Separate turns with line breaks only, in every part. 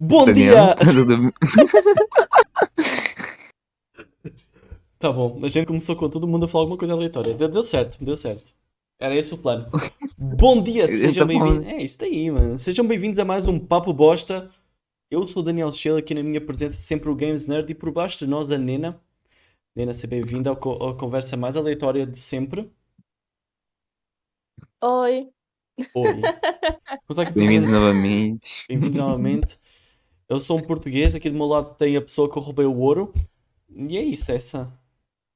Bom
Daniel,
dia!
tudo-
Tá bom, a gente começou com todo mundo a falar alguma coisa aleatória. Deu, deu certo, deu certo. Era esse o plano. Bom dia,
Tá
sejam
bom.
bem-vindos. É isso daí, mano. Sejam bem-vindos a mais um Papo Bosta. Eu sou o Daniel Schell, aqui na minha presença sempre o Games Nerd e por baixo de nós a Nena. Nena, seja bem-vinda ao co- à conversa mais aleatória de sempre.
Oi,
Oi. Começar aqui por-
Bem-vindos novamente.
Bem-vindos novamente. Eu sou um português, aqui do meu lado tem a pessoa que eu roubei o ouro. E é isso, essa.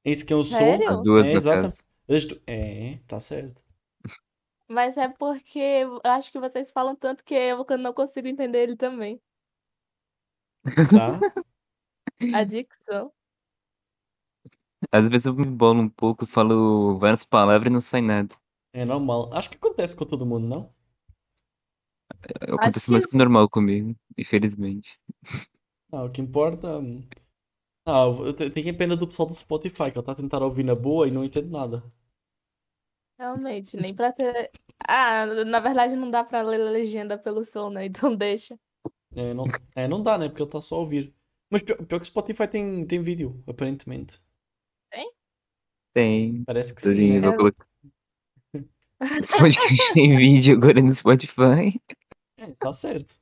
É isso que eu sou.
Sério?
As duas
É,
da
exata-
casa.
As du- É, tá certo.
mas é porque eu acho que vocês falam tanto que eu não consigo entender ele também.
Tá?
A dicção.
Às vezes eu me embolo um pouco, falo várias palavras e não sai nada.
É normal. Acho que acontece com todo mundo, não?
Acontece
que-
mais que o normal comigo, infelizmente.
Ah, o que importa. hum, Ah, eu te- tenho pena do pessoal do Spotify, que ele está a tentar ouvir na boa e não entende nada.
Realmente, nem pra ter. Ah, na verdade não dá pra ler a legenda pelo som, né? Então deixa.
É, não, é, não dá, né? Porque ele está só a ouvir. Mas pior, pior que o Spotify tem, tem vídeo, aparentemente.
Tem.
Parece que sim,
Sim,
né?
vou colocar. Esse podcast tem vídeo agora no Spotify.
É, tá certo.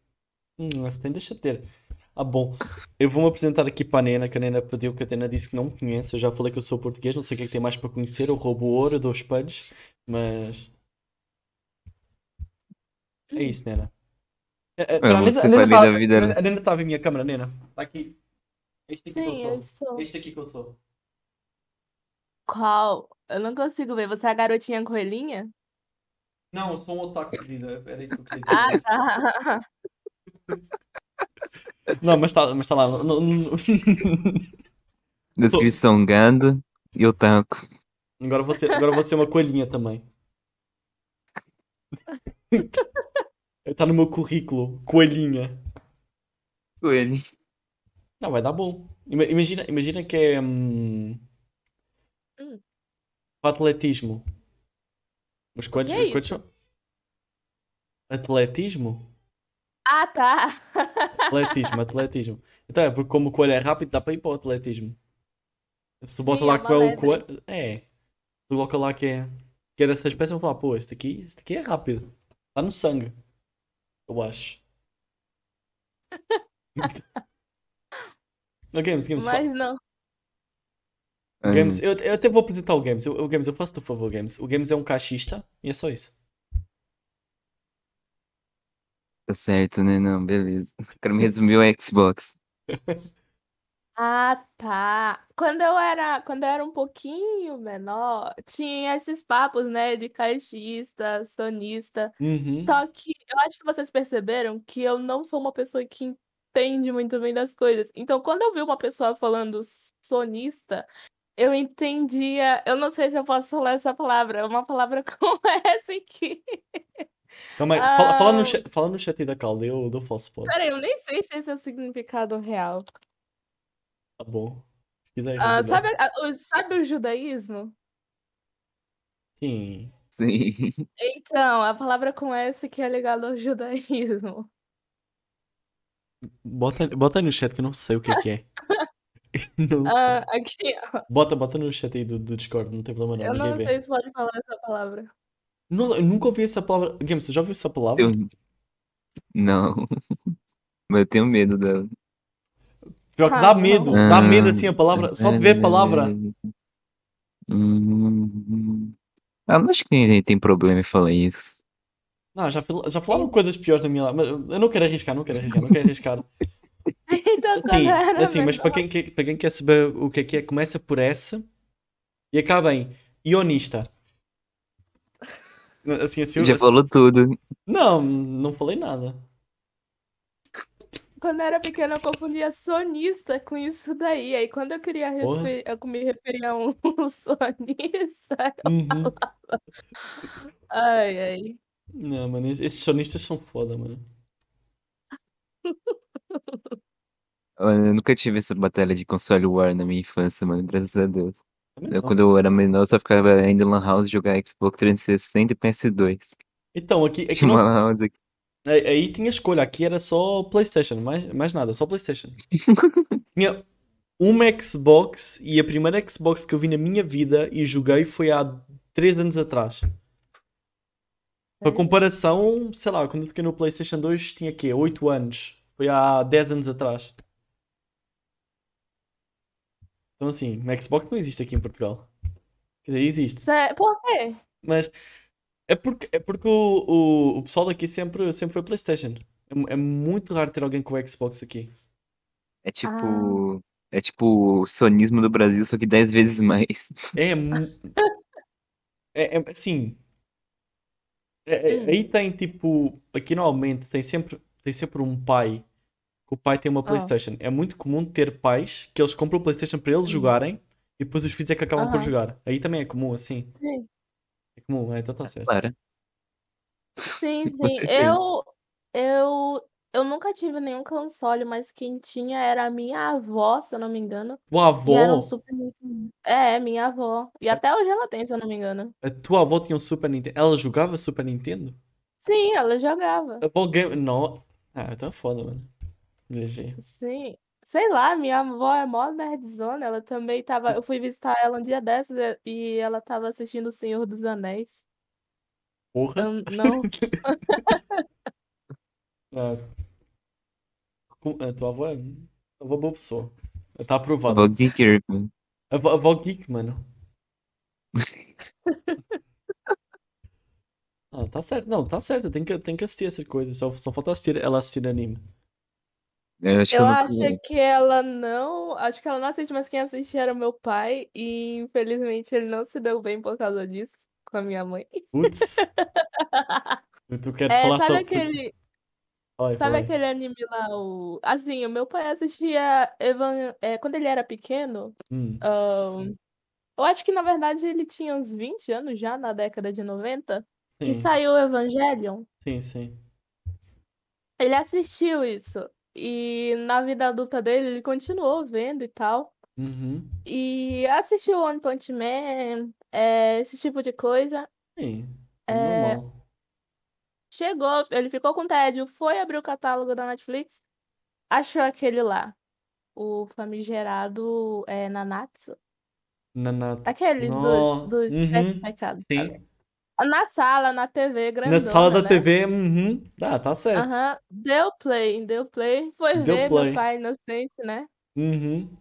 Hum, mas tem, deixa de ter. Ah, bom. Eu vou-me apresentar aqui para a Nena, que a Nena pediu, que a Nena disse que não me conhece. Eu já falei que eu sou português, não sei o que é que tem mais para conhecer. Eu roubo ouro, dou espelhos. Mas. É isso, Nena. É, é, pera, a
vou
Nena-
ser
a Nena
falido
tá-
a vida,
a Nena-
né?
a Nena está a ver a minha câmera, Nena. Está aqui. Este aqui que
Sim,
eu
eu
sou.
sou.
Este aqui que eu sou.
Qual? Eu não consigo ver. Você é a garotinha coelhinha?
Não, eu sou um otaku, querida. Era isso que eu queria dizer.
Ah, tá.
Não, mas está mas tá lá. Não, não- não-
Descrição gado e otaku.
Agora vou ser, agora vou ser uma coelhinha também. Tá no meu currículo, coelhinha.
Coelho.
Não, vai dar bom. Ima- Imagina, imagina que é hum,
Hum.
atletismo. Os coelhos,
que é
os coelhos são- Atletismo?
Ah, tá.
Atletismo, atletismo. Então é porque como o coelho é rápido, dá para ir para o atletismo. Se tu
Sim,
bota
é
lá que
uma
é o
lebre.
coelho. É. Tu coloca lá que é. Que é dessa espécie, vão falar, pô, este aqui, este aqui é rápido. Está no sangue. Eu acho. no Games, Games, fa-
Mas não.
Ah,
Games. Eu, eu até vou apresentar o Games. Eu, o Games, eu faço-te o favor, Games. O Games é um caixista e é só isso.
Tá certo, né? Não, beleza. Quero me resumir o Xbox.
Ah, tá. Quando eu era, quando eu era um pouquinho menor, tinha esses papos, né, de caixista, sonista.
Uhum.
Só que eu acho que vocês perceberam que eu não sou uma pessoa que entende muito bem das coisas. Então, quando eu vi uma pessoa falando sonista, eu entendia. Eu não sei se eu posso falar essa palavra. É uma palavra como essa aqui.
Calma aí. Fala, fala no
Ah.
chat, fala no chat aí da calda, eu dou falso pode.
Peraí, eu nem sei se esse é o significado real.
Tá bom. Se quiser
Ah,
ajudar.
sabe, a- o, sabe o judaísmo?
Sim.
Sim.
Então, a palavra com S que é ligada ao judaísmo.
Bota, bota aí no chat que eu não sei o que é que é. Não sei.
Ah, aqui, ó,
Bota, bota no chat aí do, do Discord, não tem problema não,
eu
ninguém
não
vê.
sei se pode falar essa palavra.
Não, eu nunca ouvi essa palavra. Games, tu já ouviu essa palavra?
Eu... Não. Mas eu tenho medo dela.
Pior que
Ah,
dá
não.
medo, dá medo assim a
Ah,
palavra, só de ver a palavra.
Hum. Ah, não acho que ninguém tem problema em falar isso.
Não, já, fal- já falaram coisas piores na minha mas eu não quero arriscar, não quero arriscar, não quero arriscar.
Então, quando
Sim,
eu era
assim, mas
menor-
para quem, quer- para quem quer saber o que é que é, começa por S e acaba em ionista. Assim, assim,
Já
assim-
falou tudo.
Não, não falei nada.
Quando eu era pequena, eu confundia sonista com isso daí. Aí quando eu queria
Porra.
refer- eu me referir a um um sonista.
Uhum.
Ai, ai.
Não, mano, es- esses sonistas são foda, mano.
Olha, eu nunca tive essa batalha de console war na minha infância, mano. Graças a Deus.
Também
Eu,
não.
quando eu era menor, eu só ficava indo em Lan House jogar Xbox 360 e PS2.
Então, aqui, aqui
Tinha
não,
uma Lan House aqui.
Aí, aí tinha escolha, aqui era só PlayStation, mais, mais nada, só PlayStation. tinha uma Xbox e a primeira Xbox que eu vi na minha vida e joguei foi há 3 anos atrás. Para comparação, sei lá, quando eu toquei no PlayStation 2 tinha quê? 8 anos. Foi há 10 anos atrás. Então assim, uma Xbox não existe aqui em Portugal. Quer dizer, existe.
Sé- é, Por quê?
Mas é porque, é porque o, o, o pessoal daqui sempre, sempre foi PlayStation. É, mu- é muito raro ter alguém com Xbox aqui.
É
Ah.
tipo. É tipo o sonismo do Brasil, só que 10 vezes mais.
É, mu- é, é assim. é- é-
Hum.
aí tem tipo. Aqui normalmente tem sempre, tem sempre um pai. Que o pai tem
Ah.
uma PlayStation. É muito comum ter pais que eles compram o PlayStation para eles
Hum.
jogarem e depois os filhos é que acabam por
Aham.
jogar. Aí também é comum, assim.
Sim,
É comum, é, então
Ah.
tá certo.
Claro.
sim,
Com
sim.
certeza.
Eu, eu, eu nunca tive nenhum console, mas quem tinha era a minha avó, se eu não me engano.
Tua
E era um
avó,
Super Nintendo. É, minha avó. E até hoje ela tem, se eu não me engano.
a tua avó tinha um Super Nintendo. Ela jogava Super Nintendo?
Sim, ela jogava.
A Ball Game. Não. Ah, tá foda, mano. GG.
Sim. Sei lá, minha avó é mó nerdzona. Ela também tava. Eu fui visitar ela um dia desses e e ela tava assistindo O Senhor dos Anéis.
Porra.
Eu não.
Ah, com- a tua avó é. A avó é boa pessoa. Tá aprovado. É
Vou geeker, mano.
A avó, a avó geek, mano. Ah, tá certo. Não, tá certo. Eu tenho que, tenho que assistir essa coisa. Só, só falta assistir ela assistir anime.
Eu acho que
Eu
eu nunca-
acho que ela não. Acho que ela não assiste, mas quem assistia era o meu pai. E infelizmente ele não se deu bem por causa disso com a minha mãe.
Putz. Tu, tu queres
É,
falar
sabe
sobre.
aquele,
Olha,
sabe aquele anime lá? O... Assim, o meu pai assistia. Evan... é, quando ele era pequeno,
Hum.
ahn, eu acho que na verdade ele tinha uns 20 anos já, na década de 90, que
sim,
saiu o Evangelion.
sim, sim.
Ele assistiu isso. E na vida adulta dele, ele continuou vendo e tal.
Uhum.
E assistiu One Punch Man, é, esse tipo de coisa.
Sim. É
É,
normal.
chegou, ele ficou com tédio, foi abrir o catálogo da Netflix, achou aquele lá. O famigerado é, Nanatsu. Tá
Nanato.
Aqueles dos,
No-
dos
Uhum.
pecados. sabe?
Sim.
Na sala, na TV,
Na
grandona,
sala da
né?
TV. Uhum. Ah, tá certo.
Aham, Deu play, deu play. Foi
Deu
ver,
play.
meu pai inocente, né?
Uhum.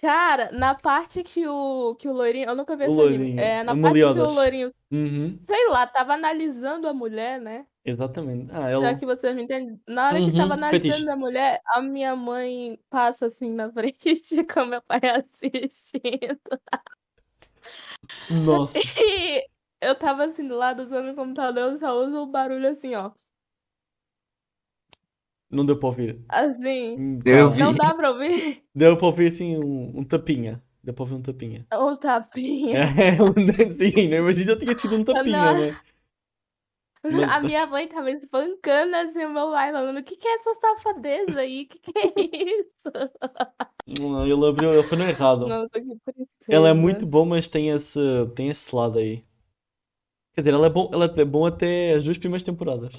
Cara, na parte que o, que o loirinho. Eu nunca vi
O
esse anime.
loirinho.
É, na
É
parte que o
Meliodas.
loirinho,
Uhum.
sei lá, tava analisando a mulher, né?
Exatamente. Ah,
Será
ela.
que você me entende? Na hora que
Uhum,
tava
fetiche.
analisando a mulher, a minha mãe passa assim na frente com meu pai assistindo.
Nossa.
E eu tava assim do lado usando o computador, eu só uso o barulho assim, ó.
Não deu pra ouvir.
Assim.
Hum,
Eu
tá.
vi.
Não dá pra ouvir
Deu pra ouvir assim um, um tapinha. Deu pra ouvir um tapinha.
o tapinha.
É, um- assim, não imagina eu tinha sido um tapinha,
Não.
né? Mas-
A minha mãe tava espancando assim o meu pai, falando: o que que é essa safadeza aí? O que que é isso?
Não, ele abriu, ele foi no errado.
Nossa, que
Ela é
tristeza.
muito boa, mas tem esse, tem esse lado aí. Quer dizer, ela é bom, ela é bom até as duas primeiras temporadas.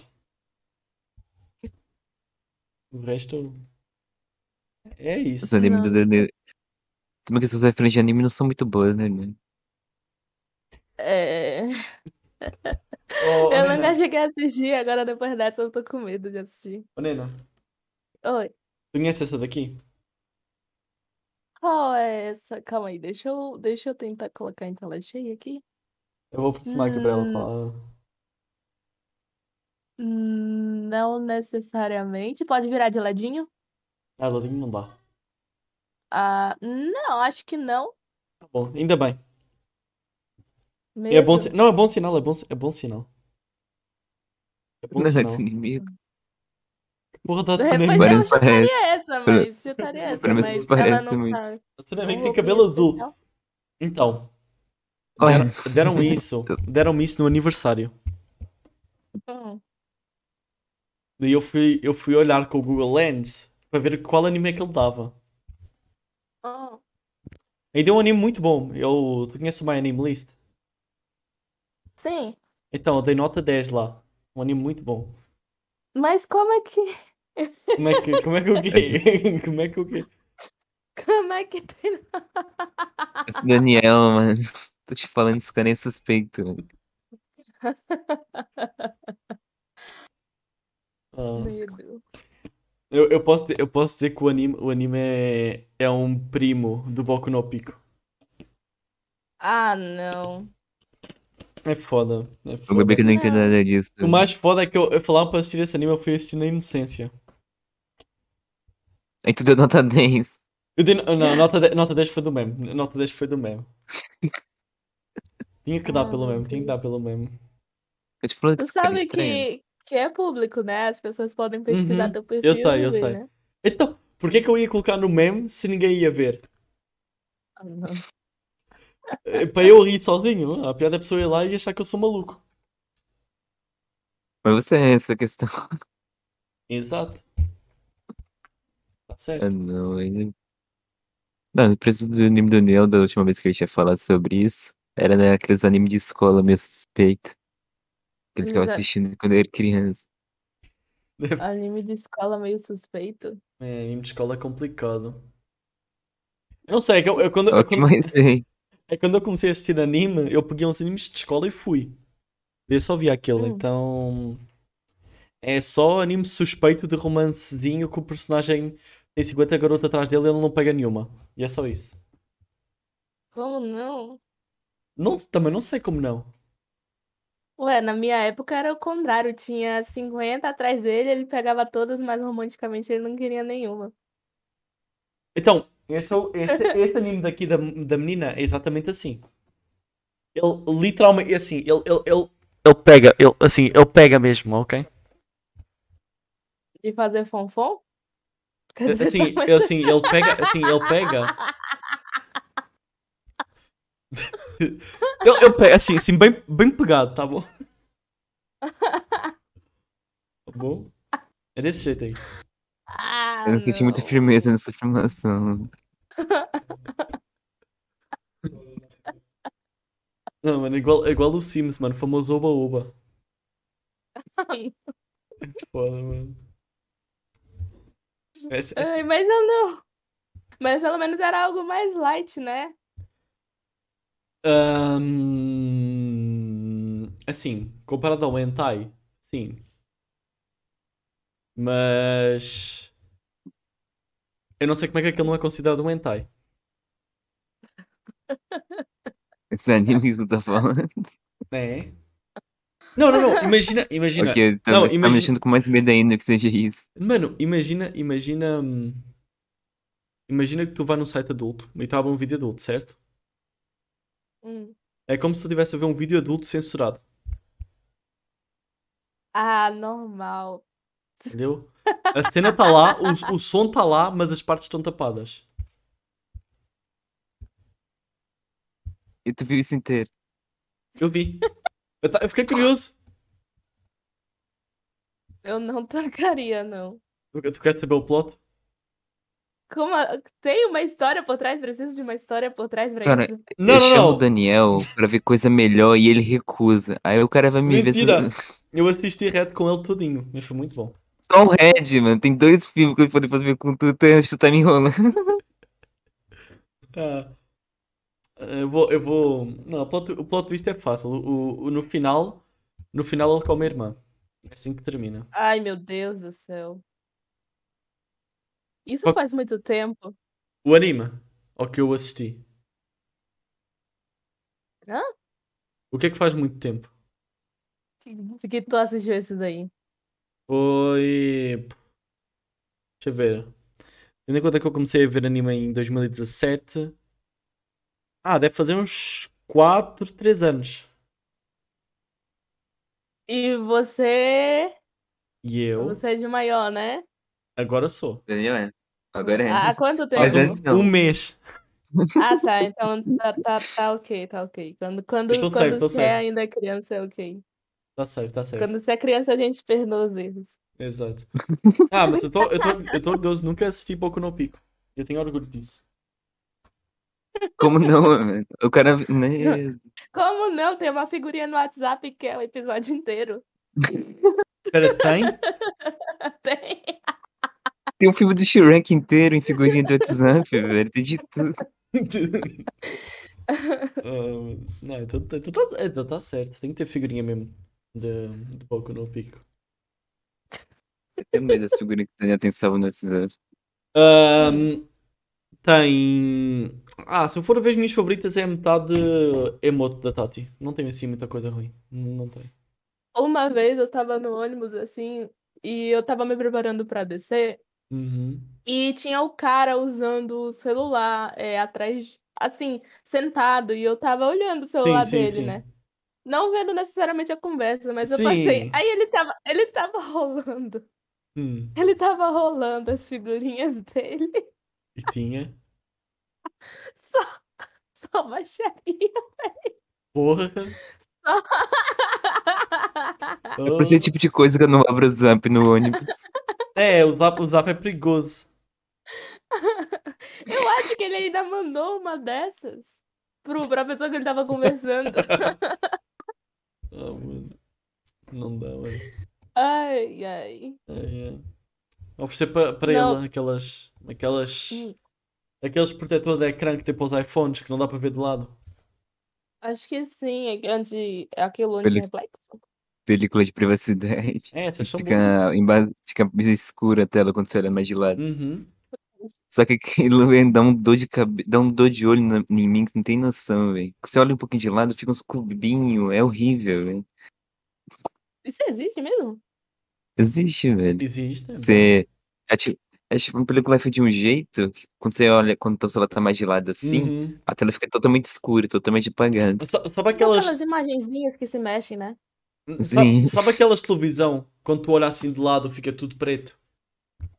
O resto é
Os
isso.
animes do
Nossa.
DD. Também é que as referências de anime não são muito boas, né, mano?
É.
Oh,
Eu nunca
Nena,
cheguei a assistir, agora depois dessa eu tô com medo de assistir.
oh, Nena,
Oi,
tu conhece essa daqui?
qual é essa? Calma aí, deixa eu, deixa eu tentar colocar em tela cheia aqui.
Eu vou aproximar aqui para ela
Hum.
falar.
Hum, Não necessariamente. Pode virar de ladinho?
Ah, Ladinho não dá.
Ah, não, acho que não.
Tá bom, ainda bem. É bom, si-
Medo.
não, é bom sinal, é bom, si- é bom sinal. É bom
Não é
sinal.
desse inimigo.
Porra, tá da
É,
Tsunemi.
pois é,
Parece-
eu
parece-
chutaria essa,
pelo-
mas chutaria essa,
pelo menos
mas ela
parece
não
muito.
tá
A
com
Tsunemi é tem
roupinha
cabelo azul.
especial.
Então,
Olha.
deram, deram isso, deram isso no aniversário.
Hum,
Daí eu fui, eu fui olhar com o Google Lens para ver qual anime é que ele dava.
hum.
Aí deu um anime muito bom. Eu, tu conhece o My Anime List?
Sim.
Então, eu dei nota 10 lá. Um anime muito bom.
Mas como é que.
Como é que, como é que o quê? Como é que o quê?
Como é que tem.
Esse Daniel, mano. Tô te falando, esse cara é suspeito. mano.
Ah.
Medo.
Eu, eu posso, di- eu posso dizer que o anime, o anime é, é um primo do Boku no Pico.
Ah, não.
É foda. É
O bebê que
foda.
não entende nada disso.
O mais foda é que eu, eu falava para assistir esse anime, eu fui assistir na inocência.
Aí tu deu nota 10.
Eu dei, não, nota, de- nota 10 foi do meme. Nota 10 foi do meme. Tinha que dar
Ah,
pelo
meu
meme, tinha que dar pelo meme.
Eu te falando,
Tu
esse cara é
sabe
estranho.
que, que é público, né? As pessoas podem pesquisar
Uhum.
teu perfil.
sei,
e
eu
ver,
sei.
né?
Então, porquê que eu ia colocar no meme se ninguém ia ver?
Ah, não.
Eh, Para eu rir sozinho, é? a pior da pessoa ir lá e achar que eu sou maluco.
Mas você é essa questão.
Exato. Tá
Ah,
certo.
não, ele... Não, o preço do anime do Neo, da última vez que eu tinha falado sobre isso, era naqueles animes de escola meio suspeito. Que ele ficava
Exa-
assistindo quando eu era criança.
Anime de escola meio suspeito.
É, anime de escola é complicado. Não sei, é que eu, eu quando,
É o
eu
que
quando-
mais tem.
é quando eu comecei a assistir anime, eu peguei uns animes de escola e fui. Eu só vi aquele,
Hum.
então. É só anime suspeito de romancezinho que o personagem tem 50 garotas atrás dele e ele não pega nenhuma. E é só isso.
Como não?
Não, também não sei como não.
Ué, na minha época era o contrário. Tinha 50 atrás dele, ele pegava todas, mas romanticamente ele não queria nenhuma.
Então, esse, é o- esse, este anime daqui da, da menina é exatamente assim. Ele literalmente, é assim, ele, ele, ele, ele pega, ele, assim, ele pega mesmo, ok?
De fazer fonfon? Quer
É,
dizer,
Assim,
também-
é assim, ele pega, assim, ele pega. Ele, ele pega, assim, assim, bem, bem pegado, tá bom? Tá bom? É desse jeito aí.
Ah,
Eu não senti muita
não.
firmeza nessa afirmação.
Não, mano, igual, igual o Sims, mano, famoso oba-oba. Foda, mano. Esse- esse-
Ai, mas eu não. Mas pelo menos era algo mais light, né?
Ahn, assim, comparado ao hentai, sim. Mas eu não sei como é que aquilo não é considerado um hentai.
Esse anime que tu tá falando.
É? Não, não, não. Imagina, imagina.
Ok, tá,
Não,
você tá me
imagina-
deixando com mais medo ainda que seja isso.
Mano, imagina, imagina. hum, Imagina que tu vai num site adulto e estava um vídeo adulto, certo?
Hum.
É como se tu estivesse a ver um vídeo adulto censurado,
Ah, normal.
entendeu? A cena está lá, o, o som está lá, mas as partes estão tapadas.
E tu viu isso inteiro.
Eu vi. Eu, ta- eu fiquei curioso.
Eu não tocaria, não.
Tu, tu queres saber o plot?
Como a- Tem uma história por trás? Preciso de uma história por trás pra
Cara,
isso.
Não, não,
eu chamo o
não.
Daniel pra ver coisa melhor e ele recusa. Aí o cara vai me
Mentira.
ver. se-
Eu assisti Red com ele todinho, mas foi muito bom.
Só o Red, mano. Tem dois filmes que eu falei pra ver com tu, tu tu tá me enrolando.
Ah, eu vou, eu vou. Não, o plot, o plot twist é fácil. O, o- o- no final, no final ele com a irmã. É assim que termina.
Ai, meu Deus do céu. Isso
Qual-
faz muito tempo.
O anime ao que eu assisti.
Hã?
O que é que faz muito tempo?
que- Que tu assistiu esse daí?
Foi. Deixa eu ver. Tendo em conta que eu comecei a ver anime em 2017. Ah, deve fazer uns 4, 3 anos.
E você.
E eu
Você é de maior, né?
agora sou.
Daniel, é. agora é.
Há há quanto
Faz
tempo?
um-
antes não.
um mês.
Ah, tá. Então tá, tá, tá ok, tá ok. Quando,
Estou
quando,
certo,
quando
estou
você
certo.
ainda é criança, é ok.
Tá certo, tá certo.
Quando você é criança, a gente perdoa os erros.
Exato. Ah, mas eu tô, eu tô, eu tô orgulhoso, nunca assisti Boku no Pico. Eu tenho orgulho disso.
Como não, mano? O cara. Né?
Como não? Tem uma figurinha no WhatsApp que é o episódio inteiro.
Espera, tem?
Tem.
Tem um filme do Shrek inteiro em figurinha de WhatsApp, velho. Tem de tudo.
Ah, não, então, então tá- então tá certo. Tem que ter figurinha mesmo de, de Boku no Pico.
Tem medo das figurinhas que o Daniel tem salvo no WhatsApp.
Ahm, tem. Ah, se eu for a ver as minhas favoritas, é a metade emote da Tati. Não tem assim muita coisa ruim. Não tem.
Uma vez eu tava no ônibus assim, e eu tava me preparando pra descer,
Uhum.
e tinha o cara usando o celular é, atrás, assim, sentado, e eu tava olhando o celular
sim,
dele,
sim.
né? Não vendo necessariamente a conversa, mas eu
Sim.
passei. Aí ele tava, ele tava rolando.
Hum.
Ele tava rolando as figurinhas dele.
E tinha.
Só, só baixaria.
Porra!
Por esse tipo de coisa que eu não abro o WhatsApp no ônibus.
É, o zap, o zap é perigoso.
Eu acho que ele ainda mandou uma dessas pro, pra pessoa que ele tava conversando.
Ah, mano. Não dá, mano.
Ai, ai.
É, é. Oferecer pa- para
Não.
ele aquelas. aquelas.
Hum.
aqueles protetores de ecrã que tem para os iPhones que não dá para ver de lado.
Acho que sim, é anti, é aquilo anti
Ele-
reflexo.
Película de privacidade.
É, essas são boas.
Fica, embaixo, fica escura a tela quando você olha é mais de lado.
Uhum.
Só que aquilo, velho, dá um dor de cabe... dá um dor de olho na- em mim que você não tem noção, velho. Você olha um pouquinho de lado, fica uns cubinhos, é horrível, velho.
Isso existe mesmo?
Existe, velho.
Existe. é bom.
Você. É tipo, é tipo uma película feita de um jeito que quando você olha, quando o celular tá mais de lado assim,
Uhum.
a tela fica totalmente escura, totalmente apagada.
Sa- Sabe
Tipo
aquelas.
aquelas imagenzinhas que se mexem, né?
Sabe,
Sim.
sabe aquelas televisão? Quando tu olha assim de lado fica tudo preto.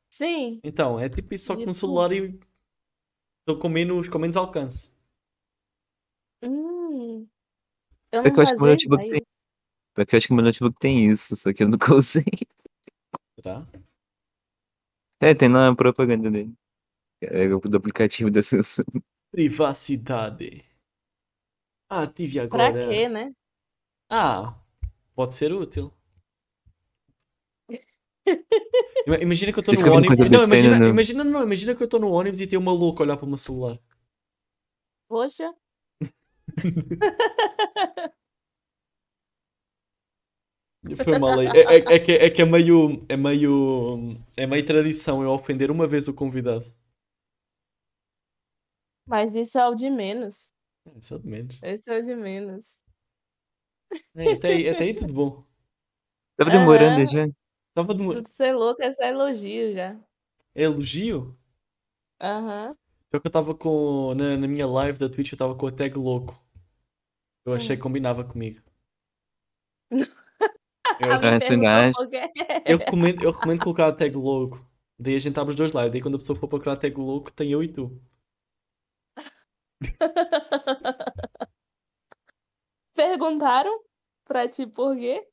Sim.
Então, é tipo isso só que no
YouTube.
celular e. Estou com menos, com menos alcance.
Hum. Eu
É
não
que eu acho que o meu
fazia
notebook
ideia.
tem. Porque eu acho que o meu notebook tem isso, só que eu nunca usei.
Será?
É, tem na propaganda dele. É, do aplicativo da Samsung.
Privacidade. Ah, tive
Pra
agora.
quê, né?
Ah, pode ser útil. Ima- Imagina que eu estou
Fica
no
vendo
ônibus.
coisa
Não,
obscena,
imagina,
não.
imagina, não, imagina que eu estou no ônibus e tem uma louca a olhar para o meu celular.
Poxa.
Foi mal aí. É, é- é que, é que é meio. É meio. É meio tradição eu ofender uma vez o convidado.
Mas isso é o de menos.
É, só de menos.
Esse é o de menos.
É, até, aí, até aí tudo bom.
Tava demorando
Aham.
É,
já.
Tava de uma...
Tudo ser louco é só elogio já.
É elogio?
Aham.
Pior que eu tava com. Na, na minha live da Twitch eu tava com a tag louco. Eu achei que combinava comigo.
Tá
Eu-
Ah, sei
um
lá.
Eu recomendo, eu recomendo colocar a tag logo. Daí a gente abre os dois lives. Daí quando a pessoa for procurar a tag logo, tem eu e tu.
Perguntaram pra ti por quê?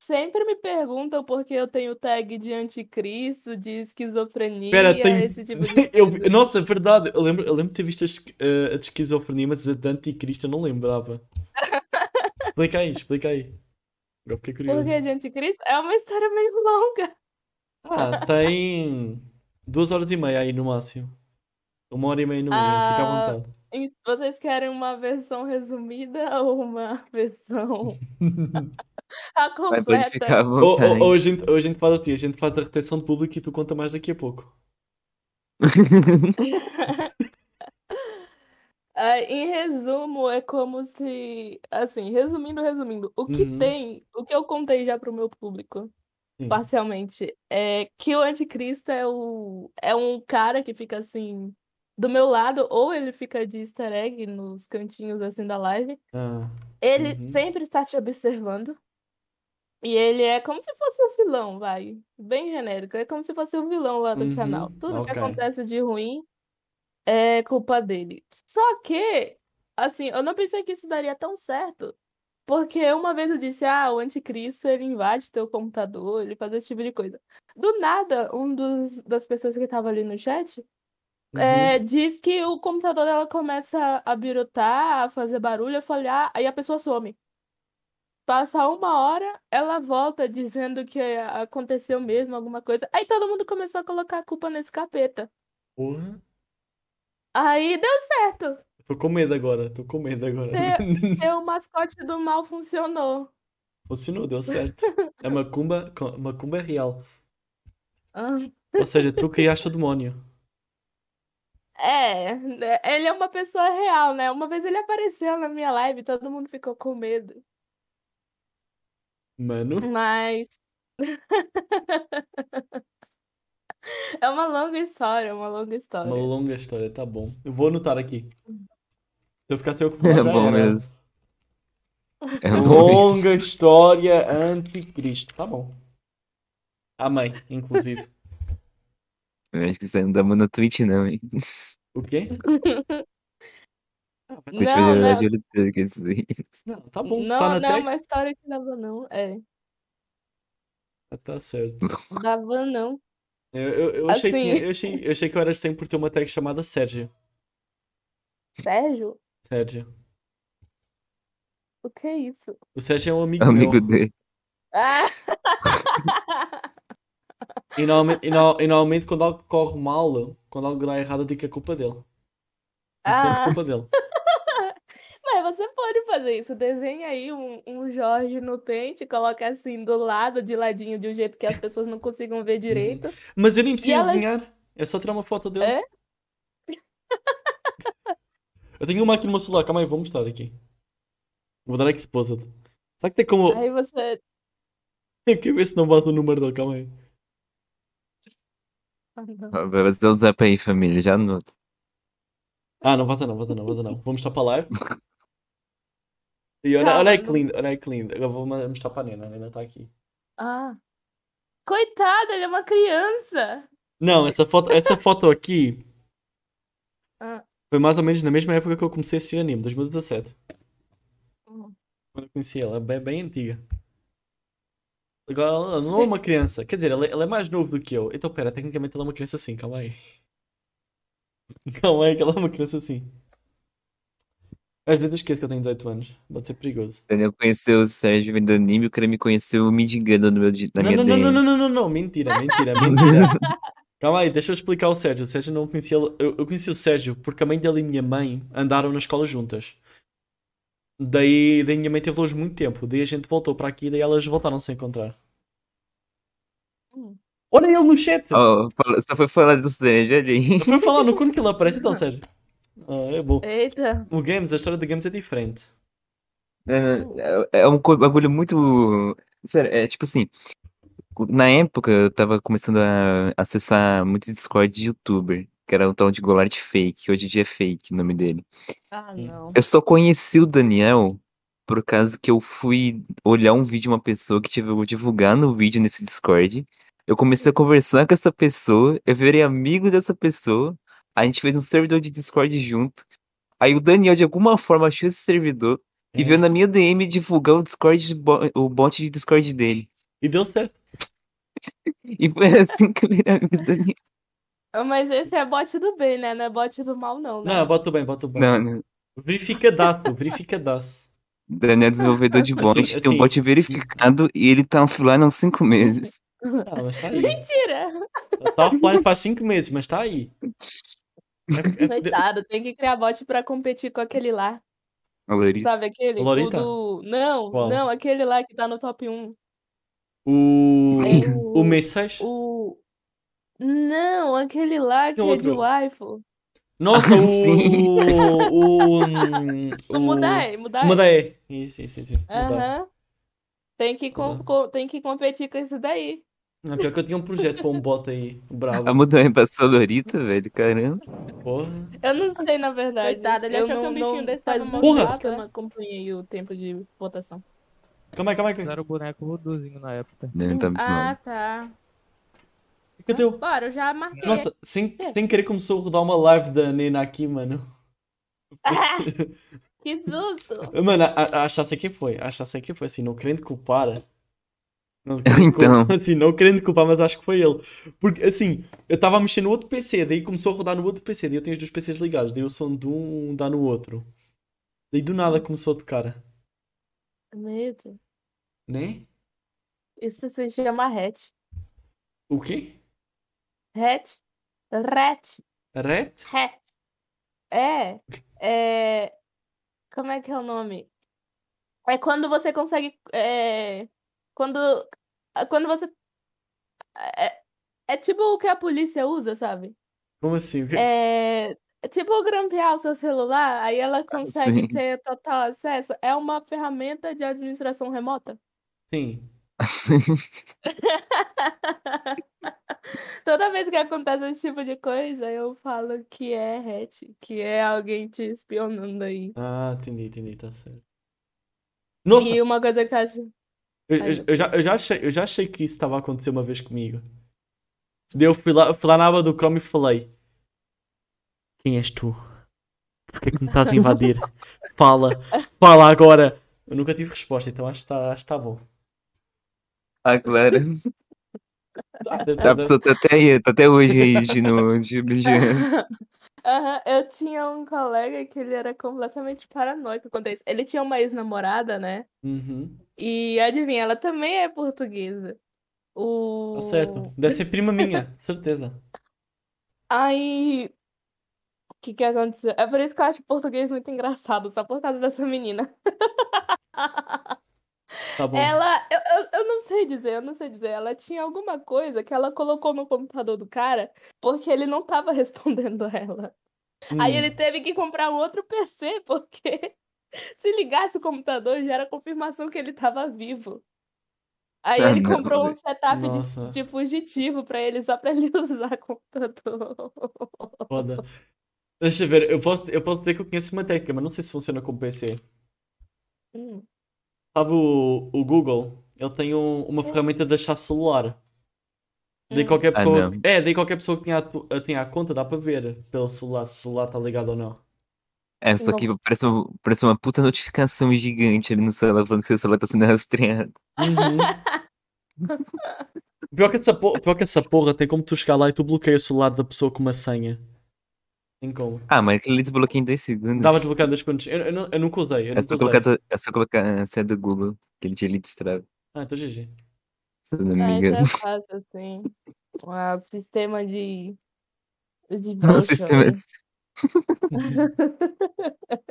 Sempre me perguntam por que eu tenho tag de anticristo, de esquizofrenia,
Pera, tem-
esse tipo de
Eu,
coisa.
nossa, é verdade. Eu lembro, eu lembro de ter visto a, esqu- eh, a de esquizofrenia, mas a de anticristo eu não lembrava. Explica aí, explica aí. Agora fiquei curioso.
Por que de anticristo? É uma história meio longa.
Ah, tem duas horas e meia aí no máximo. Uma hora e meia no mínimo, fica à
Ah.
vontade.
E Vocês querem uma versão resumida ou uma versão a
Vai
completa?
pode ficar à
ou, ou-
vontade.
ou a gente, ou a gente faz assim, a gente faz a retenção de público e tu conta mais daqui a pouco.
Ah, em resumo, é como se, assim, resumindo, resumindo, o que
Uhum.
tem, o que eu contei já para o meu público,
Sim.
parcialmente, é que o anticristo é, o, é um cara que fica assim, do meu lado, ou ele fica de easter egg nos cantinhos assim da live.
Ah,
Ele
Uhum.
sempre está te observando. E ele é como se fosse um vilão, vai. Bem genérico. É como se fosse um vilão lá do
Uhum,
canal. Tudo que
ok.
acontece de ruim é culpa dele. Só que, assim, eu não pensei que isso daria tão certo. Porque uma vez eu disse, ah, o anticristo, ele invade teu computador, ele faz esse tipo de coisa. Do nada, um dos, das pessoas que tava ali no chat
uhum.
é, diz que o computador dela começa a birotar, a fazer barulho. Eu falei, ah, aí a pessoa some. Passa uma hora, ela volta dizendo que aconteceu mesmo alguma coisa. Aí todo mundo começou a colocar a culpa nesse capeta.
Porra.
Aí deu certo.
Tô com medo agora, tô com medo agora.
É, o mascote do mal funcionou.
Funcionou, deu certo. A macumba, co- macumba é real.
Ah,
Ou seja, tu criaste o demónio.
É, né, ele é uma pessoa real, né? Uma vez ele apareceu na minha live, todo mundo ficou com medo.
Mano,
Mas. É uma longa história, é uma longa história.
uma longa história, tá bom. Eu vou anotar aqui. Se eu ficar sem ocupar,
É
já
bom
era.
mesmo. É bom mesmo.
Longa história anticristo. Tá bom. Amém, inclusive.
Eu Acho que você não dá mão na Twitch, não, hein?
O quê? Ah,
Twitch vai
Não,
jogar
não.
de olho tudo com isso aí.
Não, tá bom, se
não,
tá na
não é
tech.
uma história que dava não. É,
Ah, Tá certo.
dava não.
Eu, eu, eu achei que,
Assim.
tinha- eu, achei, eu achei que eu era estranho por ter uma tag chamada Sérgio.
Sérgio?
Sérgio.
O que é isso?
O Sérgio é um amigo meu.
Amigo dele.
Ah!
E normalmente, e no- e normalmente quando algo corre mal, quando algo dá errado, eu digo que é culpa dele. É sempre
Ah.
culpa dele.
Mas você pode fazer isso. Desenha aí um, um Jorge no pente, coloca assim do lado, de ladinho, de um jeito que as pessoas não consigam
Hum.
ver direito.
Mas eu nem preciso
elas-
desenhar. É só tirar uma foto dele.
É?
Eu tenho uma aqui no meu celular. Calma aí, vou mostrar aqui. Vou dar exposed. Será que tem como...
Aí você.
Eu quero ver se não bate o número dele. Calma aí.
Ah, não.
Ó, Vai fazer o zap aí, família. Já anota.
Ah, não vaza não, vaza não, vaza não. Vou mostrar para a live. E olha,
Calma,
olha aí que
não-
lindo, olha aí que lindo. Agora vou ma- mostrar para a Nena. A Nena está aqui.
Ah. Coitada, ele é uma criança.
Não, essa foto, essa foto aqui
Ah.
foi mais ou menos na mesma época que eu comecei a assistir anime, 2017. Quando eu conheci ela, é bem, bem antiga. Agora ela não é uma criança, quer dizer, ela, ela é mais novo do que eu. Então pera, tecnicamente ela é uma criança sim, calma aí. Calma aí que ela é uma criança sim. Às vezes eu esqueço que eu tenho 18 anos, pode ser perigoso.
Daniel conheceu o Sérgio vindo do anime, o cara me conheceu me digando no meu, di- na
Não,
minha
não, não,
DM.
não, não, não, não, não, mentira, mentira, mentira. Calma aí, deixa eu explicar o Sérgio. O Sérgio não conhecia. ele- Eu, eu conheci o Sérgio porque a mãe dele e minha mãe andaram na escola juntas. Daí, daí minha mãe teve longe muito tempo. Daí a gente voltou para aqui, daí elas voltaram a se encontrar.
Hum.
Olha ele no chat!
Ó, fala- só foi falar do Sérgio ali.
Eu fui falar no quando que ele aparece, então, Sérgio. Ah, é bom.
Eita.
O Games, a história do Games é diferente.
Não, não, É é um co- bagulho muito. Sério, é tipo assim. Na época eu tava começando a acessar muito Discord de youtuber, que era o tal de Golart Fake, que hoje em dia é fake o nome dele.
Ah,
Hum.
não.
Eu só conheci o Daniel por causa que eu fui olhar um vídeo de uma pessoa que tive eu divulgar no vídeo nesse Discord. Eu comecei a conversar com essa pessoa, eu virei amigo dessa pessoa. A gente fez um servidor de Discord junto. Aí o Daniel, de alguma forma, achou esse servidor e
É.
veio na minha DM divulgar o Discord, bo- o bot de Discord dele.
E deu certo.
E foi assim que eu virei amigo do Daniel.
Ah, Mas esse é bote do bem, né? Não é bote do mal, não, né?
Não, bota bem, bota bem.
Não, não.
Verifica dato, verifica daço.
Daniel é desenvolvedor de bot,
Assim,
tem um
assim.
bot verificado e ele tá offline há uns 5 meses.
Ah, mas tá aí.
Mentira!
Tá offline faz 5 meses, mas tá aí. É- é-
Coitado, tem que criar bote pra competir com aquele lá.
A Larissa.
Sabe aquele? O
Lolita?
do... Não,
Qual?
não, aquele lá que tá no top 1.
O.
É
O
o...
mês 6?
o... Não, aquele lá que é de
outro?
waifu.
Nossa,
Sim.
o. O. O. hum,
O Mudai, Mudai.
O Mudai. Isso, isso, isso. isso. Mudai.
Aham. Tem que, com-
Mudai.
co- tem que competir com isso daí.
Não, pior que eu tinha um projeto para um bot aí, bravo.
A mudança pra Solorita, velho, caramba.
Porra.
Eu não sei, na verdade.
Coitado, ele
eu
achou que
não-
um bichinho
não
desse tava né?
fazia-
Porra!
Eu não acompanhei o tempo de votação.
Calma aí, calma aí. calma aí.
Era o boneco voodoozinho na época.
Não, tá muito
Ah, tá.
Fica teu.
Bora, eu já marquei.
Nossa, sem, sem querer começou a rodar uma live da Nena aqui, mano.
Que susto!
Mano, a, a, a Chassa aqui foi. A Chassa aqui foi assim, não querendo culpar. Não
Então.
culpar, assim, não querendo culpar, mas acho que foi ele. Porque assim, eu estava a mexer no outro PC, daí começou a rodar no outro PC, daí eu tenho os dois PCs ligados, daí o som de um dá no outro. Daí do nada começou a tocar.
Medo.
Né?
Isso se chama hatch.
O quê?
Hatch? Rat?
Rat?
Hatch. É, é. Como é que é o nome? É quando você consegue. é, Quando. Quando você. É, é tipo o que a polícia usa, sabe?
Como assim? O quê?
É, é tipo grampear o seu celular, aí ela consegue
sim.
ter total acesso. É uma ferramenta de administração remota.
Sim.
Toda vez que acontece esse tipo de coisa, eu falo que é hatch, que é alguém te espionando aí.
Ah, entendi, entendi, tá certo. Nossa,
E uma coisa que eu acho.
eu, eu- eu já, eu, já achei, eu já achei que isso estava a acontecer uma vez comigo. Daí eu fui lá, fui lá na aba do Chrome e falei: Quem és tu? Por que é que me estás a invadir? Fala, fala agora! Eu nunca tive resposta, então acho que está acho que tá bom.
Ah, claro.
Ah, deve-
A
deve-
pessoa tá até, aí, tá até hoje aí de, no, de
Tá.
vigiando.
Aham, eu tinha um colega que ele era completamente paranoico quanto a isso. Ele tinha uma ex-namorada, né?
Uhum.
E adivinha, ela também é portuguesa.
Tá
O...
certo. Deve ser prima minha, certeza.
Aí. O que que aconteceu? É por isso que eu acho português muito engraçado, só por causa dessa menina.
Tá bom.
Ela. Eu, eu, eu não sei dizer, eu não sei dizer. Ela tinha alguma coisa que ela colocou no computador do cara porque ele não tava respondendo ela. Aí
Hum.
ele teve que comprar um outro PC porque se ligasse o computador já era confirmação que ele tava vivo. Aí
Ah,
ele
não,
comprou um
velho.
setup de-
Nossa.
de fugitivo pra ele, só pra ele usar computador.
Foda. Deixa eu ver, eu posso, eu posso dizer que eu conheço uma técnica, mas não sei se funciona com PC.
Hum.
Sabe o, o Google? Ele tem um- uma
Sim.
ferramenta de achar celular. Daí
Hum.
qualquer
Ah,
pessoa.
não.
É, daí qualquer pessoa que tenha a, tu- a- tenha a conta dá para ver pelo celular se o celular está ligado ou não.
É, só que
Nossa.
parece uma, parece uma puta notificação gigante ali no celular falando que seu celular tá sendo rastreado.
Uhum. Pior que, essa porra, pior que essa porra tem como tu chegar lá e tu bloqueias o celular da pessoa com uma senha. Tem como.
Ah, mas aquele desbloqueia em dois segundos.
Dava desbloqueado as contas. Eu, eu, não- eu nunca usei, eu
É
nunca
só
usei.
colocar, do- é só colocar a senha do Google, que ele te ele destrava,
Ah, então GG.
se eu não
Ah,
me
isso
engano.
é fácil, assim. Ah, o sistema de. De
O
busca,
sistema
né?
Uhum.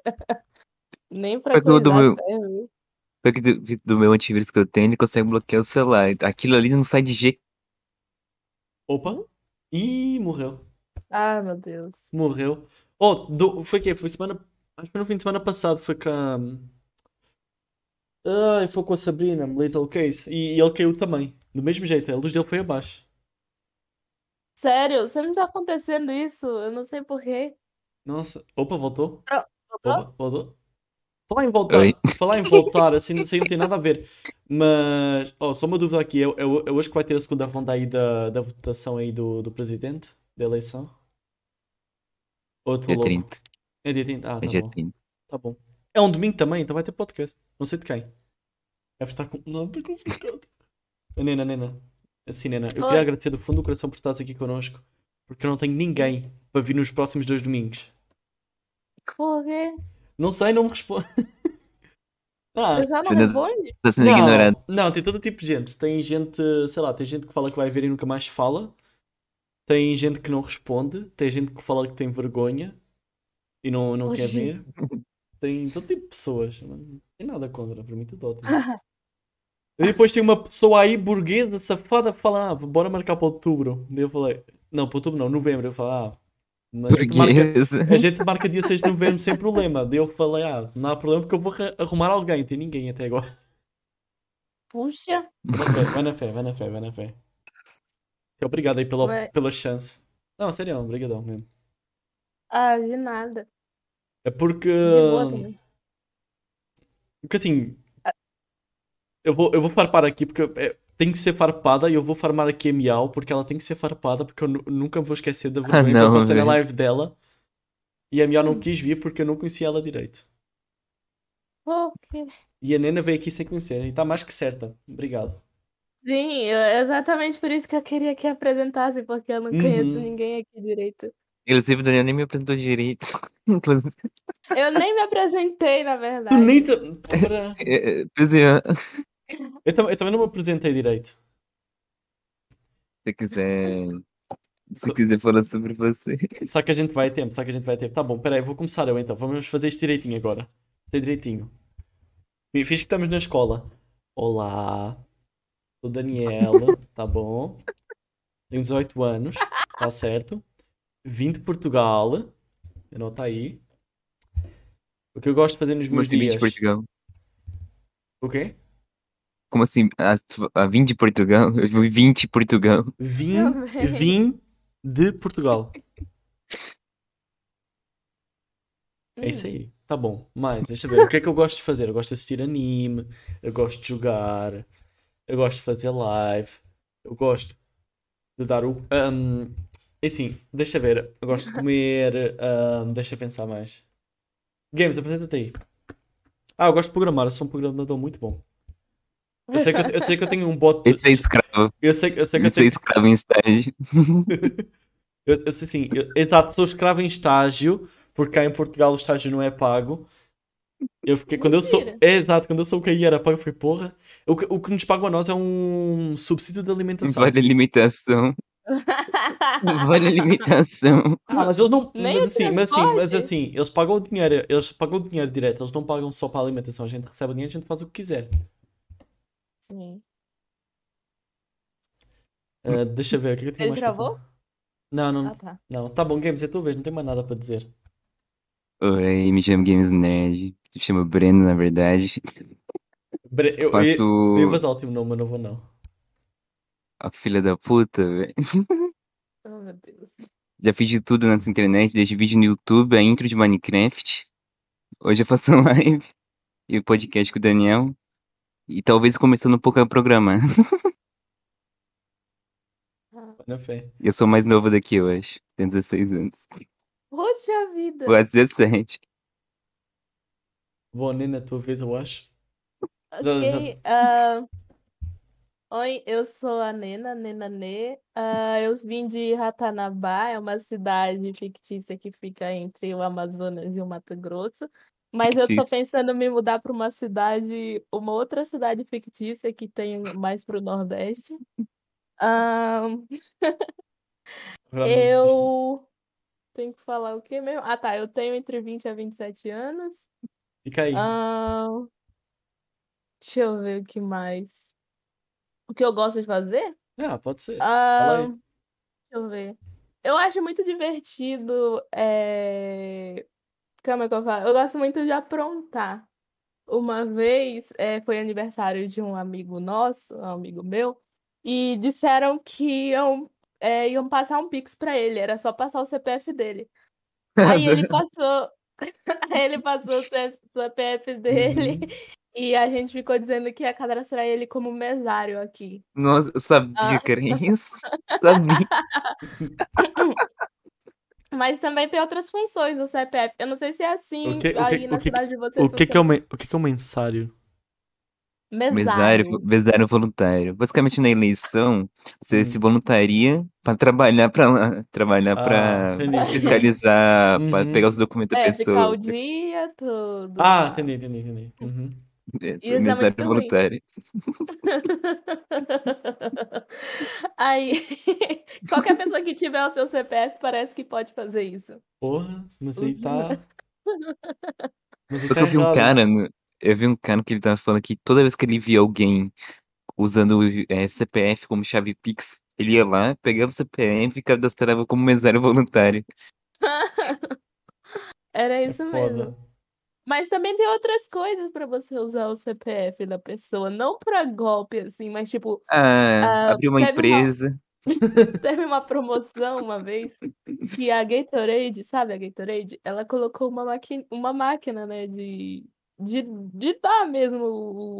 Nem pra
Pra que o do
coisar
meu-
serve.
Só que do, que do meu antivírus que eu tenho, ele consegue bloquear o celular. Aquilo ali não sai de jeito.
Opa! Ih, morreu.
Ah, meu Deus.
Morreu. Oh, do- foi o quê? Foi semana. Acho que foi no fim de semana passado. Foi com a. Ai, foi com a Sabrina, Little Case. E, e ele caiu também. Do mesmo jeito, a luz dele foi abaixo.
Sério, sempre tá acontecendo isso. Eu não sei porquê.
Nossa. Opa, voltou.
Pro- voltou?
Opa, voltou. Falar em voltar,
Oi.
falar em voltar, assim, isso aí não tem nada a ver. Mas, oh, só uma dúvida aqui. Eu, eu, eu acho que vai ter a segunda ronda aí da, da votação aí do, do presidente, da eleição. Ou eu tô
Dia
louco?
30.
É dia 30. Ah,
É
tá
dia
bom.
30.
Tá bom. É um domingo também, então vai ter podcast. Não sei de quem. Deve estar com. Não, é complicado. Nena, Nena. Assim, Nena, eu
Oi.
queria agradecer do fundo do coração por estares aqui connosco. Porque eu não tenho ninguém para vir nos próximos dois domingos.
Por quê?
Não sei, não me responde. Ah,
O pessoal não
Apenas-
responde?
Tá sendo ignorado.
não, tem todo tipo de gente. Tem gente, sei lá, tem gente que fala que vai ver e nunca mais fala. Tem gente que não responde. Tem gente que fala que tem vergonha e não, não quer
Oxi.
ver. Tem todo tipo de pessoas. mas Não tem nada contra, para mim tudo ótimo. E depois tem uma pessoa aí, burguesa, safada, que fala, ah, bora marcar para outubro. Daí eu falei, não, para outubro não, novembro. Eu falei, ah, mas a gente marca-
Burguesa.
a gente marca dia 6 de novembro sem problema. Daí eu falei, ah, não há problema porque eu vou arra- arrumar alguém. Tem ninguém até agora.
Puxa.
Vai na fé, vai na fé, vai na fé, vai na fé. Muito Obrigado aí pela,
Mas-
pela chance. Não, sério, obrigadão mesmo.
Ah, de nada.
É porque.
De boa também. Ah.
Porque assim. Eu vou, eu vou farpar aqui porque é, tem que ser farpada e eu vou farmar aqui a Miau porque ela tem que ser farpada porque eu nu- nunca vou esquecer da vergonha que eu
não,
passei na
velho.
live dela. E a
Hum.
Miau não quis vir porque eu não conhecia ela direito.
Por quê?
E a Nena veio aqui sem conhecer e está mais que certa. Obrigado.
Sim, é exatamente por isso que eu queria que apresentasse, porque eu não conheço
Uhum.
ninguém aqui direito.
Inclusive, o Daniel nem me apresentou direito. Inclusive,
Eu nem me apresentei, na verdade.
Tu nem. sa- Ora.
é, é, pois é.
Eu, tam- eu também não me apresentei direito.
Se quiser. Se quiser falar sobre você.
Só que a gente vai a tempo, só que a gente vai a tempo. Tá bom, peraí, vou começar eu então. Vamos fazer isto direitinho agora. Sei direitinho. Fiz que estamos na escola. Olá, sou Daniela, tá bom? Tenho 18 anos, tá certo? Vim de Portugal, anota aí. O que eu gosto de fazer nos
Como
meus
assim vim de
dias.
Portugal?
O quê?
Como assim? Ah, tu- ah, vim de Portugal? Eu vim de Portugal.
Vim,
Também.
vim de Portugal. É
Hum.
isso aí. Tá bom. Mas, deixa eu ver. O que é que eu gosto de fazer? Eu gosto de assistir anime, eu gosto de jogar, eu gosto de fazer live, eu gosto de dar o. Ahm, assim, deixa eu ver. Eu gosto de comer. ahm, deixa eu pensar mais. Games, apresenta-te aí. Ah, eu gosto de programar, eu sou um programador muito bom. Eu sei que eu, eu sei que eu tenho um bot.
Esse é escravo.
Eu sei, eu sei que eu
Esse é
tenho.
escravo em estágio.
Eu, eu sei sim, eu- exato, sou escravo em estágio, porque cá em Portugal o estágio não é pago. Eu fiquei, quando eu sou,
Mentira.
é, exato, quando eu sou o que aí era pago, eu falei, porra, o que, o que nos pagam a nós é um subsídio de alimentação.
Vale alimentação. Vale alimentação.
Ah, mas eles não,
Nem
mas
o
assim, mas assim, mas
transporte.
assim, eles pagam o dinheiro, eles pagam o dinheiro direto, eles não pagam só para a alimentação, a gente recebe o dinheiro, a gente faz o que quiser.
Sim.
Ah, deixa eu ver, o que é que eu tenho
Ele
mais para
travou?
falar? Não, não,
Ah, tá.
não, tá bom, Games, é tua vez, não tenho mais nada para dizer.
Oi, me chamo Games Nerd. Me chamo Breno, na verdade.
Bre- Eu, eu, eu,
Faço.
ia vazar o último nome, mas não vou não.
Ó, que filha da puta, velho.
Oh, meu Deus.
Já fiz de tudo nessa internet, desde vídeo no YouTube, a intro de Minecraft. Hoje eu faço live e podcast com o Daniel. E talvez começando um pouco a programar.
Ah,
Na fé.
Eu sou mais novo daqui, eu acho. Tenho 16 anos.
Poxa vida.
Ou é 17.
Bom, Nena, a tua vez, eu acho.
Ok, ah, Oi, eu sou a Nena, Nena Nê. Ah, eu vim de Ratanabá, é uma cidade fictícia que fica entre o Amazonas e o Mato Grosso. Mas eu tô
Fictícia.
pensando em me mudar para uma cidade, uma outra cidade fictícia que tem mais pro Nordeste. Ah,
Realmente,
eu tenho que falar o quê mesmo? Ah, tá, eu tenho entre 20 a 27 anos.
Fica aí.
Ahn, deixa eu ver o que mais. O que eu gosto de fazer?
Ah, pode ser. aí.
Ahn, deixa eu ver. Eu acho muito divertido. É... Como é que eu falo? Eu gosto muito de aprontar. Uma vez é, foi aniversário de um amigo nosso, um amigo meu, e disseram que iam, é, iam passar um Pix pra ele, era só passar o CPF dele. Aí ele passou, aí ele passou o CF CPF dele e a gente ficou dizendo que ia cadastrar ele como mesário aqui.
Nossa, eu sabia
Ah.
que era isso. Sabia.
Mas também tem outras funções do CPF. Eu não sei se é assim
O que- o que-
aí na
o que-
cidade de vocês.
O que é que é o,
funciona.
men- o que é que é o mensário?
Mesário,
mesário?
mesário voluntário. Basicamente, na eleição, você
Hum.
se voluntaria pra trabalhar pra lá, trabalhar
Ah,
É pra
entendi.
fiscalizar, pra
Uhum.
pegar os documentos da
É, ficar
pessoa.
o dia todo.
Ah,
lá.
entendi, entendi, entendi. Uhum.
É,
Isso é
mesário
muito ruim.
voluntário.
Aí, qualquer pessoa que tiver o seu CPF parece que pode fazer isso.
Porra, mas aí
Os-
tá. Mas aí
Porque
tá
eu vi um
errado.
cara, no- eu vi um cara que ele tava falando que toda vez que ele via alguém usando é, CPF como chave Pix, ele ia lá, pegava o CPF e cadastrava como mesário voluntário.
Era
É
isso mesmo.
foda.
Mas também tem outras coisas pra você usar o CPF da pessoa, não pra golpe assim, mas tipo,
Ah,
Ah,
abriu uma
teve uma-
empresa.
teve uma promoção uma vez que a Gatorade, sabe a Gatorade? Ela colocou uma, maqui... uma máquina, né, de... De... de dar mesmo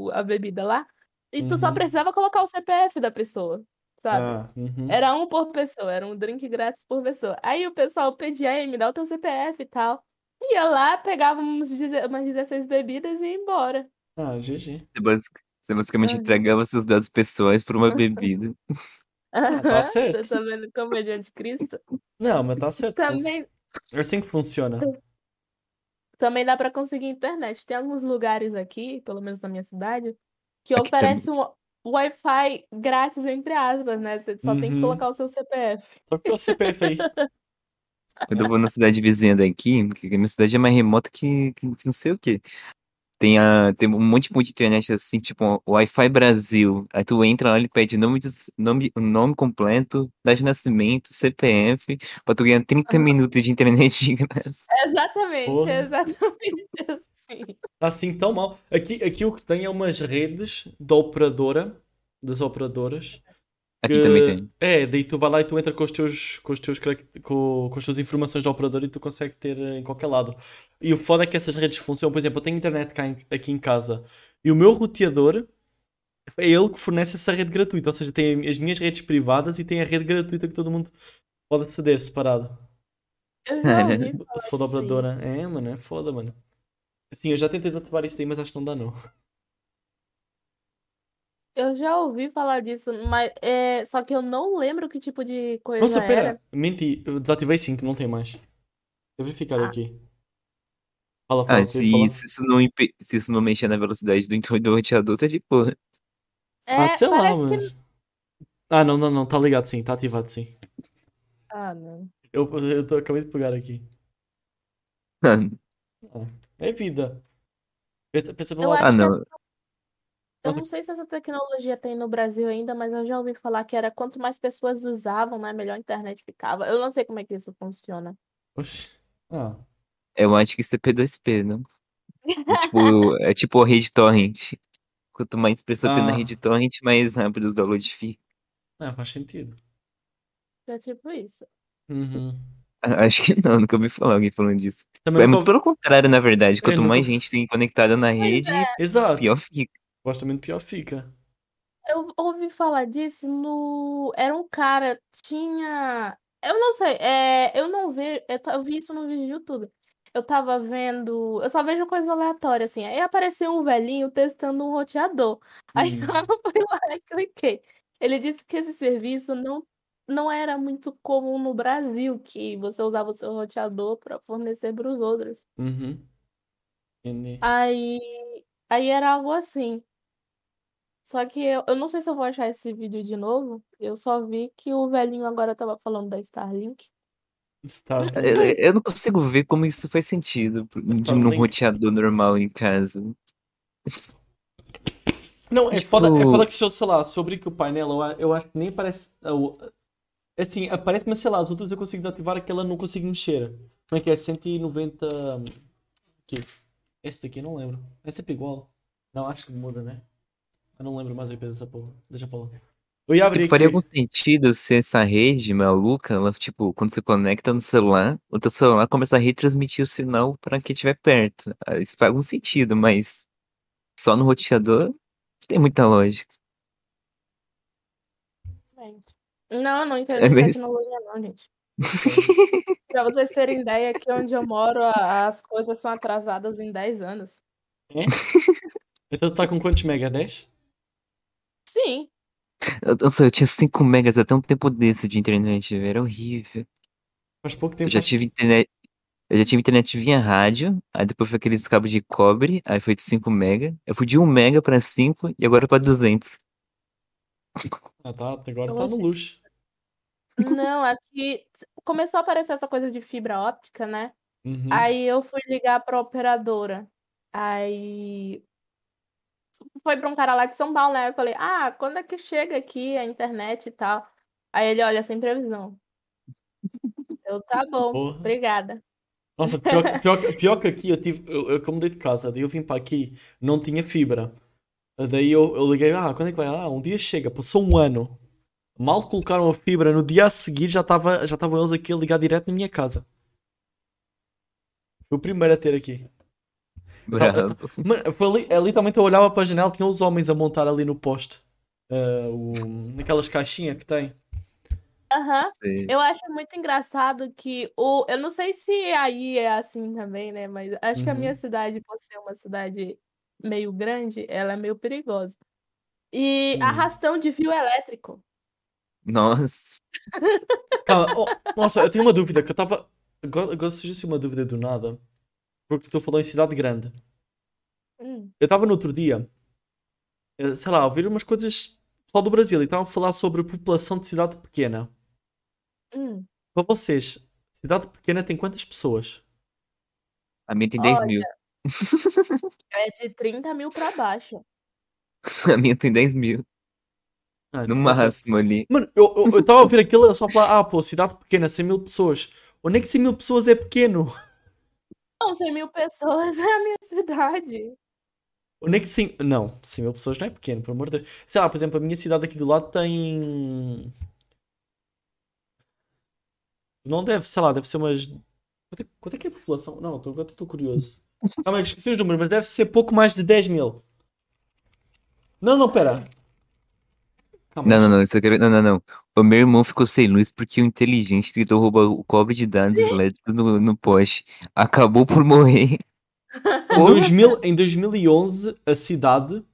o- a bebida lá, e tu só
Uhum.
precisava colocar o CPF da pessoa, sabe?
Ah, uhum.
Era um por pessoa, era um drink grátis por pessoa. Aí o pessoal pedia, aí me dá o teu CPF e tal. Ia lá, pegava uns, deze- umas 16 bebidas e ia embora.
Ah, GG.
Você basic- você basicamente
Aham.
entregava seus dados pessoais por uma bebida.
tá
Aham,
certo.
Você tá vendo como é diante de Cristo?
Não, mas tá certo. É assim-
Também,
É assim que funciona.
também dá pra conseguir internet. Tem alguns lugares aqui, pelo menos na minha cidade, que
Aqui também.
oferece um Wi-Fi grátis, entre aspas, né? Você só tem que
Uhum.
colocar o seu CPF.
Só que o CPF aí.
Quando eu vou na cidade vizinha daqui, que a minha cidade é mais remota que, que não sei o quê. Tem, a, tem um monte de ponto de internet assim, tipo Wi-Fi Brasil. Aí tu entra lá, ele pede nome, dos- nome, o nome completo, data de nascimento, CPF, pra tu ganhar 30
Aham.
minutos de internet de graça.
Exatamente,
Porra.
exatamente assim.
Tá assim tão mal. Aqui, aqui o que tem é umas redes da operadora, das operadoras.
Aqui
que-
também tem.
É, daí tu vai lá e tu entra com os teus, com os teus, carac- com, com as tuas informações da operadora e tu consegue ter eh, em qualquer lado. E o foda é que essas redes funcionam. Por exemplo, eu tenho internet cá em- aqui em casa e o meu roteador é ele que fornece essa rede gratuita. Ou seja, tem as minhas redes privadas e tem a rede gratuita que todo mundo pode aceder separado.
Eu já ouvi falar
Se for da
disso aí.
operadora. É, mano, é foda, mano. Sim, eu já tentei desativar isso daí, mas acho que não dá, não.
Eu já ouvi falar disso, mas é, só que eu não lembro que tipo de coisa
Nossa,
era.
pera, menti, eu desativei sim, que não tem mais. Eu vou ficar
Ah.
aqui. Fala, fala,
Ah,
tu
se,
ia falar?
se isso não, impe- se isso não mexer na velocidade do inter- do roteador, tá de porra.
Ah,
É,
sei lá,
parece que.
mas- Ah, não, não, não, tá ligado sim, tá ativado sim.
Ah, não.
Eu, eu tô- acabei de pegar aqui.
Ah,
É vida. Pensa, pensa pelo
Eu
lado-
Ah,
acho que
não.
Eu
Nossa.
não sei se essa tecnologia tem no Brasil ainda, mas eu já ouvi falar que era quanto mais pessoas usavam, né, melhor a internet ficava. Eu não sei como é que isso funciona.
Oxi. Ah,
Eu acho que isso é P2P, não? É tipo, é tipo a rede torrent. Quanto mais pressão tem na
Ah.
rede torrent, mais rápido os downloads ficam.
ah, faz sentido.
É tipo isso.
Uhum.
A- Acho que não, nunca ouvi falar alguém falando disso.
Também
É
nunca
muito
ouvi-
pelo contrário, na verdade. Quanto
nunca
mais
ouvi-
gente tem conectada na rede,
é. Exato.
pior fica.
Supostamente pior fica.
Eu ouvi falar disso no. Era um cara, tinha. Eu não sei, é, eu não vi, eu, ta- eu vi isso no vídeo do YouTube. Eu tava vendo. Eu só vejo coisa aleatória, assim. Aí apareceu um velhinho testando um roteador. Aí
Uhum.
eu fui lá e cliquei. Ele disse que esse serviço não, não era muito comum no Brasil, que você usava o seu roteador para fornecer para os outros.
Uhum.
Ah.
Entendi.
Aí, aí era algo assim. Só que eu, eu não sei se eu vou achar esse vídeo de novo. Eu só vi que o velhinho agora tava falando da Starlink.
Tá.
Eu, eu não consigo ver como isso faz sentido por-
Mas
de num
Starlink-
roteador normal em casa.
Não, é
Tipo-
foda, é foda que se eu, sei lá, se eu abrir aqui o painel, eu, a- eu acho que nem aparece. eu- assim, aparece, mas sei lá, as outras eu consigo ativar, aquela eu não consigo mexer. Como é que é? 190. hum, Aqui. Esse daqui eu não lembro. É sempre igual. Não, acho que muda, né? Eu não lembro mais a IP dessa porra. Deixa pra lá. Eu ia abrir
Tipo, faria
aqui.
algum sentido se essa rede maluca, ela, tipo, quando você conecta no celular, o teu celular começa a retransmitir o sinal pra quem estiver perto. Ah, Isso faz algum sentido, mas só no roteador não tem muita lógica.
Gente. Não, eu não entendo
É
de
mesmo?
tecnologia, não, gente. Pra vocês terem ideia, aqui onde eu moro, a- as coisas são atrasadas em 10 anos.
Então tu tá com quantos mega? 10?
Sim,
Eu, nossa, eu tinha 5 megas até um tempo desse de internet, velho, era horrível.
Faz pouco
Eu
tempo.
já
faz-
tive internet, eu já tive internet via rádio, aí depois foi aqueles cabos de cobre, aí foi de 5 mega, eu fui de 1 mega pra 5 e agora pra 200.
Ah, tá. Agora
Eu
tá no
achei-
luxo.
não, aqui t- começou a aparecer essa coisa de fibra óptica, né?
Uhum.
Aí eu fui ligar pra operadora. Aí foi pra um cara lá de São Paulo, né? Eu falei, ah, quando é que chega aqui a internet e tal? Aí ele olha sem previsão. Eu, tá bom,
Porra.
obrigada.
Nossa, pior, que- pior, que- pior que aqui, eu tive, eu, eu que mudei de casa, daí eu vim para aqui, não tinha fibra. Daí eu, eu liguei, ah, quando é que vai? Ah, um dia chega, passou um ano. Mal colocaram a fibra, no dia a seguir já estava já estavam eles aqui a ligar direto na minha casa. Foi o primeiro a ter aqui.
Bravo.
Mano, foi ali, é, literalmente eu olhava para a janela, tinha os homens a montar ali no poste. ah, o- naquelas caixinhas que tem.
Aham.
Sei.
Eu acho muito engraçado que o. Eu não sei se aí é assim também, né? Mas acho que a minha
Uhum.
cidade, por ser uma cidade meio grande, ela é meio perigosa. E
Hum.
arrastão de fio elétrico.
Nossa.
Calma, oh, nossa, eu tenho uma dúvida que eu estava. Agora, agora surgiu-se uma dúvida do nada. Porque tu falou em cidade grande.
Hum.
Eu estava no outro dia eh, sei lá, ouvir umas coisas lá do Brasil e estavam a falar sobre a população de cidade pequena.
Hum,
Para vocês, cidade pequena tem quantas pessoas?
A minha tem 10 mil.
é de 30 mil pra baixo.
A minha tem 10 mil.
Ah, não
No
sei.
máximo ali.
Mano, eu eu- eu estava a ouvir aquilo eu só falar, ah, pô, cidade pequena, 100 mil pessoas. Onde é que 100 mil pessoas é pequeno?
Não, 100 mil pessoas é a minha cidade.
Onde é que 100... Não, 100 mil pessoas não é pequeno, pelo amor de Deus. Sei lá, por exemplo, a minha cidade aqui do lado tem... Não deve, sei lá, deve ser umas... Quanto é, quanto é que é a população? Não, tô, agora estou curioso. Calma aí, esqueci os números, mas deve ser pouco mais de 10 mil. Não, não, pera. Calma.
Não, não, não. Isso eu quero... Não, não, não. O meu irmão ficou sem luz porque o inteligente tentou roubar o cobre de dados elétricos no, no poste. Acabou por morrer.
Em, 2000, em 2011, a cidade,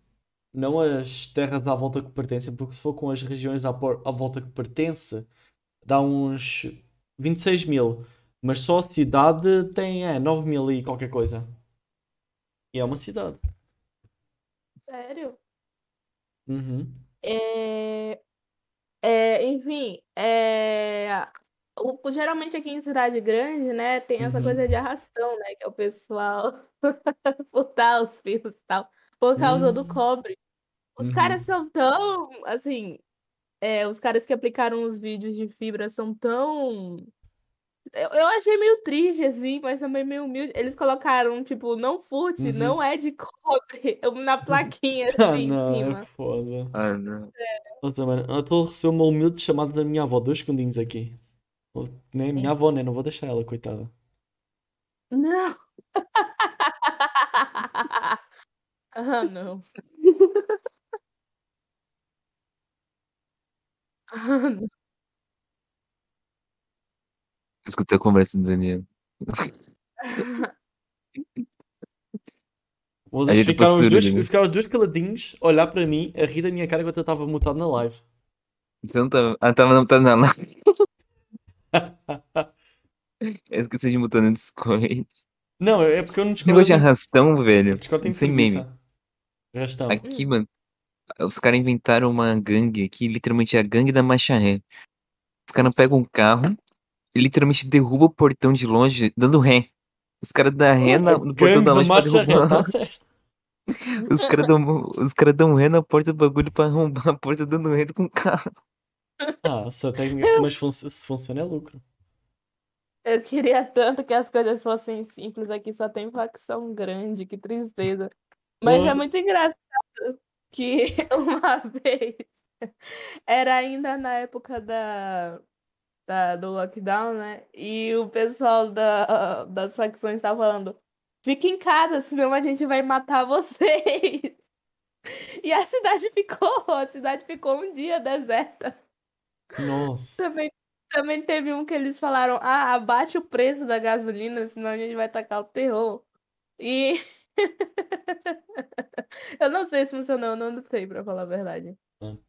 não as terras à volta que pertencem, porque se for com as regiões à, por- à volta que pertence, dá uns 26 mil. Mas só a cidade tem é, 9 mil e qualquer coisa. E é uma cidade.
Sério?
Uhum.
É... é, enfim, é... o- o- geralmente aqui em cidade grande, né, tem essa
Uhum.
coisa de arrastão, né, que é o pessoal furtar os fios e tal, por causa do
Hum.
cobre. Os
Uhum.
caras são tão, assim, é, os caras que aplicaram os vídeos de fibra são tão... Eu, eu achei meio triste, assim, mas também meio humilde. Eles colocaram, tipo, não furte,
Uhum.
não é de cobre, na plaquinha,
Ah,
assim,
não,
em
é
cima.
foda.
Ah, não.
Nossa, mano, eu estou a receber uma humilde chamada da minha avó, dois segundinhos aqui. Vou- Nem a minha avó, né? Não vou deixar ela, coitada.
Não. ah, não. Ah, não.
Escutei a conversa do Daniel. A
Vocês
gente
ficaram os,
postura,
dois,
né?
ficaram os dois caladinhos, a olhar para mim, a rir da minha cara enquanto eu estava mutado na live.
Você não tava. Ah, tava não tá na live. Eu esqueci de botar no Discord.
Não, é porque eu não
Esse
discordo.
negócio de arrastão,
tem-
velho.
Discordo tem
Sem
preguiça.
meme.
Rastão.
Aqui, mano. Os caras inventaram uma gangue aqui, literalmente é a gangue da marcha ré. Os caras pegam um carro e literalmente derruba o portão de longe, dando ré. Os caras dão ré na- no portão
Gangue
da
da
longe pra
marcha ré, tá
derrubar.
certo.
Os caras dão, os cara dão ré na porta do bagulho pra arrombar a porta dando ré com o carro.
Ah, só tem... Mas fun- se funciona é lucro.
Eu queria tanto que as coisas fossem simples aqui, só tem facção grande, que tristeza. Mas é
Mano.
muito engraçado que uma vez era ainda na época da, da- do lockdown, né? E o pessoal da, das facções estava falando: fiquem em casa, senão a gente vai matar vocês. E a cidade ficou, a cidade ficou um dia deserta.
Nossa.
Também, também teve um que eles falaram: ah, abaixa o preço da gasolina, senão a gente vai tacar o terror. E. Eu não sei se funcionou, não não sei, pra falar a verdade.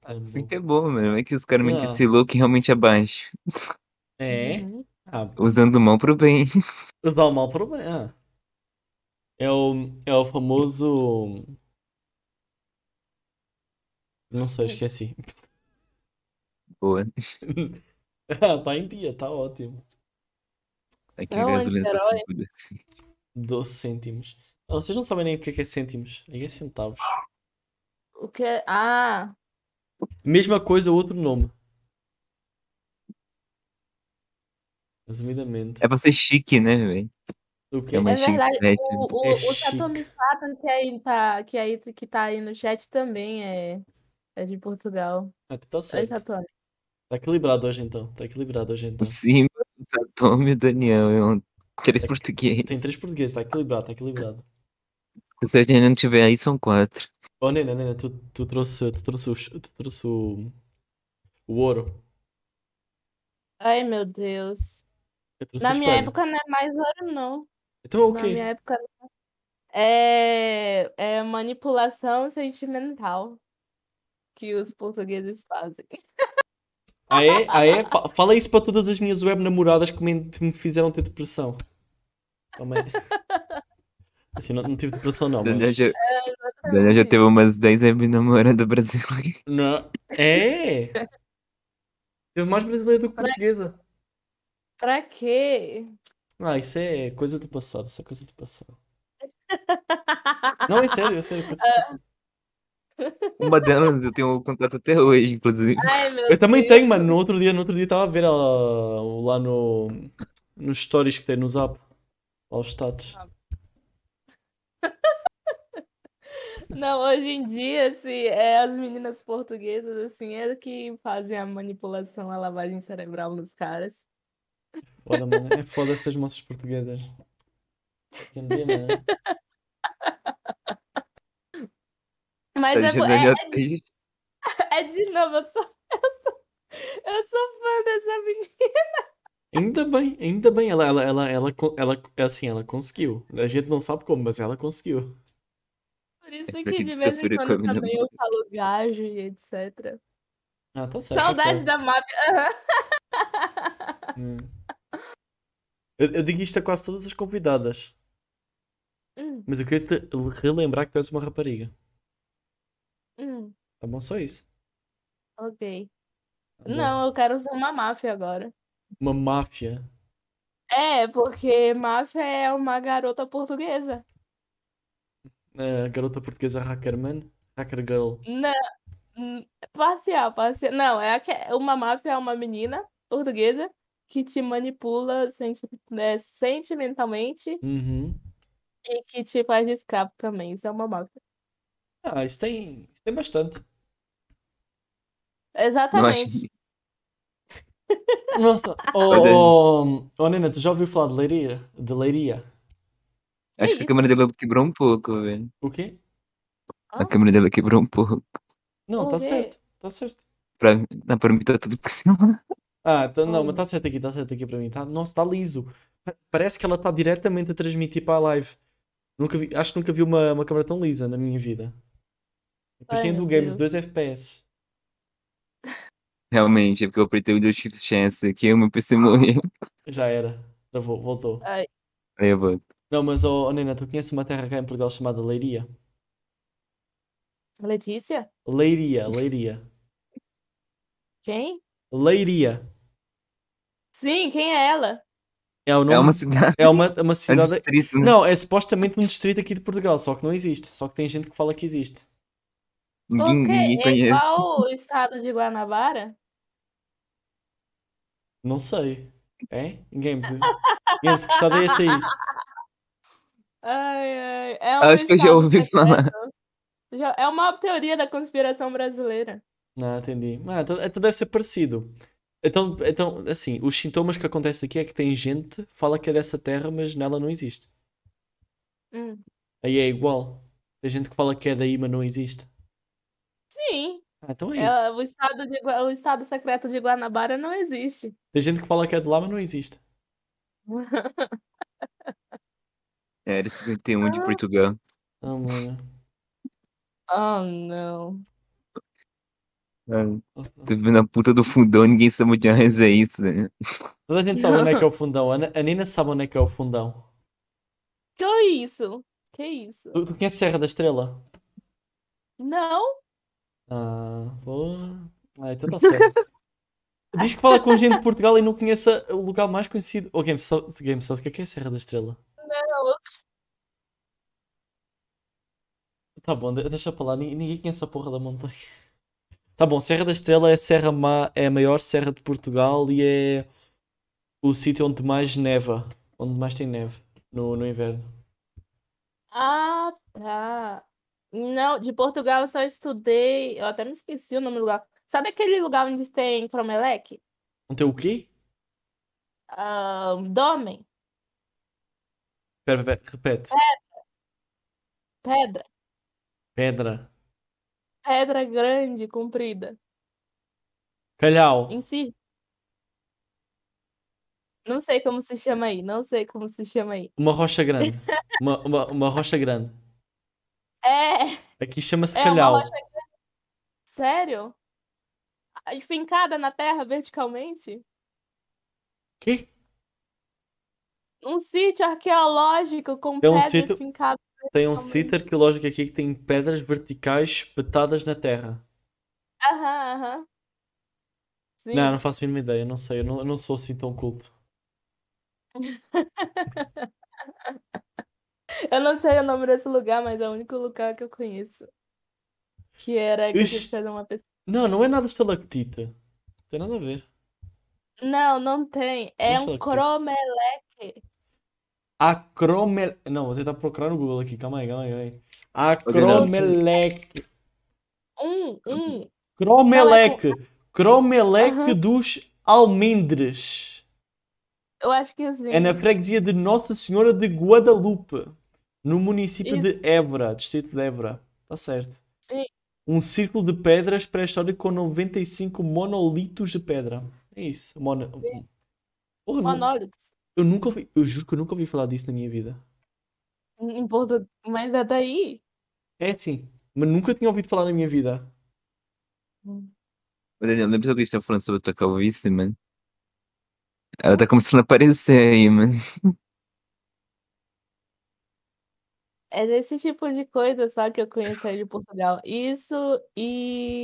Assim que é bom, mano. É que os caras me
Ah.
destilou que realmente abaixo.
É?
Uhum.
Ah,
Usando o mal pro bem.
usar o mal problema. É o, é o famoso. Não sei, esqueci.
Boa.
Ah, tá em dia, tá ótimo.
Aqui
Não,
a gasolina tá
anti-herói.
segura assim.
12 cêntimos. Ah, vocês não sabem nem o que é que é cêntimos. Aí é centavos.
O que? Ah,
Mesma coisa, outro nome. Resumidamente.
É pra ser chique, né, velho?
O que
É uma
é
chique
verdade.
cidade.
O, o,
É
o
chique.
Satomi Saturn, que aí, tá, que, aí, que tá aí no chat, também é, é de Portugal.
Até tá
Oi,
certo.
Satomi.
Tá equilibrado hoje então. Tá equilibrado hoje
O
então.
Simba, o Satomi e o Daniel. Eu... Três
Aqui-
portugueses.
Tem três portugueses, tá equilibrado, tá equilibrado.
Se a gente não tiver aí, são quatro.
Oh, Nena, Nena, tu, tu trouxe, tu trouxe, os- tu trouxe o, o ouro.
Ai, meu Deus.
Eu trouxe
Na
o
minha
espelho.
época não é mais ouro, não.
Então é o
Na
quê?
minha época não. é, é manipulação sentimental que os portugueses fazem.
Ah é? Ah é? Fa- Fala isso para todas as minhas web namoradas que me, que me fizeram ter depressão. Também. Assim, não, não tive depressão não,
Daniel
mas...
já- Daniel já teve umas 10 web namorada brasileira.
Não. É! Teve mais brasileira do que portuguesa.
Pra quê?
Ah, isso é coisa do passado, isso é coisa do passado. Não, é sério, é sério, coisa do passado.
Uma delas eu tenho contato até hoje, inclusive.
Ai, Ah, meu
Eu também
Deus.
tenho, mano. No outro dia, no outro dia estava a ver ela lá no, nos stories que tem no Zap, aos status.
Não, hoje em dia, assim, é, as meninas portuguesas, assim, é que fazem a manipulação, a lavagem cerebral nos caras.
Olha, mano, é foda essas moças portuguesas. Quem diria, mano?
Mas é,
A
bo-
Jana
é,
já
é, de-
tem-
é de novo, eu sou, eu sou, eu sou fã dessa menina.
Ainda bem, ainda bem, ela, ela, ela, ela, co- ela, assim, ela conseguiu. A gente não sabe como, mas ela conseguiu.
Por isso
É pra
que
quem
de
que
vez em
sofreu com a
quando
minha
também eu falo gajo e etc.
Ah, tá certo, tá certo.
Saudade da máfia. Aham.
Hum. Eu, eu digo isto a quase todas as convidadas,
Hum,
mas eu queria te relembrar que tu és uma rapariga.
hum,
Tá bom, só isso.
ok.
Tá bom.
Não, eu quero ser uma máfia agora.
Uma máfia.
É, porque máfia é uma garota portuguesa.
A garota portuguesa Hackerman. Hacker Girl.
Não, hum, parcial, parcial. Não, é aque- uma máfia é uma menina portuguesa que te manipula senti- né, sentimentalmente
Uhum.
e que te faz de escravo também. Isso é uma máfia.
Ah, isso tem, isso tem bastante.
Não acho...
Exatamente.
Nossa, oh,
Dani.
oh, oh, Nena, tu já ouviu falar de Leiria? De Leiria?
acho que
isso?
a câmera dela quebrou um pouco, velho.
O quê?
Ah.
A câmera dela quebrou um pouco.
Não, tá
Ouvi.
certo, tá certo.
Pra, não, pra mim tá tudo por cima.
Ah, tá- não, mas
Oh.
tá certo aqui, tá certo aqui para mim. Tá, nossa, tá liso. Pa- Parece que ela tá diretamente a transmitir para a live. Nunca vi- acho que nunca vi uma, uma câmera tão lisa na minha vida. Depois
Ai,
tem a do
meu
Games,
Deus.
2 FPS.
Realmente, é porque eu apertei o Windows Shift Chance aqui e o meu
Ah.
PC morreu.
Já era. Travou, voltou.
Aí eu vou.
Não, mas oh, oh, Nena, tu conheces uma terra cá em Portugal chamada Leiria?
Letícia?
Leiria, Leiria.
Quem?
Leiria.
Sim, quem é ela?
É o nome.
É uma cidade,
é uma, é uma
é um
cidade.
distrito, né?
Não, é supostamente um distrito aqui de Portugal, só que não existe. Só que tem gente que fala que existe.
Ninguém,
Ok,
ninguém
é
conhece.
igual o estado de Guanabara?
Não sei. É? Games. Games, que estado é esse aí?
Ai, ai. É um
Acho que eu já
estado
ouvi falar.
secreto. Já- É uma teoria da conspiração brasileira.
Não, entendi. Ah, então, então deve ser parecido. Então, então, assim, os sintomas que acontecem aqui é que tem gente, fala que é dessa terra, mas nela não existe.
Hum.
Aí é igual. Tem gente que fala que é daí, mas não existe.
Sim,
Ah, então é
É,
isso.
o, estado de Gua- o estado secreto de Guanabara não existe.
Tem gente que fala que é de lá, mas não existe.
É, Era 51 de Portugal.
Ah, mano.
Oh, não. Ah.
Tu vive na puta do fundão, ninguém sabe onde arroz é isso, né?
Toda a gente sabe onde é que é o fundão. A Ne- a Nina sabe onde é que é o fundão.
Que isso? Que isso?
Tu, tu conheces Serra da Estrela?
Não?
Ah, pô. Ah, então tá certo. Diz que fala com gente de Portugal e não conheça o lugar mais conhecido. Oh, Ô, Games, sabe- Games, sabe o que é que é Serra da Estrela?
Não.
Tá bom, de- deixa pra lá. Ninguém, ninguém conhece a porra da montanha. Tá bom, Serra da Estrela é a, serra ma... é a maior serra de Portugal e é o sítio onde mais neva. Onde mais tem neve no, no inverno.
Ah, tá. Não, de Portugal eu só estudei. Eu até me esqueci o nome do lugar. Sabe aquele lugar onde tem Cromeleque?
Não tem o quê?
Ah, Dômen?
Pera, pera, repete.
Pedra?
Pedra.
Pedra grande, comprida.
Calhau.
Em si. Não sei como se chama aí. Não sei como se chama aí.
Uma rocha grande. Uma, uma, uma rocha grande.
É,
Aqui chama-se
é uma
calhau.
rocha Sério? Ah, Fincada na terra verticalmente?
Quê?
Um sítio arqueológico com
É um
pedras
sítio-
fincadas
Tem um
realmente.
sítio arqueológico aqui que tem pedras verticais espetadas na terra.
Aham, aham. Sim.
Não, não faço a mínima ideia, não sei, eu não, eu não sou assim tão culto.
Eu não sei o nome desse lugar, mas é o único lugar que eu conheço. Que era que a gente
Ixi.
fez uma pessoa.
Não, não é nada estalactita. Não tem nada a ver.
Não, não tem. É
Deixa eu
um
aqui.
cromele.
Acromel... Não, vou tentar procurar no Google aqui, calma aí, calma aí, calma aí.
Ordenação.
Acromeleque.
Um, um.
Cromeleque. Cromeleque
é Aham.
dos Almendres.
Eu acho que assim.
É na freguesia de Nossa Senhora de Guadalupe, no município de Évora, distrito de Évora. Tá certo.
Sim.
Um círculo de pedras pré-histórico com 95 monolitos de pedra. É isso. Mono... Porra, não-
Monólitos.
Eu nunca ouvi, eu juro que eu nunca ouvi falar disso na minha vida.
Em português. Mas é daí.
É sim, mas nunca tinha ouvido falar na minha vida.
Ô, Daniel, lembra que a gente tava falando sobre a tua calvície, mano? Ela tá começando a aparecer aí, mano.
É desse tipo de coisa só que eu conheço aí de Portugal. Isso e,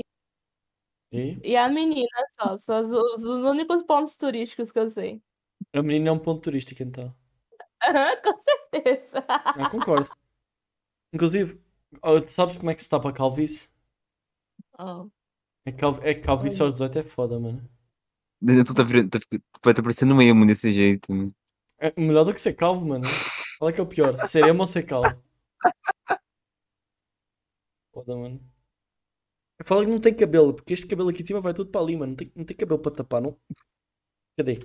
E
e a menina só. São os, os únicos pontos turísticos que eu sei.
a menina é um ponto turístico, então.
Aham, Com certeza.
Eu concordo. Inclusive, oh, sabes como é que se tapa a calvície?
Ó,
É, cal... é calvície aos 18 é foda, mano.
Daniel, tu tá, virando- tá, fic- vai tá parecendo um emo desse jeito, mano.
É melhor do que ser calvo, mano. Olha que é o pior. Ser emo ou ser calvo? Foda, mano. Fala que não tem cabelo, porque este cabelo aqui de cima vai tudo para ali, mano. Não tem, não tem cabelo para tapar, não. Cadê?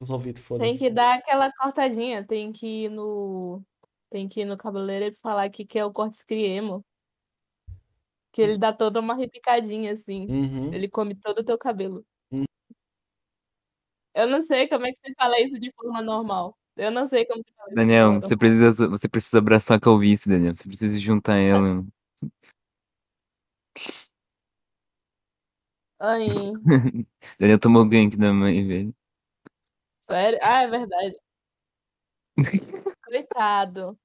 Os ouvidos,
Tem
foda-se.
que dar aquela cortadinha. Tem que ir no. Tem que ir no cabeleireiro e falar que quer o corte escriemo. Que ele dá toda uma repicadinha, assim.
Uhum.
Ele come todo o teu cabelo.
Hum.
Eu não sei como é que você fala isso de forma normal. Eu não sei como você fala isso de
Daniel,
forma
você
normal.
precisa, você precisa abraçar a calvície, Daniel. Você precisa juntar ela, mano.
Ai,
Daniel tomou gank da mãe, velho.
sério? Ah, é verdade. Coitado.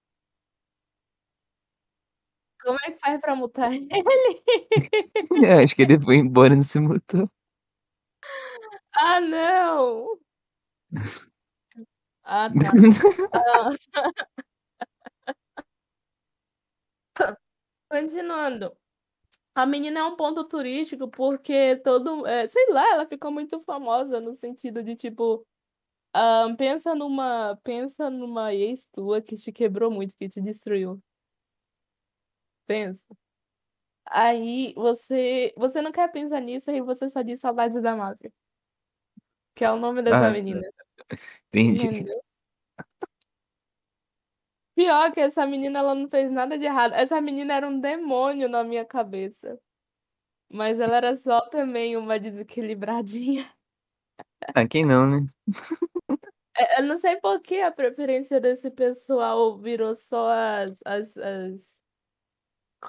Como é que faz pra mutar ele?
É, acho que ele foi embora e não se mutou.
Ah, não! Ah, tá. Continuando. A menina é um ponto turístico porque todo, é, sei lá, ela ficou muito famosa no sentido de tipo, ahn, pensa numa, pensa numa ex tua que te quebrou muito, que te destruiu. Pensa. Aí você, você não quer pensar nisso aí você só diz saudades da máfia. Que é o nome dessa
Ah,
menina.
Entendi.
Entendeu? Pior que essa menina, ela não fez nada de errado. Essa menina era um demônio na minha cabeça. Mas ela era só também uma desequilibradinha.
Ah, quem não, né?
É, Eu não sei por que a preferência desse pessoal virou só as, as, as...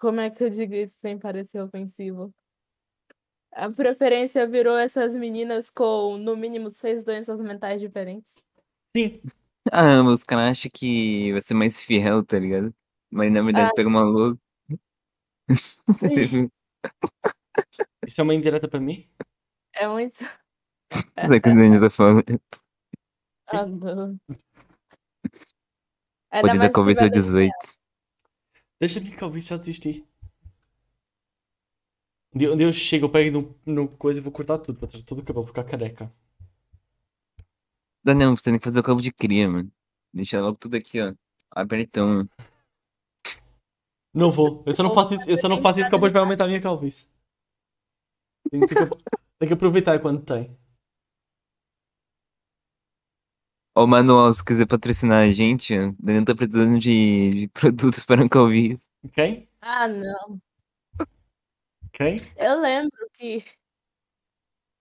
Como é que eu digo isso sem parecer ofensivo? A preferência virou essas meninas com, no mínimo, seis doenças mentais diferentes.
Sim.
Ah, mas os caras acham que vai ser mais fiel, tá ligado? Mas na verdade pega uma louca. Você viu?
Isso é uma indireta para mim?
É muito...
Sabe o que o Daniel tá falando?
Ah, não. Ainda
Poder da
mais se
calvície
tiver
aos 18.
Deixa a minha calvície desistir. Um dia, um dia eu chego, eu pego no, no coisa e vou cortar tudo, para todo o cabelo, vou ficar careca.
Daniel, você tem que fazer o calvo de cria, mano. Deixa logo tudo aqui, ó. Abertão, mano.
Não vou, eu só não
Ou
faço isso, eu só não faço isso porque
tentando
depois vai aumentar a minha calvície. Tem que, ser- tem que aproveitar quando tem.
Ó, o Manual, se quiser patrocinar a gente, ó, o Daniel tá precisando de, de produtos para um calvície.
Quem?
Ah, não.
Quem?
Eu lembro que.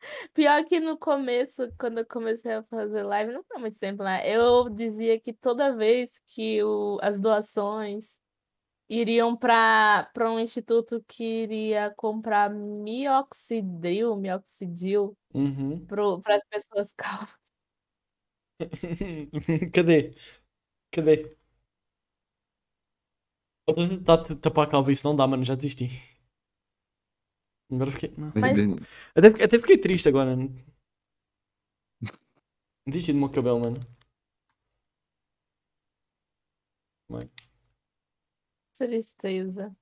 Pior que no começo, quando eu comecei a fazer live, não foi muito tempo lá, eu dizia que toda vez que o- as doações iriam para um instituto que iria comprar mioxidil, mioxidil,
Uhum.
para as pessoas calvas.
Cadê? Cadê? Eu vou tentar t- tapar tá a calvície, não dá, mano, já desisti. Agora fiquei. não.
Mas-
Até, fiquei- até fiquei triste agora. Desisti do meu cabelo, mano.
Tristeza.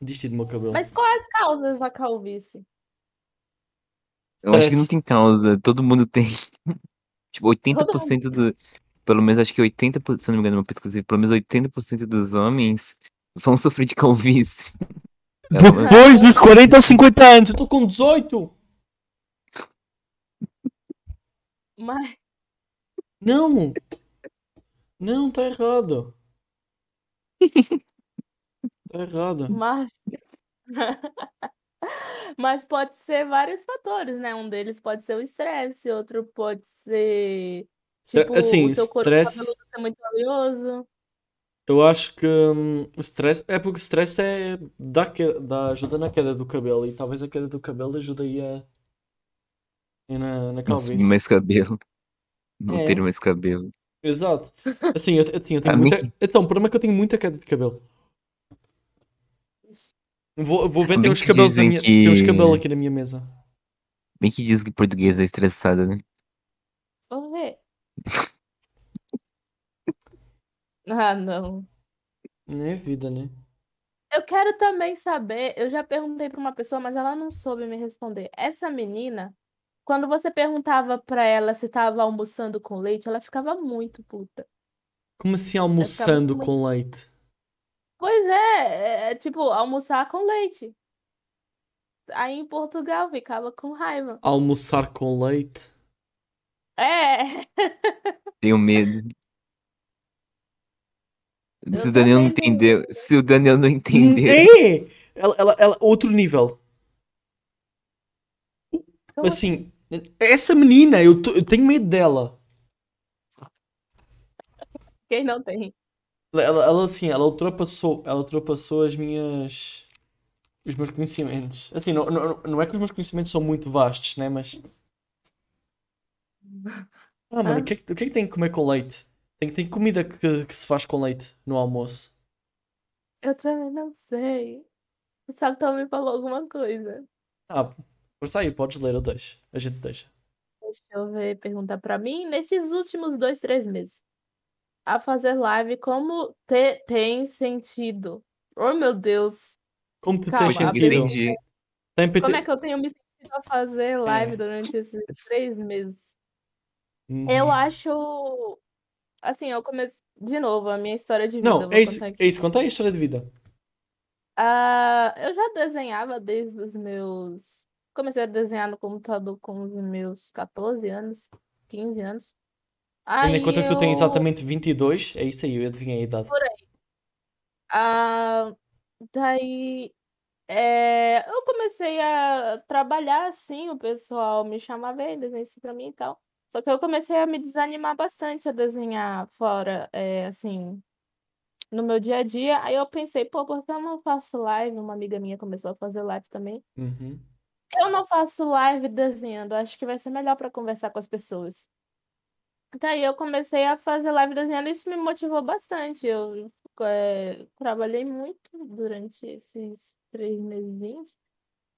Desisti do meu cabelo.
Mas quais as causas da calvície?
Eu acho que não
Parece.
tem causa, todo mundo tem. Tipo, 80%
Todo
do. Pelo menos acho que 80%, se eu não me engano, eu pesquisei, assim, pelo menos 80% dos homens vão sofrer de calvície. É uma-
Depois dos 40 ou 50 anos, eu tô com 18!
Mas
Não! Não, tá errado. Tá errado.
Mas... Mas pode ser vários fatores, né? Um deles pode ser o estresse, outro pode ser,
Tra-
tipo,
assim,
o seu corpo
estresse-
cabeludo ser muito oleoso.
Eu acho que hum, o stress. É porque o stress é. Dá, que- dá ajuda na queda do cabelo e talvez a queda do cabelo ajude aí a. e na, na
Não subir
calvície.
mais cabelo. Não
É.
ter mais cabelo.
Exato. Assim, eu, eu, assim, eu tenho
Ah,
muita.
Mickey.
Então, o problema é que eu tenho muita queda de cabelo. Vou, vou ver, tem uns
Mickey
cabelos na
dizem
minha. Tem uns
que-
cabelos aqui na minha mesa.
Bem que diz que português é estressado, né?
Vamos ver. Ah, não.
Não é vida, né?
Eu quero também saber, eu já perguntei para uma pessoa, mas ela não soube me responder. Essa menina, quando você perguntava para ela se estava almoçando com leite, ela ficava muito puta.
Como assim almoçando
muito-
com leite?
Pois é, é, é tipo, almoçar com leite. Aí em Portugal ficava com raiva.
Almoçar com leite?
É,
Tenho medo. Se
Eu
o Daniel não
também tenho
entendeu. Se o Daniel não entendeu.
É! Ela, ela, ela, outro nível.
Como
Assim, essa menina, eu, tô- eu tenho medo dela.
quem não tem?
Ela- Ela, ela, assim, ela ultrapassou, ela ultrapassou as minhas, os meus conhecimentos. Assim, não, não, não é que os meus conhecimentos são muito vastos, né? Mas. Ah, mano,
Ah.
o que, é que- o que é que tem que comer com leite? Tem, tem comida que, que se faz com leite no almoço.
Eu também não sei. O Satão me falou alguma coisa.
Ah, força aí, podes ler, eu deixo. A gente deixa.
Deixa eu ver, pergunta pra mim. Nestes últimos dois, três meses, a fazer live, como te- tem sentido? Oh, meu Deus!
Como tu
Calma,
tens
Poxa,
a
ninguém
sentido?
entendi.
Tem PT...
Como é que eu tenho me sentido a fazer live durante esses três meses?
Hum.
Eu acho. Assim, eu comecei. De novo, a minha história de vida. eu
Não,
vou
é isso,
contar aqui.
é isso. Conta aí a história de vida.
Ah, eu já desenhava desde os meus. Comecei a desenhar no computador com os meus 14 anos, 15 anos.
Tendo
Aí
em conta que tu tens
eu-
exatamente 22, é isso aí, eu adivinhei a idade.
Ah, daí é, eu comecei a trabalhar assim, o pessoal me chamava e desenhava isso pra mim e tal. Só que eu comecei a me desanimar bastante a desenhar fora, é, assim, no meu dia a dia. Aí eu pensei, pô, por que eu não faço live? Uma amiga minha começou a fazer live também.
Uhum.
Eu não faço live desenhando, acho que vai ser melhor para conversar com as pessoas. Daí eu comecei a fazer live desenhando, isso me motivou bastante. Eu eh, trabalhei muito durante esses três mesinhos.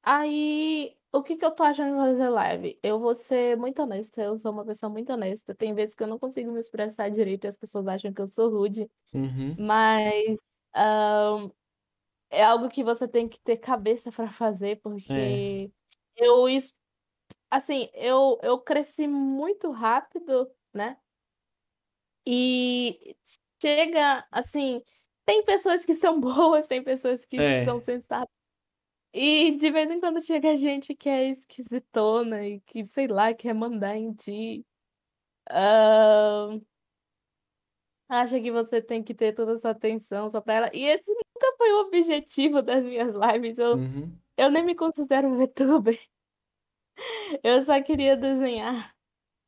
Aí, o que que eu tô achando de fazer live? Eu vou ser muito honesta, eu sou uma pessoa muito honesta. Tem vezes que eu não consigo me expressar direito e as pessoas acham que eu sou rude.
Uhum.
Mas ahn, é algo que você tem que ter cabeça para
É.
fazer, porque eu es- assim, eu, eu cresci muito rápido, né? E chega assim, tem pessoas que são boas, tem pessoas que
É.
são sensatas. E de vez em quando chega gente que é esquisitona e que, sei lá, quer mandar em ti. Ahn, Acha que você tem que ter toda essa atenção só pra ela. E esse nunca foi o objetivo das minhas lives. Eu,
Uhum.
eu nem me considero um VTuber. Eu só queria desenhar.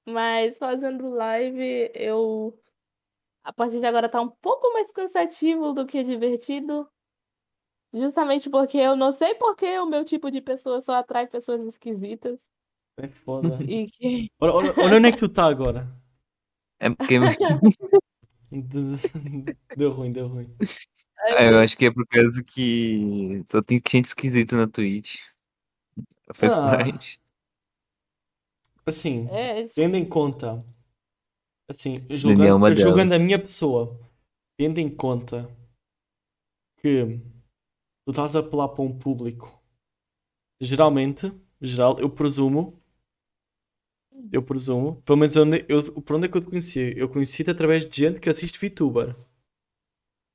Mas fazendo live, eu. A partir de agora tá um pouco mais cansativo do que divertido. Justamente porque eu não sei porque o meu tipo de pessoa só atrai pessoas esquisitas.
É foda.
E que.
Olha, olha, olha onde é que tu tá agora.
É porque.
Deu ruim, deu ruim.
É, eu acho que é por causa que só tem gente esquisita na Twitch. Faz
Ah.
parte.
Assim,
É, isso.
tendo em conta, assim,
Daniel é
julgando,
uma delas.
julgando a minha pessoa, tendo em conta que tu estás a apelar para um público, geralmente, geral, eu presumo, eu presumo, pelo menos onde, eu, por onde é que eu te conheci? Eu conheci-te através de gente que assiste VTuber.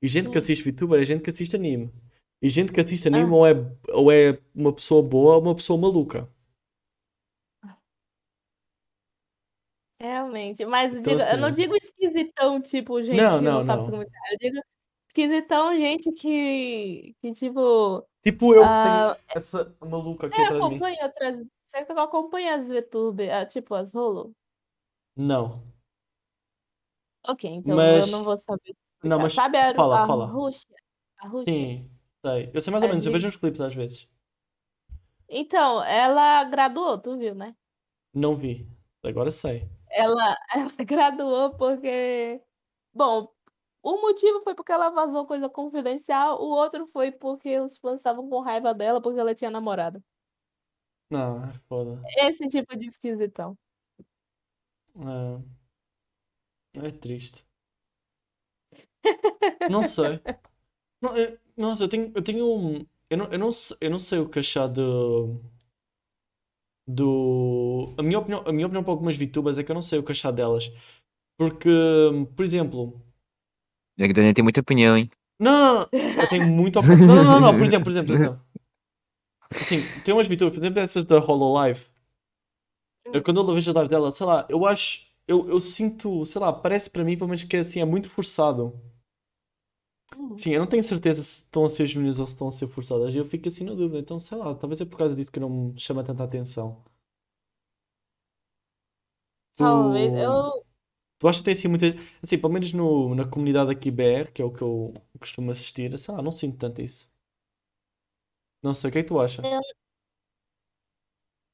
E gente que
Hum.
assiste VTuber é gente que assiste anime. E gente que assiste anime ou, é, ou é uma pessoa boa ou uma pessoa maluca.
Realmente. Mas
Então,
digo- eu não
assim-
digo esquisitão, tipo, gente
Não,
que
não,
sabe
não.
se comunicar. Eu digo esquisitão, gente que, que tipo,
Tipo, eu
Ah, é
tenho essa maluca aqui
você
atrás de mim.
acompanha outras. Você acompanha as VTube, ah, tipo, as rolo?
Não.
Ok, então
Mas-
eu não vou saber.
Não,
explicar.
mas
Sabe a,
fala,
a
fala.
Rússia? A Rússia?
Sim, sei. Eu sei mais ou
Ah,
menos, eu
diga.
vejo uns clipes às vezes.
Então, ela graduou, tu viu, né?
Não vi. Agora sei.
Ela, ela graduou porque. Bom, um motivo foi porque ela vazou coisa confidencial, o outro foi porque os fãs estavam com raiva dela porque ela tinha namorado.
Não, é foda.
Esse tipo de esquisitão.
Ah, É triste. Não sei. Não, eu- nossa, eu tenho, eu tenho um. Eu não, eu não, se- eu não sei o que achar do. Do. A minha opinião, a minha opinião para algumas VTubers é que eu não sei o que achar delas. Porque, por exemplo.
Já que Daniel tem muita opinião, hein?
Não, não, não. Eu tenho muita opinião. Não, não, não, não. Por exemplo, por exemplo, por exemplo. Assim, tem umas VTubers, por exemplo, essas da HoloLive. Eu, quando eu vejo a live dela, sei lá, eu acho. Eu, eu sinto, sei lá, parece para mim, pelo menos que é assim, é muito forçado.
Hum.
Sim, eu não tenho certeza se estão a ser genuínas ou se estão a ser forçadas. e Eu fico assim na dúvida. Então, sei lá, talvez é por causa disso que não me chama tanta atenção. Tu-
Talvez. Eu.
Tu acha que tem assim muita. Assim, pelo menos no, na comunidade aqui BR, que é o que eu costumo assistir, sei lá, não sinto tanto isso. Não sei, o que é que tu acha?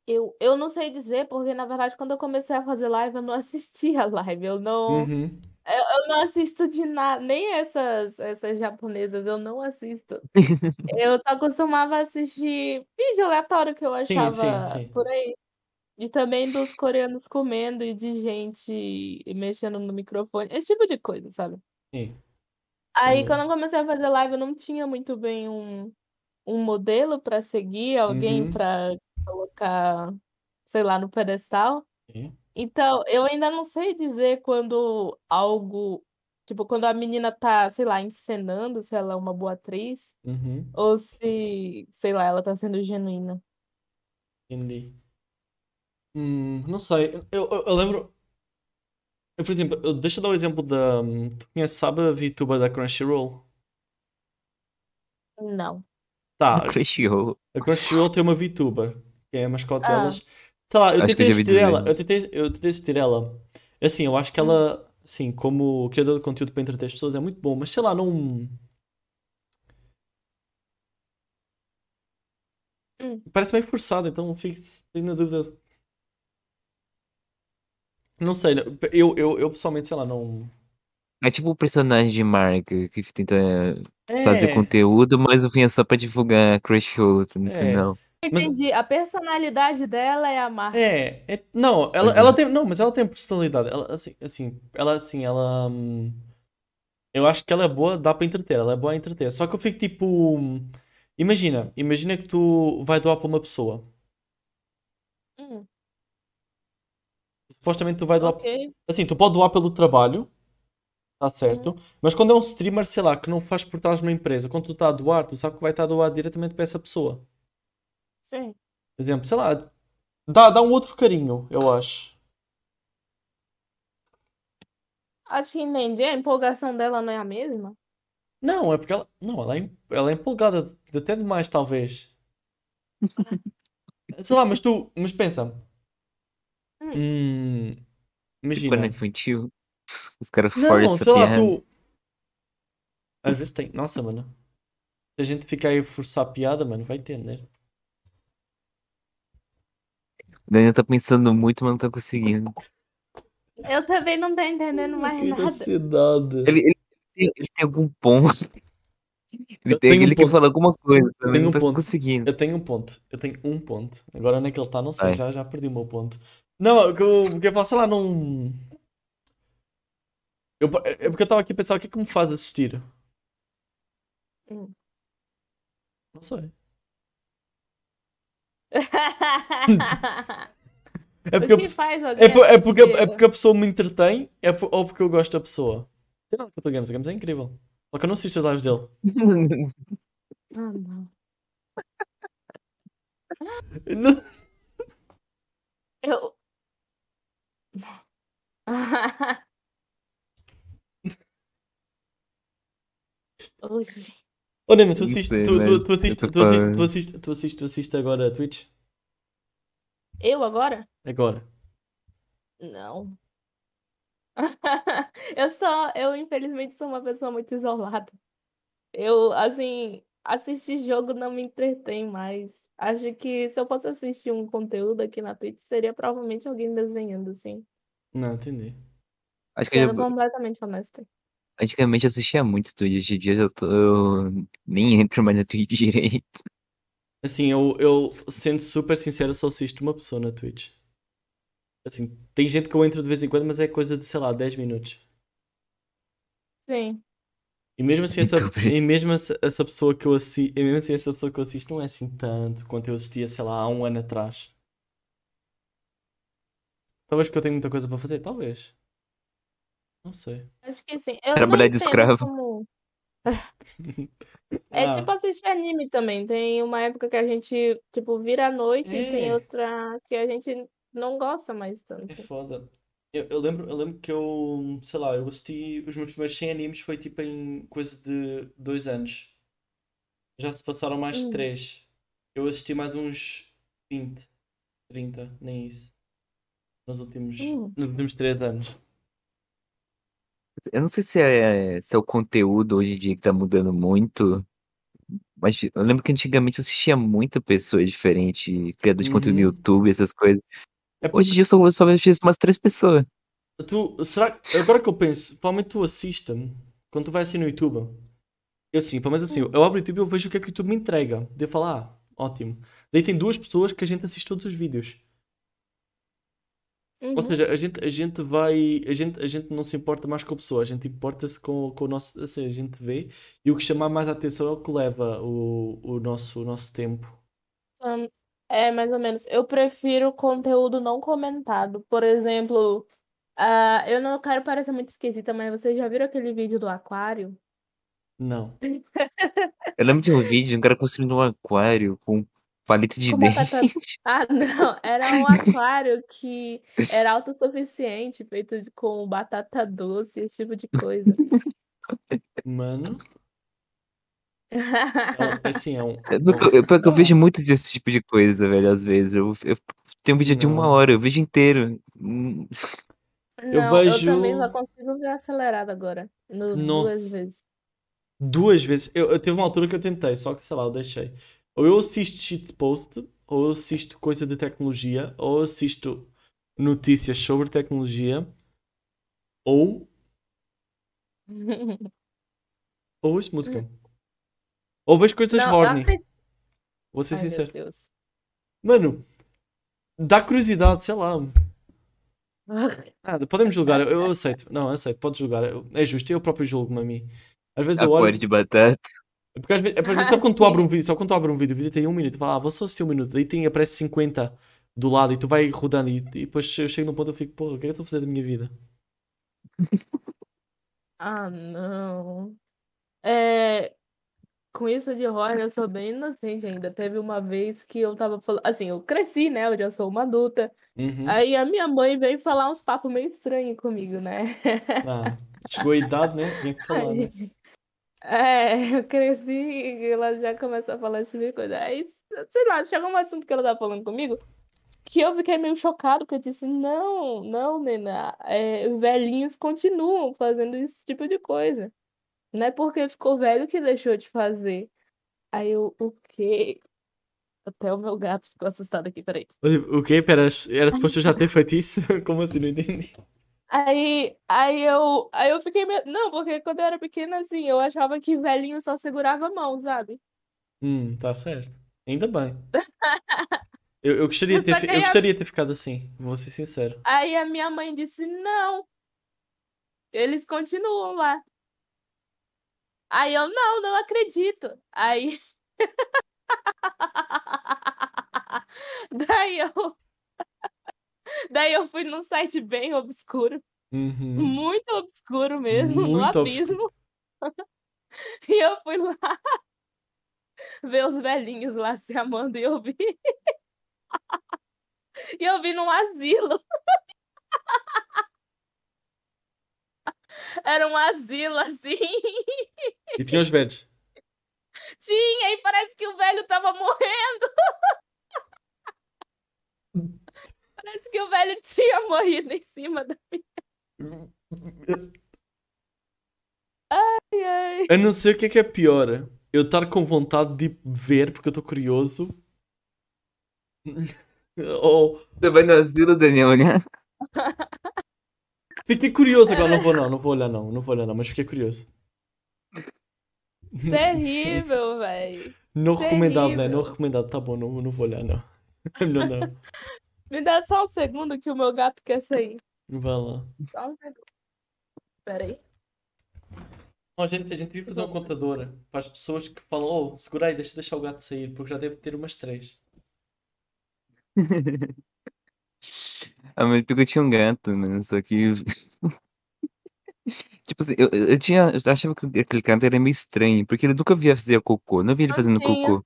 Eu, eu não sei dizer, porque na verdade, quando eu comecei a fazer live, eu não assistia live. Eu não,
Uhum.
eu não assisto de nada, nem essas, essas japonesas, eu não assisto. Eu só costumava assistir vídeo aleatório que eu
Sim, sim,
achava
sim.
por aí. E também dos coreanos comendo e de gente mexendo no microfone, esse tipo de coisa, sabe?
Sim.
Aí,
Entendi.
quando eu comecei a fazer live, eu não tinha muito bem um, um modelo para seguir,
Uhum.
alguém para colocar, sei lá, no pedestal.
Sim.
Então, eu ainda não sei dizer quando algo, tipo, quando a menina tá, sei lá, encenando, se ela é uma boa atriz,
Uhum.
ou se, sei lá, ela tá sendo genuína.
Entendi. Hum, não sei. Eu, eu, eu lembro. Eu, por exemplo, eu, deixa eu dar o exemplo da. hum, Tu conhece, sabe a VTuber da Crunchyroll?
Não.
Tá,
Ah, Crunchyroll.
a Crunchyroll tem é uma VTuber, que é a mascote
Ah.
delas. Sei lá, eu
Acho que
tentei
eu já vi
assistir ela,
dizer.
eu tentei, eu tentei assistir ela. Assim, eu acho que ela, assim, como criador de conteúdo para entreter as pessoas é muito bom, mas sei lá, não.
Hum.
Parece meio forçado, então fico fico na dúvida. Não sei, eu, eu, eu pessoalmente, sei lá, não.
É tipo o personagem de marca que tenta fazer
É,
conteúdo, mas no fim é só pra divulgar Crunchyroll no
É.
final. Tipo,
Mas-
Entendi. A personalidade dela é a marca.
É, é- não, ela,
Pois é.
ela tem, não, mas ela tem personalidade. Ela assim, assim, ela assim, ela hum, eu acho que ela é boa, dá para entreter, ela é boa a entreter. Só que eu fico tipo, hum, imagina, imagina que tu vai doar para uma pessoa.
Hum,
Supostamente tu vai doar,
ok.
assim, tu pode doar pelo trabalho, tá certo? Mas quando é um streamer, sei lá, que não faz por trás de uma empresa, quando tu tá a doar, tu sabe que vai estar a doar diretamente para essa pessoa.
Sim.
Por exemplo, sei lá, dá, dá um outro carinho, eu acho.
Acho que entendi. A empolgação dela não é a mesma?
Não, é porque ela, não, ela é, em- ela é empolgada de- até demais, talvez. Sei lá, mas tu, mas pensa. Hum,
Tipo, quando é
imagina.
infantil, os caras
Não,
forçam
sei
a
lá,
piada.
tu. Às vezes tem. Nossa, mano. Se a gente ficar aí a forçar a piada, mano, vai entender.
O Daniel tá pensando muito, mas não tá conseguindo.
É.
Eu também É,
Hum,
não tô entendendo mais
Que
nada.
ansiedade.
Ele, ele tem, ele tem algum ponto. Ele
Eu
tem
tenho um
aquele que
ponto.
fala alguma coisa
Eu
também,
tenho
não
um
tô
ponto.
conseguindo.
Eu tenho um ponto. Eu tenho um ponto. Agora onde é que ele está? Não sei,
Vai.
já, já perdi o meu ponto. Não, o que eu, o que eu faço, sei lá, não. Eu, é porque eu estava aqui a pensar o que é que me faz assistir.
Hum.
Não sei. É porque,
o
eu-
que faz alguém
é, por- é porque, é
assistir?
porque a pessoa me entretém é por- ou porque eu gosto da pessoa. Sei lá o que eu Games, o Games é incrível. Só que eu não assisto as lives dele.
Ah, não.
Não-
Eu... Hoje.
Ô Nena, tu
Não
assistes,
sei,
tu, tu,
mas
tu assistes,
é, né? eu tô
tu assistes,
falando.
tu assistes, tu assistes, tu assistes agora a Twitch?
Eu agora?
Agora.
Não. Eu só, eu infelizmente sou uma pessoa muito isolada. Eu, assim, assistir jogo não me entretém mais. Acho que se eu fosse assistir um conteúdo aqui na Twitch, seria provavelmente alguém desenhando, assim.
Não, entendi.
Acho que
Sendo
eu-
completamente honesta.
antigamente eu assistia muito Twitch, hoje em dia eu tô. eu nem entro mais na Twitch direito.
Assim, eu, eu sendo super sincero, só assisto uma pessoa na Twitch. Assim, tem gente que eu entro de vez em quando, mas é coisa de, sei lá, 10 minutos.
Sim.
E mesmo assim, essa,
Youtubers.
e mesmo essa, essa pessoa que eu assisto, e mesmo assim, essa pessoa que eu assisto não é assim tanto quanto eu assistia, sei lá, há um ano atrás. Talvez porque eu tenho muita coisa para fazer, talvez. Não sei.
Acho que sim. Eu não
Trabalhar de
entendo
escravo.
como- É
Ah,
tipo assistir anime também. Tem uma época que a gente, tipo, vira à noite e tem
É.
outra que a gente não gosta mais
é
tanto.
foda. Eu, eu lembro, eu lembro que eu, sei lá, eu assisti os meus primeiros 100 animes foi tipo em coisa de dois anos. Já se passaram mais
Hum.
3. Eu assisti mais uns 20, 30, nem isso. Nos últimos,
Hum.
nos últimos 3 anos.
Eu não sei se é, se é o conteúdo hoje em dia que tá mudando muito, mas eu lembro que antigamente eu assistia muita pessoa diferente, criador de conteúdo no
Uhum.
YouTube, essas coisas.
É
Hoje em dia eu só, só assisto umas três pessoas.
Tu, será que, agora que eu penso, provavelmente tu assista-me quando tu vais assim no YouTube. Eu sim, pelo menos assim,
Hum.
eu abro o YouTube e eu vejo o que é que o YouTube me entrega. Devo falar, ah, ótimo. Daí tem duas pessoas que a gente assiste todos os vídeos. Ou
Uhum.
seja, a gente, a gente vai. A gente, a gente não se importa mais com a pessoa, a gente importa-se com, com o nosso. Assim, a gente vê e o que chamar mais a atenção é o que leva o, o, nosso, o nosso tempo.
Ahn, É, mais ou menos. Eu prefiro conteúdo não comentado. Por exemplo, ah, eu não quero parecer muito esquisita, mas vocês já viram aquele vídeo do aquário?
Não.
Eu lembro de um vídeo, de um cara construindo um aquário com um palito de
Com
dente.
batata- Ah, não, era um aquário que era autossuficiente, feito de- com batata doce, esse tipo de coisa.
Mano, é um- é assim, é um.
Eu, nunca- eu, pior que eu vejo muito desse tipo de coisa, velho, às vezes. Eu, eu tenho um vídeo de uma
Não.
hora, eu vejo inteiro. Hum,
Eu
Não, eu também
vejo-
só consigo ver acelerado agora, no-
Nossa.
duas vezes.
Duas vezes. Eu, eu teve uma altura que eu tentei, só que sei lá, eu deixei. Ou eu assisto shitpost, ou eu assisto coisa de tecnologia, ou eu assisto notícias sobre tecnologia, ou, ou ouço música. Ou vejo coisas
Hum. Não, eu
horny,
acredito-
vou ser
Ai, meu
sincero.
Deus.
Mano, dá curiosidade, sei lá. Nada, podemos julgar, eu, eu aceito. Não, eu aceito, pode julgar. eu- é justo, eu próprio julgo-me a mim. Às vezes eu olho.
aquário de batata.
É porque às vezes, é porque às vezes
Ah,
sabe quando tu abre
sim.
um vídeo, sabe quando tu abre um vídeo, o vídeo tem um minuto, tu fala, ah, vou só assistir um minuto, daí tem, aparece 50 do lado e tu vai rodando e, e depois eu chego num ponto e eu fico, porra, o que é que eu estou a fazer da minha vida?
Ah, não. É, com isso de horror, eu sou bem inocente ainda. Teve uma vez que eu tava falando. Assim, eu cresci, né? Eu já sou uma adulta.
Uhum.
Aí a minha mãe veio falar uns papos meio estranhos comigo, né?
Ah, chegou a idade, né? Tinha que falar, né?
É, eu cresci e ela já começa a falar esse tipo de coisa. Aí, sei lá, chegou um assunto que ela tava falando comigo que eu fiquei meio chocado, porque eu disse, não, não, nena, é, velhinhos continuam fazendo esse tipo de coisa. Não é porque ficou velho que deixou de fazer. Aí eu, o quê? Até o meu gato ficou assustado aqui, peraí.
O quê? Pera, era suposto eu já ter feito isso? Como assim? Não entendi.
Aí, aí eu, aí eu fiquei meio... Não, porque quando eu era pequena, assim, eu achava que velhinho só segurava a mão, sabe?
Hum, tá certo. Ainda bem. Eu, eu gostaria de ter,
Mas
fi-
aí
eu
a-
gostaria de ter ficado assim, vou ser sincero.
Aí a minha mãe disse, não. Eles continuam lá. Aí eu, não, não acredito. Aí... Daí eu... Daí eu fui num site bem obscuro.
Uhum.
Muito obscuro mesmo, no
Muito
abismo. E eu fui lá ver os velhinhos lá se amando e eu vi. E eu vi num asilo. Era um asilo assim.
E tinha os verdes.
Tinha, e parece que o velho tava morrendo. Parece que o velho tinha morrido em cima da. Ai, ai.
Eu não sei o que é que é pior. Eu estar com vontade de ver porque eu estou curioso. Ou
Você vai no asilo, Daniel, né?
fiquei curioso agora, não vou não, não vou olhar não, não vou olhar não, mas fiquei curioso.
Terrível, velho.
Não recomendado, né? Não
Terrível.
recomendado, tá bom, não, não vou olhar não. É melhor não.
Me dá só um segundo que o meu gato quer sair.
Vá lá.
Só um segundo. Peraí.
Ó, A gente, a gente devia fazer um contador para as pessoas que falam, oh, segura aí, deixa deixar o gato sair, porque já deve ter umas três.
Ah, mas porque eu tinha um gato, mano. Só que. Tipo assim, eu, eu eu tinha. Eu achava que aquele gato era meio estranho, porque ele nunca via fazer cocô. Não via ele fazendo
Tadinho.
cocô.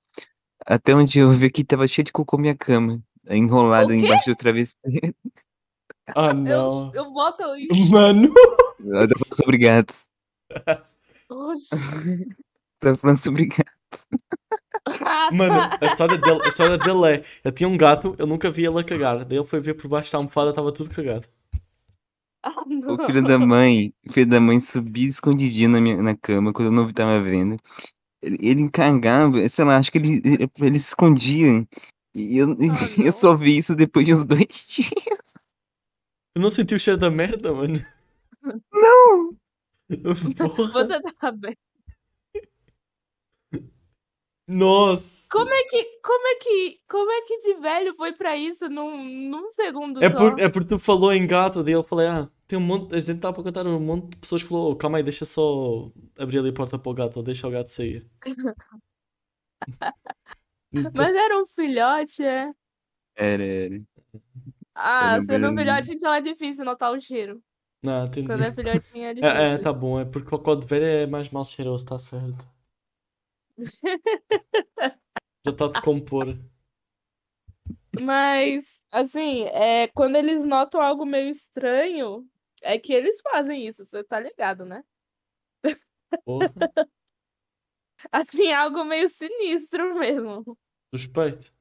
Até onde eu vi que tava cheio de cocô na minha cama, enrolado
O quê?
embaixo do travesseiro.
Ah,
Eu,
não.
eu boto o
Mano!
Eu tava falando sobre gatos.
Ah,
Tava falando sobre gatos.
tá.
Mano, a história dele, a história dele é: eu tinha um gato, eu nunca vi ele a cagar. Daí ele foi ver por baixo da almofada, estava tudo cagado.
Ah,
O
não.
filho da mãe, o filho da mãe subia escondidinho na, minha, na cama quando eu não tava vendo. Ele, ele cagava, sei lá, acho que ele, ele, ele se escondia. E eu,
Ah,
eu só vi isso depois de uns dois dias.
Tu não sentiu o cheiro da merda, mano?
Não!
Porra!
Você tá bem.
Nossa!
Como é que, como é que, como é que de velho foi pra isso num, num segundo
É
só?
por- é porque tu falou em gato, daí eu falei: ah, tem um monte, a gente estava para contar um monte de pessoas que falou: oh, calma aí, deixa só abrir ali a porta para o gato, ou deixa o gato sair. Então,
Mas era um filhote, é?
Era, era.
Ah,
Era
sendo um
bem-
filhote, então é difícil notar o cheiro.
Não, entendi.
Quando é filhotinho é difícil.
É, é, tá bom, é porque o cocô de velho é mais mal cheiroso, tá certo. Já está de compor.
Mas, assim, é, quando eles notam algo meio estranho, é que eles fazem isso, você tá ligado, né?
Porra,
Assim, algo meio sinistro mesmo.
suspeito.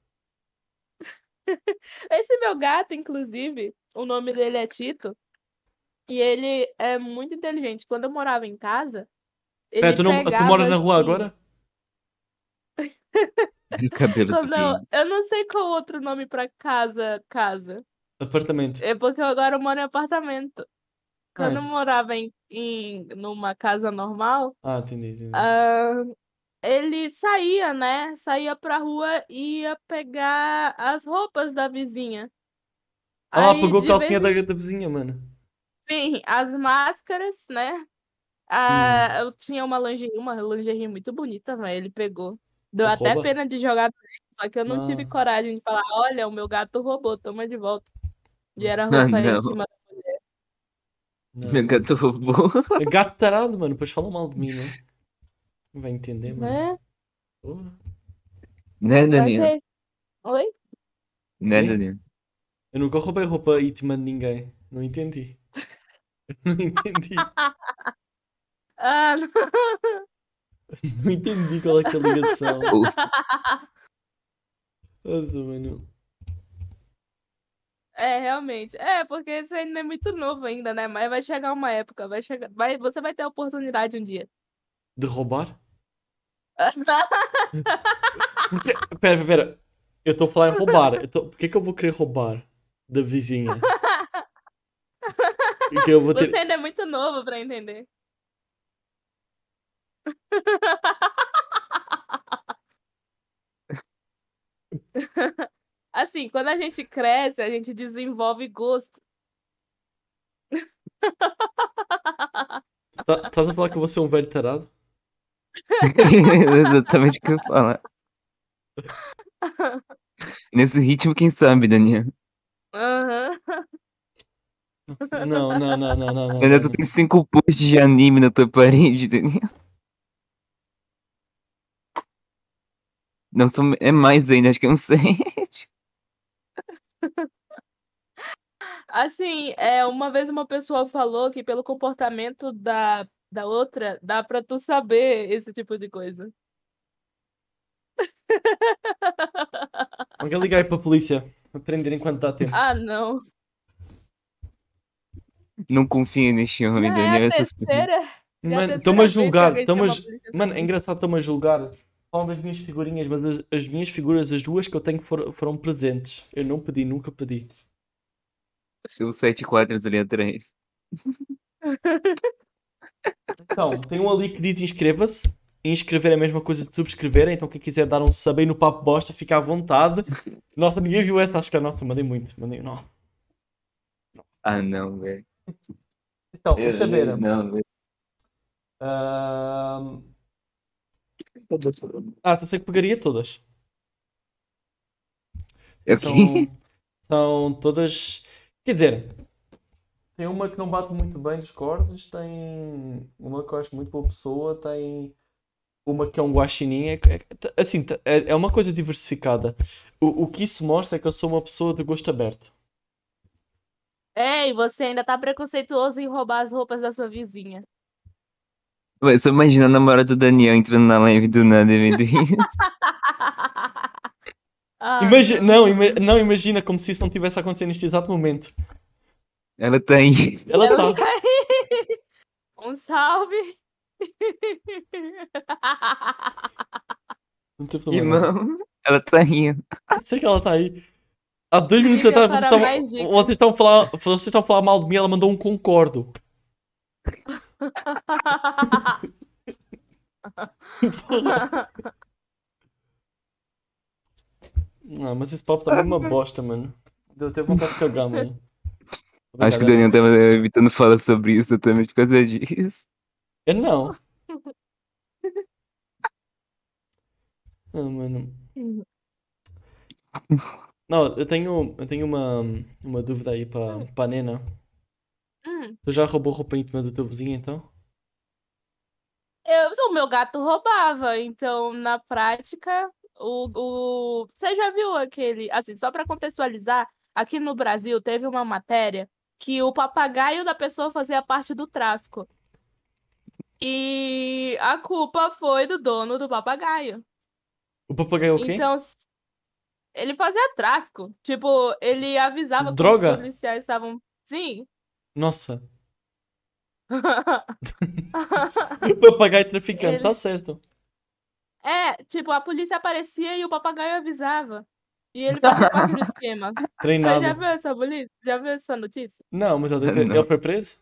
Esse meu gato, inclusive, o nome dele é Tito, e ele é muito inteligente. Quando eu morava em casa, ele
Pera, É, tu, não, tu
pegava,
mora na rua
assim-
agora?
E o cabelo tá
Quando eu,
também.
eu não sei qual outro nome pra casa, casa.
Apartamento.
É porque eu agora moro em apartamento. Quando
Ah.
eu morava em, em numa casa normal,
Ah, entendi, entendi.
ah, ele saía, né? Saía pra rua e ia pegar as roupas da vizinha.
Ah,
Aí,
pegou a
de
calcinha
vez
da
em-
gata vizinha, mano.
Sim, as máscaras, né?
Uhum.
Ah, Eu tinha uma lingerie, uma lingerie muito bonita, velho. Ele pegou. Deu
Tu
até
rouba?
pena de jogar, pra ele, só que eu não tive
Ah.
coragem de falar: olha, o meu gato roubou, toma de volta. E era
Ah,
roupa
não.
íntima.
Não.
Meu gato roubou.
É Gato tarado, mano. Depois fala mal de mim, né? Não vai entender, mano.
né?
Porra.
Né,
Eu
Daniel?
achei- Oi?
Né,
Sim.
Daniel?
Eu nunca roubei roupa íntima de ninguém. Não entendi. Não entendi.
Ah, não.
Não entendi qual é que é a ligação.
O-
Nossa, mano.
É, realmente. É, porque você ainda é muito novo ainda, né? Mas vai chegar uma época, vai chegar, vai, você vai ter a oportunidade um dia.
De roubar? Porque- Pera, pera, pera. Eu estou a falar em roubar. Eu tô... Por que é que eu vou querer roubar da vizinha? que eu vou ter.
Você ainda é muito novo pra entender. Assim, quando a gente cresce, a gente desenvolve gosto.
Tá- Estás a falar que eu vou ser um velho tarado?
Exatamente o que eu ia falar. Nesse ritmo, quem sabe, Daniel?
Aham.
Não, não, não, não, não. não,
Daniel,
não.
tu tem cinco posts de anime na tua parede, Daniel. Não, são, é mais ainda, acho que é uns sete.
Assim, é, uma vez uma pessoa falou que pelo comportamento da, da outra, dá pra tu saber esse tipo de coisa.
Alguém ligar aí para a polícia. Aprender enquanto dá tempo.
Ah, não.
Não confia neste homem,
Já
Daniel.
é a
essas pessoas.
terceira. já é a
Mano,
terceira
estão-me a
vez que
julgar.
alguém
Estão-me a...
chama
ju-
a polícia.
Mano, é engraçado, estão-me a julgar. Falam das minhas figurinhas, mas as, as minhas figuras, as duas que eu tenho, foram, foram presentes. Eu não pedi, nunca pedi.
Tem uns é um sete quadros ali atrás.
Então, tem um ali que diz inscreva-se. E Inscrever é a mesma coisa de subscrever, então quem quiser dar um sub aí no papo bosta, fica à vontade. Nossa, ninguém viu essa, acho que é a nossa, mandei muito, mandei, não.
Ah, não, velho.
Então, deixa ver.
Não, velho.
Ahm, Ah, eu sei que pegaria todas.
Ok.
São, são todas. Quer dizer, tem uma que não bate muito bem dos cordes, tem uma que eu acho muito boa pessoa, tem uma que é um guaxinim. é- é- é- Assim, t- é é uma coisa diversificada. O, o que isso mostra é que eu sou uma pessoa de gosto aberto.
Ei, você ainda tá preconceituoso em roubar as roupas da sua vizinha.
Ué, só imagina a namorada do Daniel entrando na live do nada, vendo isso.
Ah,
Imagi- não, ima- não, imagina como se isso não tivesse acontecido neste exato momento.
Ela tá aí.
Ela
eu
está.
caí. Um salve.
Não tem problema.
Irmão, ela tá rindo.
Eu sei que ela está aí. Há dois minutos
Dica
atrás vocês
para
estavam,
mais dicas.
vocês estavam a falar, vocês estavam a falar mal de mim, ela mandou um concordo. Não, mas esse papo também é uma bosta, mano. Deu até vontade de cagar, mano.
Acho que o
Brincadeira.
Daniel tava eh, evitando falar sobre isso também por causa disso.
Eu não. Ah, mano. Não, eu tenho, eu tenho uma, uma dúvida aí para a Nena.
Hum,
Tu já roubou roupa íntima do teu vizinho, então?
eu, o meu gato roubava, então na prática, o, o- você já viu aquele, assim, só pra contextualizar, aqui no Brasil teve uma matéria que o papagaio da pessoa fazia parte do tráfico. E a culpa foi do dono do papagaio.
O papagaio é o quê?
Então, s- ele fazia tráfico. Tipo, ele avisava quando
Droga?
os policiais estavam. Sim.
Nossa. O papagaio traficante,
Ele-
tá certo.
é, tipo, a polícia aparecia e o papagaio avisava. E ele fazia parte do esquema. Você já
Treinado.
viu essa polícia? Já viu essa notícia?
Não, mas ele,
Não.
ele foi preso?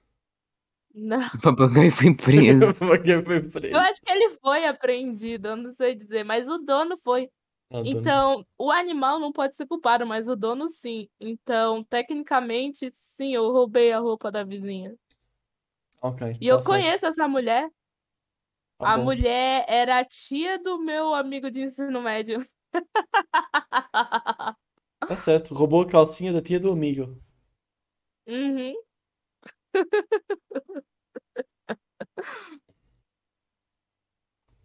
Não.
O papagaio foi
O
preso.
papagaio foi
Eu
preso.
acho que ele foi apreendido, eu não sei dizer, mas o dono foi.
Não, Dona.
Então, o animal não pode ser culpado, mas o dono sim. Então, tecnicamente, sim, eu roubei a roupa da vizinha.
Ok,
E
tá
eu
certo.
conheço essa mulher.
Tá
a
bom.
mulher era a tia do meu amigo de ensino médio.
Tá certo, roubou a calcinha da tia do amigo.
Uhum.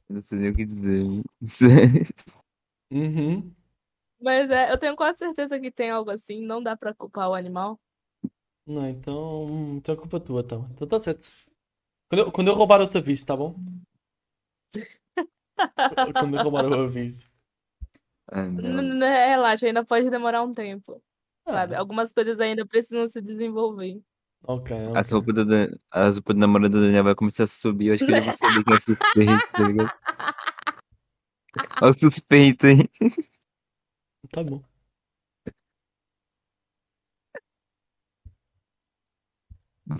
Não sei nem o que dizer. velho.
Uhum.
Mas é, eu tenho quase certeza que tem algo assim. Não dá pra culpar o animal.
Não, então. hum, Então é culpa tua, então. Então tá certo. Quando eu, quando eu roubar, eu te aviso, tá bom? Quando eu roubar, eu aviso.
Ah,
N-
não.
n- é, Relaxa, ainda pode demorar um tempo.
Ah,
Sabe? Algumas coisas ainda precisam se desenvolver.
ok, ok.
As roupas do, Dan- as roupas do namorado do Daniel vai começar a subir. Eu acho que ele vai saber quem é suspeito, tá ligado? Olha o suspeito aí.
Tá bom.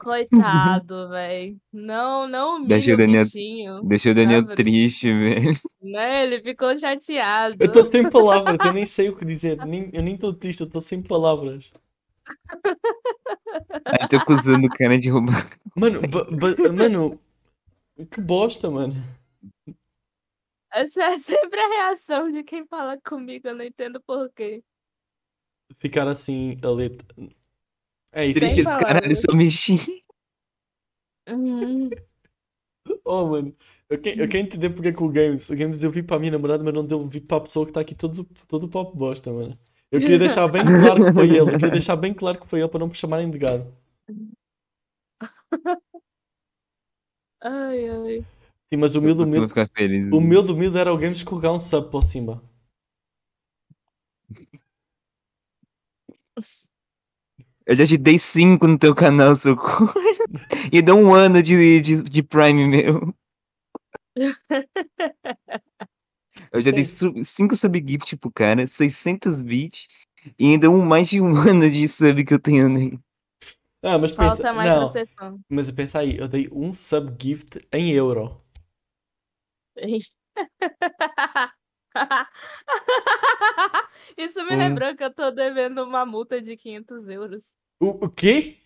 Coitado, velho. Não, não humilha
Deixa o
o
Daniel-
bichinho,
Deixou o Daniel
Sábado.
triste, velho.
né? Ele ficou chateado.
Eu estou sem palavras, eu nem sei o que dizer. Nem- eu nem estou triste, eu estou sem palavras.
Aí tô acusando o cara de roubar.
Mano, ba- ba- mano, que bosta, mano.
Essa é sempre a reação de quem fala comigo, eu não entendo por quê.
Ficar assim, ali. É isso.
Triste esse
Sem palavras.
caralho, só mexi.
Uhum.
Oh, mano, eu, que- eu quero entender porque é que o Games, o Games eu vi para a minha namorada, mas não deu vi para a pessoa que está aqui todo, todo papo bosta, mano. Eu queria deixar bem claro que foi ele, eu queria deixar bem claro que foi ele para não me chamarem de gado.
Ai, ai.
Sim, mas o meu do
Você vai
medo,
ficar né? feliz.
o meu do medo era alguém me escorregar um sub por cima.
Eu já te dei cinco no teu canal, socorro. E dá um ano de, de, de Prime meu. Eu já dei sub, cinco sub-gift pro cara, 600 bits, e ainda um mais de um ano de sub que eu tenho nele.
Ah, mas pensa,
Falta mais
não,
pra ser fã.
mas pensa aí, eu dei um sub gift em euro.
Isso me
Hum.
lembrou que eu tô devendo uma multa de 500 euros.
O, o quê?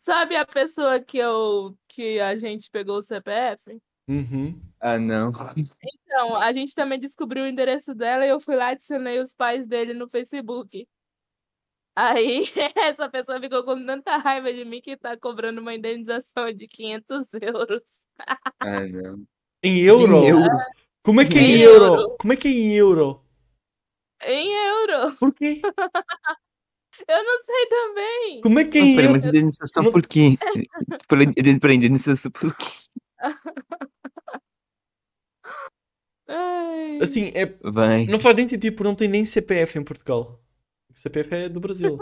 Sabe a pessoa que eu que a gente pegou o CPF?
Uhum.
Ah, não.
Então, a gente também descobriu o endereço dela e eu fui lá e adicionei os pais dele no Facebook. Aí essa pessoa ficou com tanta raiva de mim que tá cobrando uma indenização de 500 euros.
Ah, não.
Em euro?
Em euro.
Como é que é em
Em
euro?
euro.
Como é que é em euro?
Em euro!
Por quê?
Eu não sei também!
Como é que é
Não,
em
Ah, peraí,
euro?
mas indenização
não-
por quê? Peraí, peraí, indenização por quê?
Ai.
Assim, é,
Vai.
não faz nem sentido porque não tem nem CPF em Portugal. CPF é do Brasil.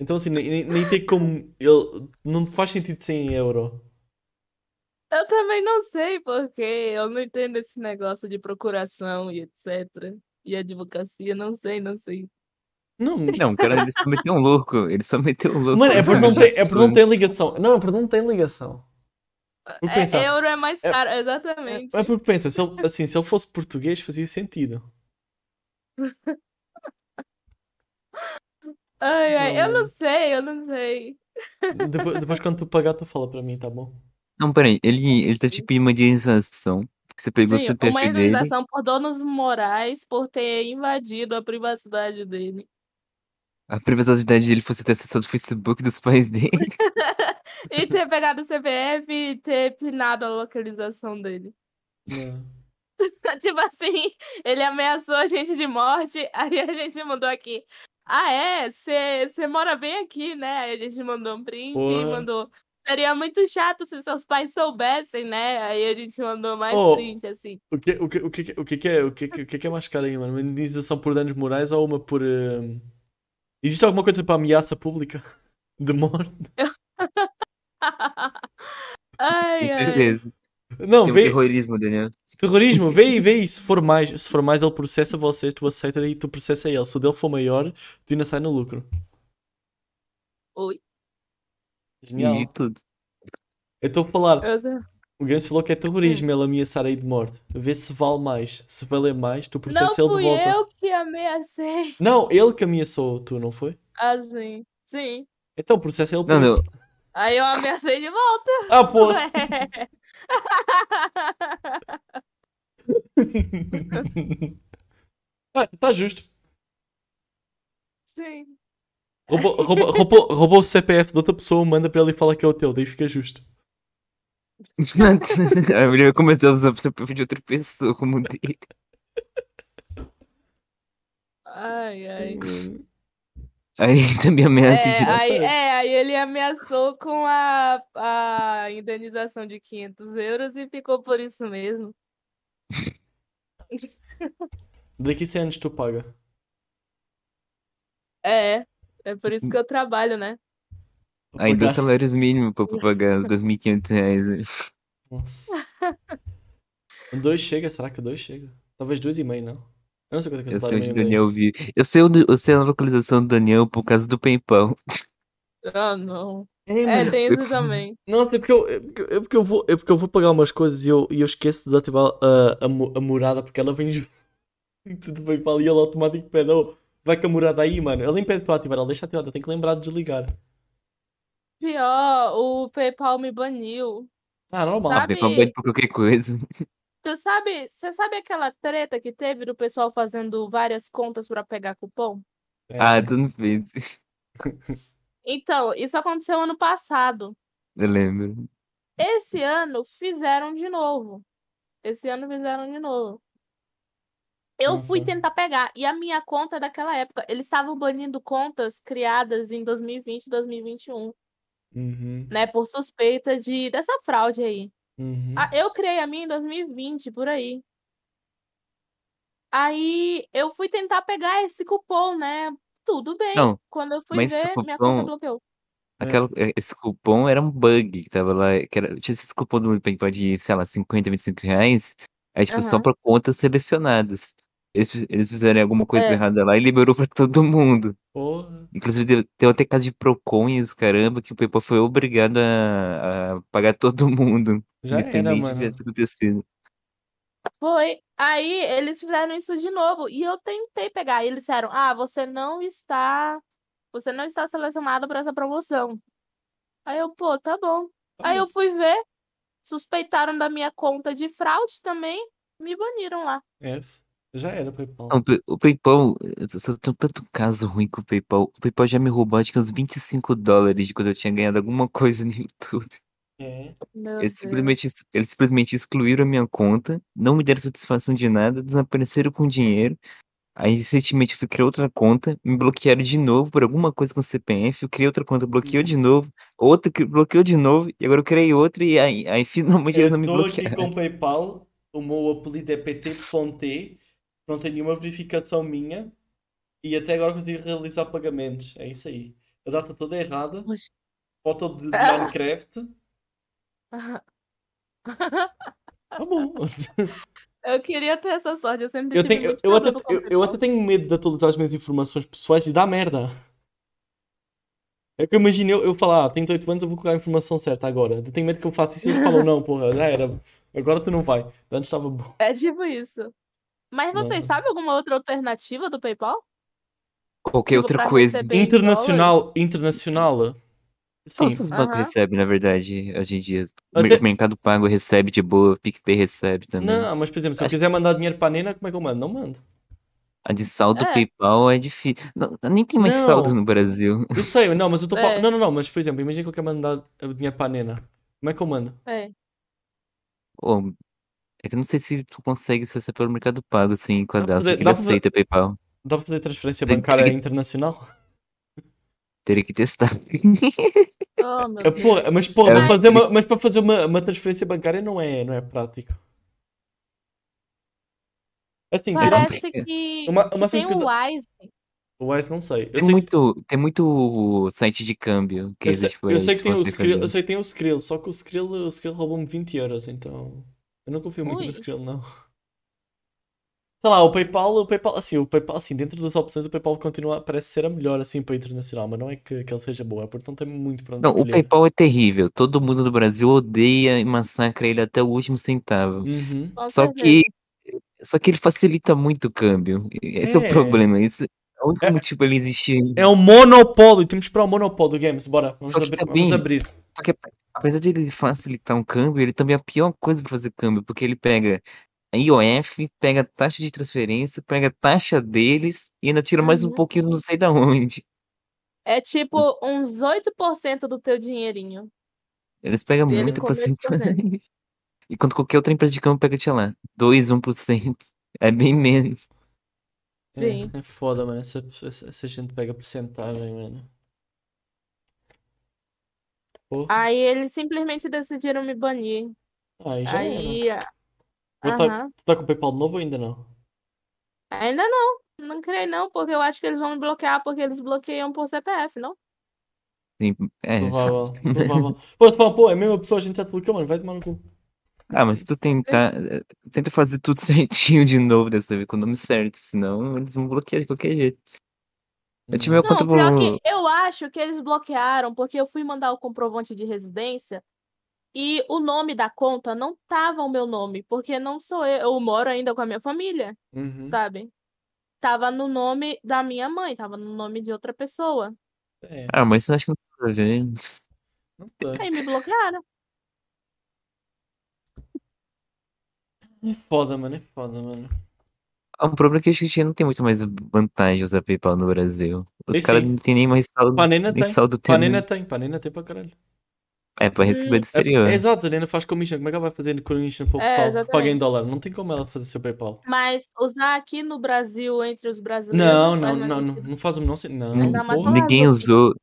Então assim, nem, nem- nem tem como. Ele, não faz sentido ser em euro.
Eu também não sei porque eu não entendo esse negócio de procuração e etc. E advocacia, não sei, não sei.
Não,
Não, cara, ele só meteu um louco. Ele só meteu um louco.
Mano, é porque, não tem,
sabe?
é porque não tem ligação. Não, é porque não tem ligação. Porque
É,
pensa,
euro é mais
é-
caro, exatamente.
é porque pensa, se ele, assim, se ele fosse português fazia sentido.
Ai, ai, eu
Não.
não sei, eu não sei.
Depois, depois quando tu pagar, tu fala para mim, tá bom?
Não, peraí, ele, ele tá te pedindo uma indenização. porque Você pegou o
Sim,
CPF
uma
dele.
indenização por danos morais por ter invadido a privacidade dele.
A privacidade dele fosse ter acessado o Facebook dos pais dele.
E ter pegado o CPF e ter pinado a localização dele.
Não.
Tipo assim, ele ameaçou a gente de morte, aí a gente mandou aqui. Ah, é? Você mora bem aqui, né? Aí a gente mandou um print
Porra.
e mandou. Seria muito chato se seus pais soubessem, né? Aí a gente mandou mais
Ô.
print, assim.
O que, o que, o que, o que que é, o que, que- o que que é mais caro aí, mano? Uma indenização por danos morais ou uma por. hum, Existe alguma coisa para ameaça pública? De morte?
ai, ai.
Beleza.
Não,
Tem um
vê.
terrorismo, Daniel.
Terrorismo, vê aí, vê aí. Se for mais, se for mais, ele processa vocês, tu aceita e tu processa ele. Se o dele for maior, tu ainda sai no lucro.
Oi.
Genial.
um De tudo.
Eu estou a falar.
Eu sei.
O Gans falou que é
Hum.
terrorismo ele ameaçar aí de morte. Vê se vale mais. Se valer mais, tu
Não
processa ele de
fui
volta.
eu que ameacei.
Não, ele que ameaçou tu, não foi?
Assim, sim.
Então processa ele por
Não, não.
isso.
Aí eu ameacei de volta.
Ah, pô.
ué.
ah, tá justo.
sim.
Roubou, roubou, roubou, roubou o CPF de outra pessoa, manda para ele e fala que é o teu, daí fica justo.
A mulher começou a usar o CPF de outra pessoa como dele.
Ai, ai.
Hum. Aí ele também ameaça
É,
de.
dar
aí,
certo.
é, aí ele ameaçou com a, a indenização de 500 euros e ficou por isso mesmo.
Daqui 100 anos tu paga.
É, é por isso que eu trabalho, né?
Aí dois
Pagar.
salários mínimos pra pra pagar os 2.500 reais. né?
Nossa. Um Dois chega, será que dois chega? Talvez dois e meio, não? Eu não sei quanto é que
Eu sei
salário
onde o
mínimo é.
Daniel vive. Eu sei, onde, eu sei a localização do Daniel por causa do PayPal.
Ah, não.
É,
É,
mano.
tem isso também.
Nossa, é porque eu, é porque eu- é porque eu vou, é porque eu vou pagar umas coisas e eu, e eu esqueço de desativar ah, a, a, mo- a morada porque ela vem junto. E Tudo bem para ali, ela automático pede, oh, vai com a morada aí, mano. Ela nem pede para ativar, ela deixa ativada, tem que lembrar de desligar.
Pior, o PayPal me baniu.
Ah, normal.
Sabe?
Bem, pra banho por qualquer coisa.
Tu sabe, você sabe aquela treta que teve do pessoal fazendo várias contas pra pegar cupom?
É.
Ah, tu não fez.
Então, isso aconteceu ano passado.
Eu lembro.
Esse ano fizeram de novo. Esse ano fizeram de novo.
Uhum.
Eu fui
Nossa.
tentar pegar. E a minha conta é daquela época. Eles estavam banindo contas criadas em 2020 2021,
Uhum,
né? Por suspeita de dessa fraude aí.
uhum.
Ah, eu criei a minha em 2020, por aí. Aí eu fui tentar pegar esse cupom, né? Tudo bem.
Não,
Quando eu fui
mas esse
ver, minha conta
cupom-
bloqueou.
É.
Aquela, esse cupom era um bug que tava lá. eh, Que era, tinha esse cupom do PayPal de, sei lá, 50, 25 reais. É tipo só
Aham.
pra contas selecionadas. Eles, fi- eles fizeram alguma coisa
É.
errada lá e liberou pra todo mundo.
Porra.
Inclusive, deu- tem até caso de Procon e os caramba que o PayPal foi obrigado a, a pagar todo mundo,
Já era,
independente do que
mano.
tivesse acontecido.
Foi. Aí eles fizeram isso de novo. E eu tentei pegar. E eles disseram: Ah, você não está. Você não está selecionado para essa promoção. Aí eu, pô, tá bom.
Tá
Aí
bom.
eu fui ver. Suspeitaram da minha conta de fraude também. Me baniram lá.
É, já era PayPal.
Não, o Pay- o PayPal, eu só tenho tanto caso ruim com o PayPal. O PayPal já me roubou acho que uns 25 dólares de quando eu tinha ganhado alguma coisa no YouTube.
É.
Meu
Eles
Deus.
simplesmente, ex- eles simplesmente excluíram a minha conta, não me deram satisfação de nada, desapareceram com o dinheiro. Aí, recentemente, eu fui criar outra conta, me bloquearam de novo por alguma coisa com CPF, eu criei outra conta, bloqueou
Uhum.
de novo, outra que bloqueou de novo, e agora eu criei outra, e aí, aí finalmente eles
Eu
não me
estou aqui
bloquearam.
com o PayPal, o meu apelido é PT.T, não tem nenhuma verificação minha e até agora consigo realizar pagamentos. É isso aí. A data toda é errada,
Oxe.
foto de de Minecraft. Tá bom.
Eu queria ter essa sorte, eu sempre
Eu,
tive
tenho, eu,
muito
eu até,
problema com
eu, eu até
futebol.
tenho medo de atualizar as minhas informações pessoais e dá merda. É que eu imagino eu, eu falar, ah, tenho 18 anos, eu vou colocar a informação certa agora. Eu tenho medo que eu faça isso e eles falam, não, porra, já era. Agora tu não vai. Antes estava bom.
É tipo isso. Mas vocês
Nossa.
sabem alguma outra alternativa do PayPal?
Qualquer
Tipo,
outra
pra
coisa.
receber- Bem, é
Internacional, internacional. Sim.
Todos os bancos
Aham.
recebem, na verdade, hoje em dia. O
Até-
mer- Mercado Pago recebe de boa, PicPay recebe também.
Não, mas por exemplo, se eu
Acho-
quiser mandar dinheiro para a Nena, como é que eu mando? Não mando.
A de saldo
É.
PayPal é difícil. Não, nem tem mais
Não.
saldo no Brasil.
Eu sei, não, mas eu estou.
É.
Não, não, não, mas por exemplo, imagina que eu quero mandar dinheiro para a Nena. Como é que eu mando?
É.
Ô, é que eu não sei se tu consegue acessar pelo Mercado Pago, assim, sem
pra
cadastro,
fazer-
que ele
dá pra fazer-
aceita PayPal.
Dá para fazer transferência
Tem-
bancária
tem que-
internacional?
Teria que testar.
Oh, meu
Ah,
Deus.
porra, mas porra,
É.
para fazer, uma, mas para fazer uma, uma transferência bancária não é, não é prático. Assim,
Para-
tirar
Parece
Não.
que,
Uma-
que
uma
tem o
simples-
Wise.
o Wise não sei. Eu
Tem
sei que-
muito, tem muito site de câmbio
Eu sei,
que tipo, existe por
eu
aí.
sei que
que
tem o
consegue
Skrill, eu
fazer.
sei que tem o Skrill, só que o Skrill, o Skrill roubou-me 20 euros, então. Eu não confio muito no
Ui.
Skrill, não. Sei lá, o PayPal, o PayPal, assim, o PayPal, assim, dentro das opções, o PayPal continua, parece ser a melhor, assim, para internacional, mas não é que, que ele seja boa, é porque não tem muito para onde
Não, o
escolher.
PayPal é terrível. Todo mundo do Brasil odeia e massacra ele até o último centavo.
Uhum.
Com
Só
certeza.
que, só que ele facilita muito o câmbio. Esse é,
É.
o problema. Esse é o único
É-
motivo pra ele existir.
É um monopólio, temos para o monopólio, games, bora, vamos,
Só que
abrir,
também-
vamos abrir.
Só que apesar de ele facilitar um câmbio, ele também é a pior coisa pra fazer câmbio, porque ele pega a IOF, pega a taxa de transferência, pega a taxa deles e ainda tira mais um
Uhum.
pouquinho não sei da onde.
É tipo uns 8% do teu dinheirinho.
Eles pegam
Ele
muito
come
pra cima.
8%.
Enquanto qualquer outra empresa de câmbio pega, sei lá, 2, 1%. É bem menos.
Sim.
É, é foda, mano, essa, essa, essa gente pega percentagem, mano. Porra.
Aí eles simplesmente decidiram me banir.
Aí já era.
Aí. a-
Vou tá-
Aham.
Tu tá com o PayPal de novo ou ainda não?
Ainda não. Não creio, não, porque eu acho que eles vão me bloquear, porque eles bloqueiam por CPF, não?
Sim, É, é chato.
Provável, provável. Pô, se pá, pô, é a mesma pessoa, a gente já te bloqueou, mano, vai tomar no cu.
Ah, mas se tu tentar. eh, Tenta fazer tudo certinho de novo dessa vez, com o nome certo, senão eles vão bloquear de qualquer jeito. Eu tive meu
Não,
conta um
pior que
pro.
eu acho que eles bloquearam, porque eu fui mandar o comprovante de residência e o nome da conta não tava o meu nome, porque não sou eu, eu moro ainda com a minha família,
Uhum.
sabe? Tava no nome da minha mãe, tava no nome de outra pessoa.
É,
Ah, mas você acha que não tem nada a ver? né?
não sei.
Aí me bloquearam.
É foda, mano, é foda, mano.
Ah, O problema é que acho que a gente não tem muito mais vantagem usar PayPal no Brasil. Os
Tem
caras
sim.
não tem nem mais saldo,
Panena
nem
tem.
saldo tem,
Panena
né?
tem, Panena tem para caralho.
É pra receber
Hum.
do exterior.
É, exato, a Nena faz commission. Como é que ela vai fazer commission para o
É,
pessoal que paga em
exatamente.
dólar? Não tem como ela fazer seu PayPal.
Mas usar aqui no Brasil entre os brasileiros.
Não,
faz
não,
mais
não, não,
sentido.
não faz o menor sentido. Não,
Ainda
não,
mais
porra.
falar
Ninguém
sobre
usou,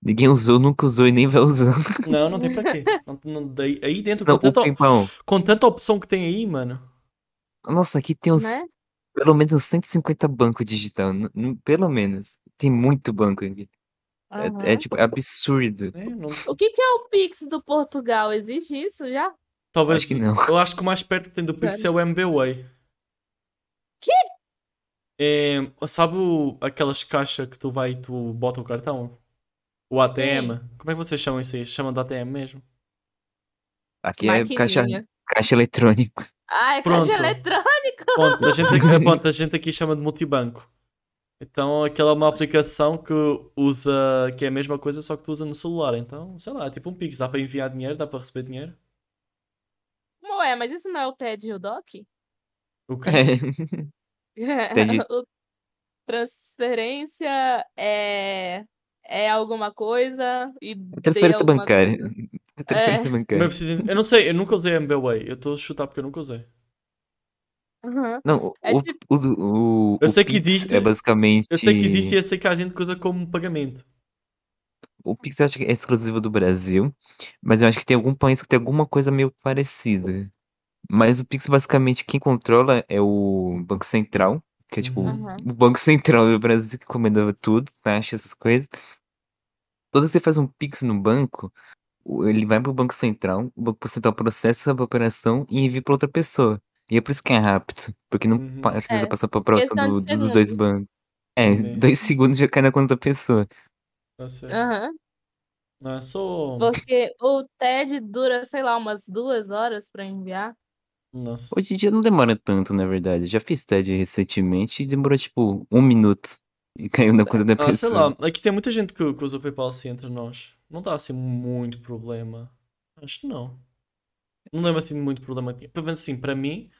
ninguém usou, nunca usou e nem vai usar.
não, não tem para quê. Não, não- daí- aí dentro,
Não,
com, tanta,
o PayPal.
com tanta opção que tem aí, mano.
Nossa, aqui tem uns,
Né?
pelo menos uns 150 bancos digital, n- n- pelo menos. Tem muito banco aqui. É, é,
Aham.
tipo absurdo.
É, não-
O que, que é o Pix do Portugal? Existe isso já?
talvez.
Acho que não.
Eu acho que o mais perto que tem do Pix é o MBWay.
Quê?
É, sabe o- aquelas caixas que tu vai e tu bota o cartão? O ATM? Como é que vocês chamam isso aí? Chamam de ATM mesmo?
Aqui é caixa,
Maquininha.
caixa eletrônico.
Ah, é
Pronto.
caixa eletrônica.
Ponto. A gente aqui, ponto, a gente aqui chama de multibanco. Então aquela é uma aplicação que usa, que é a mesma coisa, só que tu usa no celular. Então, sei lá, é tipo um Pix, dá para enviar dinheiro, dá para receber dinheiro.
Ué, mas isso não é o TED e o DOC?
O quê?
É. Entendi.
O- transferência é... é alguma coisa e D
Transferência
alguma É.
bancária.
coisa.
Mas
Transferência
eu,
bancária.
preciso- eu não sei, eu nunca usei a MBWay. Eu estou a chutar porque eu nunca usei.
Aham.
Não, o,
É
o-
tipo-
o do- o-
Eu
o
sei que
Pix
existe-
é basicamente.
Eu sei que existe e eu sei que a gente que usa como pagamento.
O Pix eu acho que é exclusivo do Brasil, mas eu acho que tem algum país que tem alguma coisa meio parecida. Mas o Pix, basicamente, quem controla é o Banco Central, que é tipo
Uhum.
Aham.
o Banco Central do Brasil que comandava tudo, taxa, essas coisas. Toda vez que você faz um Pix no banco, o- ele vai pro Banco Central, o Banco Central processa a operação e envia pra outra pessoa. E é por isso que é rápido, porque não
Uhum.
pa- precisa
É,
passar pra próxima
questão de
do- dos dois
segundos.
bancos. É,
Sim.
dois segundos já cai na conta da pessoa.
Tá certo.
Hum.
Aham.
Não, é só.
Porque o TED dura, sei lá, umas duas horas pra enviar.
Nossa.
Hoje em dia não demora tanto, na verdade. Já fiz TED recentemente e demorou tipo um minuto e caiu na conta da
Ah, sei lá,
pessoa.
aqui tem muita gente que, que usa o PayPal assim entre nós. Não dá assim muito problema. Acho que não. Não lembro assim de muito problema que tinha. Pelo menos assim, para mim,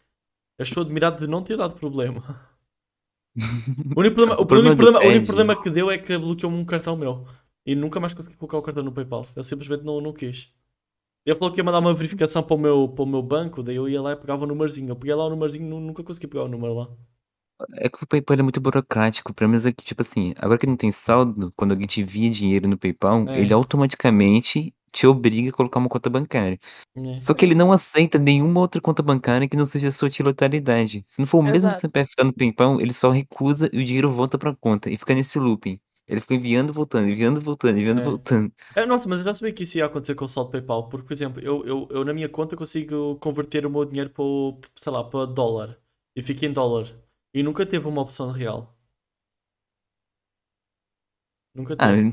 eu estou admirado de não ter dado problema. O único problema, o
O
único
problema do
problema- o único
Ed.
problema que deu é que bloqueou-me um cartão meu. E nunca mais consegui colocar o cartão no PayPal. Eu simplesmente não, não quis. Ele falou que ia mandar uma verificação para o meu, para o meu banco, daí eu ia lá e pegava o numerzinho. Eu peguei lá o numerzinho e nu- nunca consegui pegar o número lá.
É que o PayPal é muito burocrático. Pelo menos aqui, tipo assim, agora que não tem saldo, quando alguém te envia dinheiro no PayPal,
É.
ele automaticamente te obriga a colocar uma conta bancária.
É.
Só que ele não aceita nenhuma outra conta bancária que não seja a sua utilidade. Se não for o mesmo
Exato.
CPF que tá no PayPal, ele só recusa e o dinheiro volta pra conta e fica nesse looping. Ele fica enviando, voltando, enviando, voltando, enviando,
É.
voltando.
É, nossa, mas eu já sabia que isso ia acontecer com o saldo PayPal, porque, por exemplo, eu, eu, eu na minha conta consigo converter o meu dinheiro para, o- sei lá, para dólar. E fica em dólar. E nunca teve uma opção real. Nunca
Ah,
teve.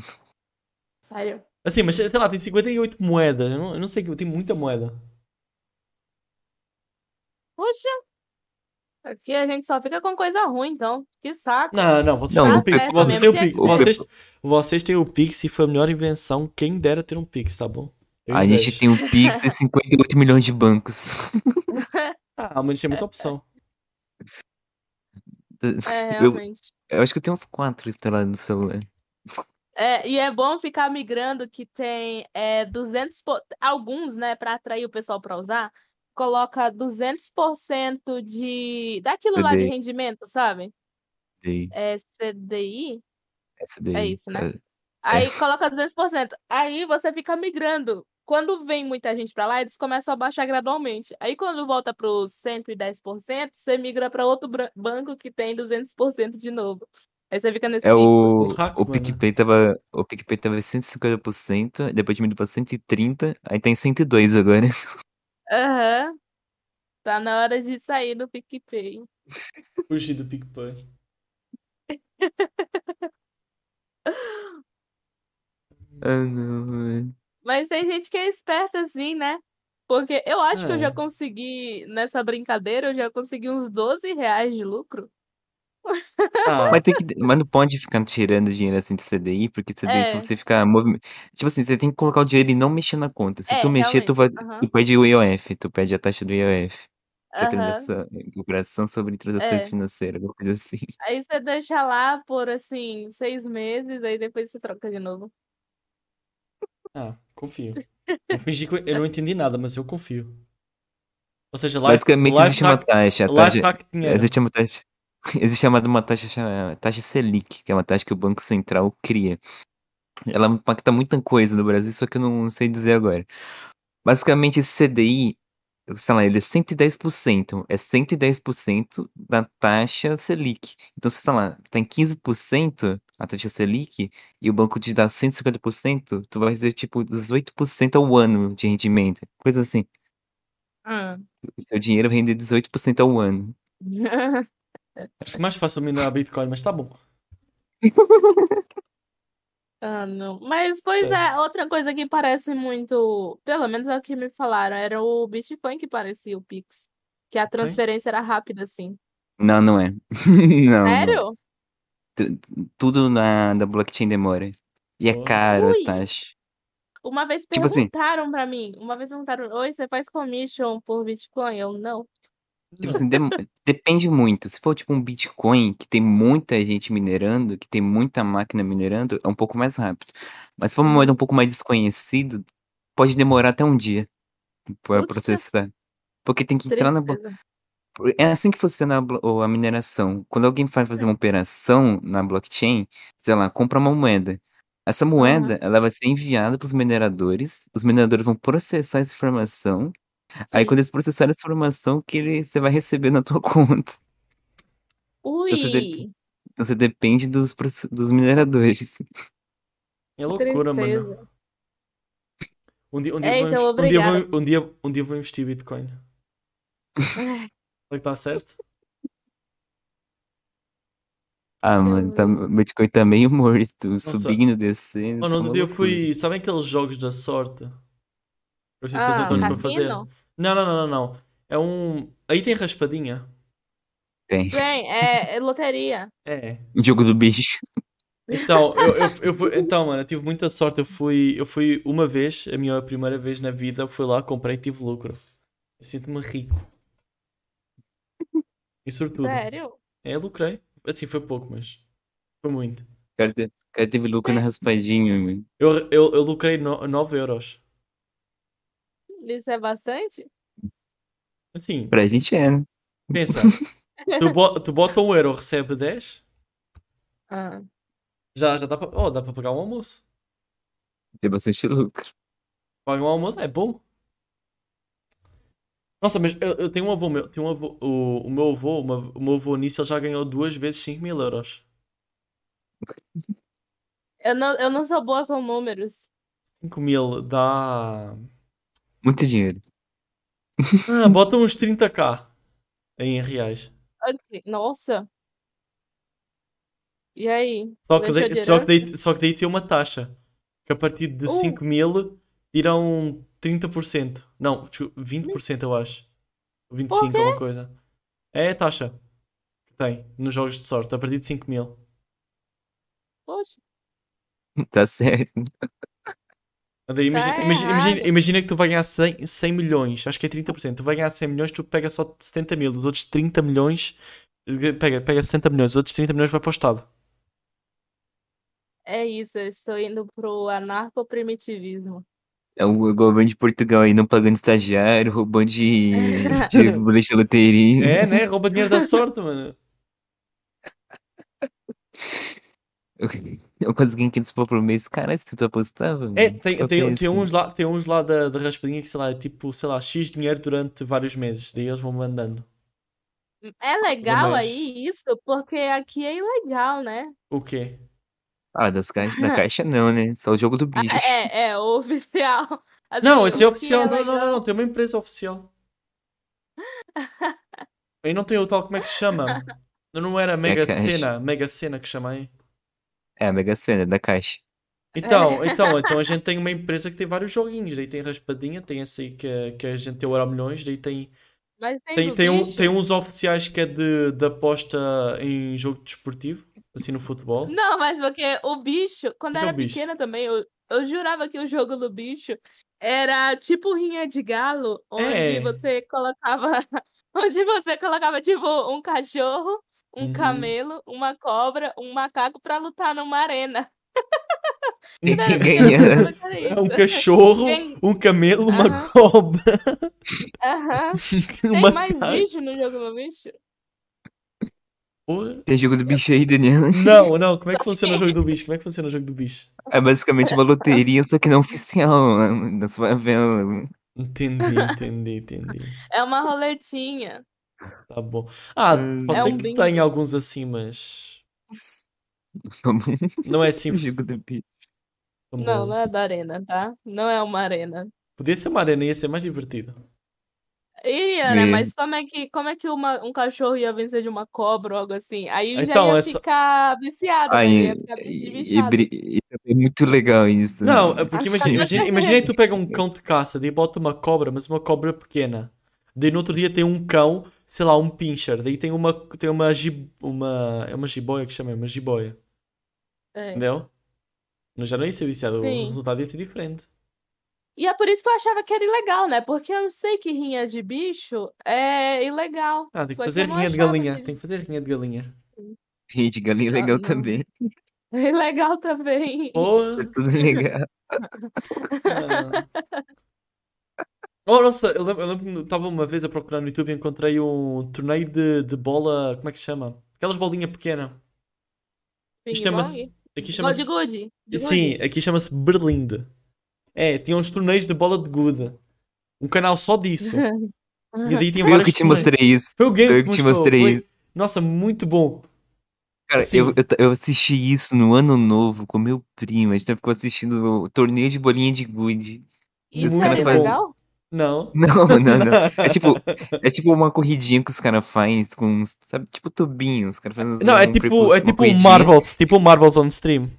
Sério.
Assim, mas sei lá, tem 58 moedas. Eu não, eu não sei, tem muita moeda.
Poxa. Aqui a gente só fica com coisa ruim, então. Que saco.
Não, não, vocês
Não,
têm
o
o Pix.
Pix- é
Vocês têm o
o
Pix.
Pix-
Vocês, vocês têm o Pix e foi a melhor invenção. Quem dera ter um Pix, tá bom? Eu
Ah, a gente
invejo.
tem o Pix e 58 milhões de bancos.
Ah, mas tem muita opção.
É,
Eu,
realmente.
eu acho que eu tenho uns quatro instalados no celular.
É, e é bom ficar migrando que tem é, 200 po- alguns, né, para atrair o pessoal para usar, coloca 200% de daquilo lá de
CDI.
rendimento, sabe?
Dei,
É CDI,
essa daí.
é isso, né?
É,
Aí coloca 200%. Aí você fica migrando. Quando vem muita gente para lá, eles começam a baixar gradualmente. Aí quando volta para os 110%, você migra para outro bran- banco que tem 200% de novo. Aí você fica nesse
É
ciclo.
o,
Um hack,
o
mano.
PicPay tava, o PicPay tava em 150%, depois diminuiu pra 130, aí tá em 102 agora.
Aham. Tá na hora de sair do PicPay.
Fugir do PicPay.
Ah, não, velho.
Mas tem gente que é esperta assim, né? Porque eu acho que eu já
É.
consegui, nessa brincadeira, eu já consegui uns 12 reais de lucro.
Ah,
Mas, tem que, mas não pode ficar tirando dinheiro assim de CDI, porque CDI, se
É.
você ficar movimento. Tipo assim, você tem que colocar o dinheiro e não mexer na conta. Se
É,
tu mexer, tu, vai,
realmente, aham.
tu perde o IOF, tu perde a taxa do IOF. Que é a
Aham.
transação, lucração sobre transações
É.
financeiras, alguma coisa assim.
Aí você deixa lá por assim, seis meses, aí depois você troca de novo.
ah, confio. Vou fingir que eu não entendi nada, mas eu confio. Ou seja, lá,
Basicamente,
lá
existe uma
está,
taxa. A
lá
taxa
está que dinheiro.
Existe uma taxa, existe chamada uma taxa, cha- taxa Selic, que é uma taxa que o Banco Central cria. Ela impacta muita coisa no Brasil, só que eu não sei dizer agora. Basicamente, esse CDI, sei lá, ele é 110%. É 110% da taxa Selic. Então, se, sei lá, tá em 15% a taxa Selic e o banco te dá 150%, tu vai receber, tipo, 18% ao ano de rendimento. Coisa assim. O seu dinheiro rende 18% ao ano.
Acho que mais fácil minar a Bitcoin, mas tá bom.
Ah, não. Mas, pois
Tá.
é. outra coisa que parece muito. Pelo menos é o que me falaram. Era o Bitcoin que parecia o Pix. Que a transferência era rápida, assim.
Não, não é. Não, não.
Sério?
Tudo na, da blockchain demora. E é
Olha.
caro as
Ui.
taxas.
Uma vez
Tipo assim-
perguntaram pra mim. Uma vez perguntaram: Oi, você faz commission por Bitcoin? Eu não.
Tipo assim, dem- depende muito. Se for tipo um Bitcoin que tem muita gente minerando, que tem muita máquina minerando, é um pouco mais rápido. Mas se for uma moeda um pouco mais desconhecida, pode demorar até um dia para
Putz.
processar. Porque tem que entrar na, blo-
Tristeza.
É assim que funciona a, blo- o- a mineração. Quando alguém vai fazer
É.
uma operação na blockchain, sei lá, compra uma moeda. Essa moeda, ela vai ser enviada para os mineradores. Os mineradores vão processar essa informação. Aí
Sim.
quando eles processarem essa informação, que ele, você vai receber na tua conta.
Ui.
você deve- Então você depende dos, proce- dos mineradores.
É loucura,
Tristeza.
mano. Um dia, um dia
É,
vou
então,
investi- um, dia vou-
obrigada.
um, dia, um dia vou investir em Bitcoin. Será que está certo?
Ah,
Deixa eu
mano, tá,
ver.
Bitcoin tá meio morto, subindo,
Mano,
descendo. tá
outro
uma
dia eu
loucura.
fui. Sabem aqueles jogos da sorte? Eu preciso de
Ah,
tantos para fazer.
cassino?
Não, não, não, não, não. É um. Aí tem raspadinha.
Tem.
Tem, é, é loteria.
É.
Jogo do bicho.
Então, eu, eu, eu fui- então, mano, eu tive muita sorte. Eu fui, eu fui uma vez, a minha primeira vez na vida, eu fui lá, comprei e tive lucro. Eu sinto-me rico. E sortudo.
Sério?
É, lucrei. Assim, foi pouco, mas foi muito.
O cara, te- o cara teve lucro na raspadinha, mano.
Eu, eu, eu lucrei 9 euros.
Isso é bastante?
Assim,
Pra gente é, né?
pensa. Tu, bo- tu bota um euro, recebe 10.
Ah.
Já, já dá para oh, dá pra pagar um almoço.
Tem bastante lucro.
Pagar um almoço é bom. Nossa, mas eu, eu tenho um avô meu. Tenho um avô, o, o meu avô, uma, o meu avô nisso, ele já ganhou duas vezes 5 mil euros.
Eu não, eu não sou boa com números.
5 mil dá.
Muito dinheiro.
Ah, bota uns 30k em reais.
Ok, Nossa. E aí?
Só que,
Deixou
daí, só, que
direto?
daí, só que daí tem uma taxa. Que a partir de
Uh.
5 mil tiram 30%. Não, desculpa, 20% eu acho. 25%
quê?
alguma coisa. É a taxa que tem nos jogos de sorte, a partir de 5 mil.
Poxa.
Tá certo.
Daí imagina,
Tá
imagina, imagina,
errado.
imagina que tu vai ganhar 100, 100 milhões, acho que é 30%. Tu vai ganhar 100 milhões, tu pega só 70 mil. Os outros 30 milhões, pega, pega 70 milhões, os outros 30 milhões vai para o Estado.
É isso, eu estou indo pro anarcoprimitivismo.
É o governo de Portugal aí não pagando estagiário, roubando de, de boleto de loteria.
É, né? Rouba dinheiro da sorte, mano.
Eu consegui 500 pau por mês. Caralho, se tu apostava?
É,
mano,
tem,
qualquer
tem,
assim.
tem uns lá, tem uns lá da, da raspadinha que, sei lá, é tipo, sei lá, X dinheiro durante vários meses. Daí eles vão mandando.
É legal
Mas-
aí isso, porque aqui é ilegal, né?
O quê?
Ah, das caixas, na caixa não, né? Só o jogo do bicho.
É, é, o oficial. Assim,
Não, esse é
o que
oficial. não, não,
legal-
não, não. Tem uma empresa oficial. Aí não tem o tal, como é que se chama? Não era Mega
cash.
Sena, Mega Sena que chama aí.
É a Mega Sena, da caixa.
Então,
É.
então, então a gente tem uma empresa que tem vários joguinhos. Daí tem Raspadinha, tem essa aí que, é- que a gente tem o Euro Milhões, daí tem.
Mas tem,
Tem,
do
tem, um-
bicho?
tem uns oficiais que é de, de aposta em jogo desportivo, assim no futebol.
Não, mas porque o bicho,
Que que
quando
é
era
o bicho?
pequena também, eu, eu jurava que o jogo do bicho era tipo rinha de galo, onde
É.
você colocava, onde você colocava tipo um cachorro, um
Uhum.
camelo, uma cobra, um macaco pra lutar numa arena.
E
Quando
quem
era pequena, eu
ganha?
jurava que era
É um
isso.
cachorro,
Tem-
um camelo, uma
Aham.
cobra,
Aham. Tem
uma
mais
ca-
bicho no jogo do bicho?
Porra.
Tem jogo do bicho aí, Daniel.
Não, não, como é que funciona o jogo do bicho? Como é que funciona o jogo do bicho?
É basicamente uma loteria, só que não oficial. né? Você vai ver. ó,
Entendi, entendi, entendi.
É uma roletinha.
Tá bom. Ah,
Hum.
pode
É
ter
um
que
bingo.
tem alguns assim, mas
como
não é assim
o jogo do bicho.
Não, não é
famoso.
da arena, tá? Não é uma arena.
Podia ser uma arena, ia ser mais divertido.
Ia, né?
E-
Mas como é que, como é que uma- um cachorro ia vencer de uma cobra ou algo assim? Aí já
Então,
ia
é só-
ficar viciado, né?
Aí,
Ia ficar
e,
bichado.
bri- e também é muito legal isso. né?
Não, é porque
Ah,
imagina, imagina, imagina que tu pega um cão de caça, daí bota uma cobra, mas uma cobra pequena. Daí no outro dia tem um cão, sei lá, um pincher. Daí tem uma, tem uma, gi- uma, é uma jiboia que chama, é uma jiboia.
É.
Entendeu? Não, já não ia ser viciado,
Sim.
o resultado ia ser diferente.
E é por isso que eu achava que era ilegal, né? Porque eu sei que rinha de bicho é ilegal.
Ah, tem que
Só que
fazer
eu não
rinha de
achava
galinha,
que-
tem que fazer rinha de galinha.
Rei de galinha é
Ah,
legal
não.
também.
É ilegal também.
É
Porra!
tudo legal.
mano. Oh, nossa, eu lembro, eu lembro que estava uma vez a procurar no YouTube e encontrei um torneio de, de bola, como é que se chama? Aquelas bolinhas pequenas.
Ping
chama-se-
pong?
Aqui
Gol de
chama-se...
gude? De
Sim,
gude?
aqui chama-se Berlinde. É, tinha uns torneios de bola de gude. Um canal só disso. E daí tinha
Foi eu
vários
que te
torneios.
mostrei isso.
Foi o Games
Foi eu
que
que te
mostrou,
mostrei
foi-
isso.
Nossa, muito bom.
Cara,
Sim.
eu, eu, ta- eu assisti isso no ano novo com meu primo. A gente ficou assistindo o torneio de bolinha de gude.
Isso
Os
era
caras fazem-
ilegal?
Não.
Não, não, não. É tipo, é tipo uma corridinha que os caras fazem com uns, sabe, tipo tubinhos. Os caras fazem uns-
Não, é
um
tipo,
percurso,
é
uma
tipo um
corridinha.
Marbles, tipo um Marbles on stream.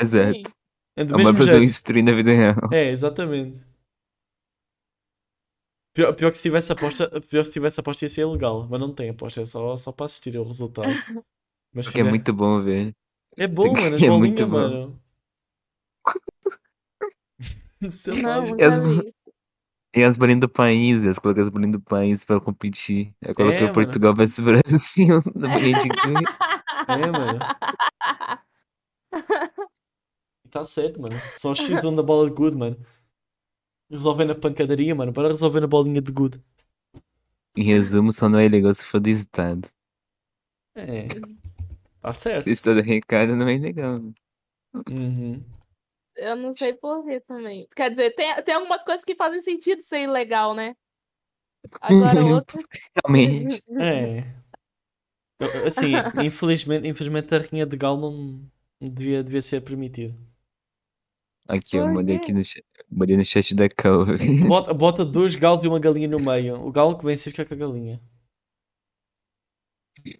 Exato.
Sim.
É do
É uma assim.
mesmo
pessoa
jeito.
destruindo a vida real.
É, exatamente. Pior, pior que se tivesse aposta, pior que se tivesse aposta ia ser ilegal, mas não tem aposta, é só, só para assistir ao resultado. Mas
Porque é
fica-
muito bom, velho.
é bom, mano, as
é
bolinhas,
muito bom.
mano. Sei lá,
Não,
mano.
nunca
As-
vi isso.
E as bolinhas do país, elas colocam as bolinhas do país pra competir. Eu coloquei
É, mano.
o Portugal versus Brasil na bolinha de gude.
É, mano. Tá certo, mano. Só os x um da bola de good, mano. Resolver na pancadaria, mano. Bora resolver na bolinha de good.
Em resumo, só não é legal se for do Estado.
É. Tá certo.
Se o Estado arrecada, não é legal.
Uhum.
Eu não sei por quê também. Quer dizer, tem, tem algumas coisas que fazem sentido ser ilegal, né? Agora outras.
Realmente.
É. Eu- Assim, infelizmente, infelizmente a rinha de galo não devia, devia ser permitida.
Aqui, eu
Pois
mandei
é.
aqui no chat. Mandei no chat da Cal.
Bota, bota dois galos e uma galinha no meio. O galo que vence fica com a galinha.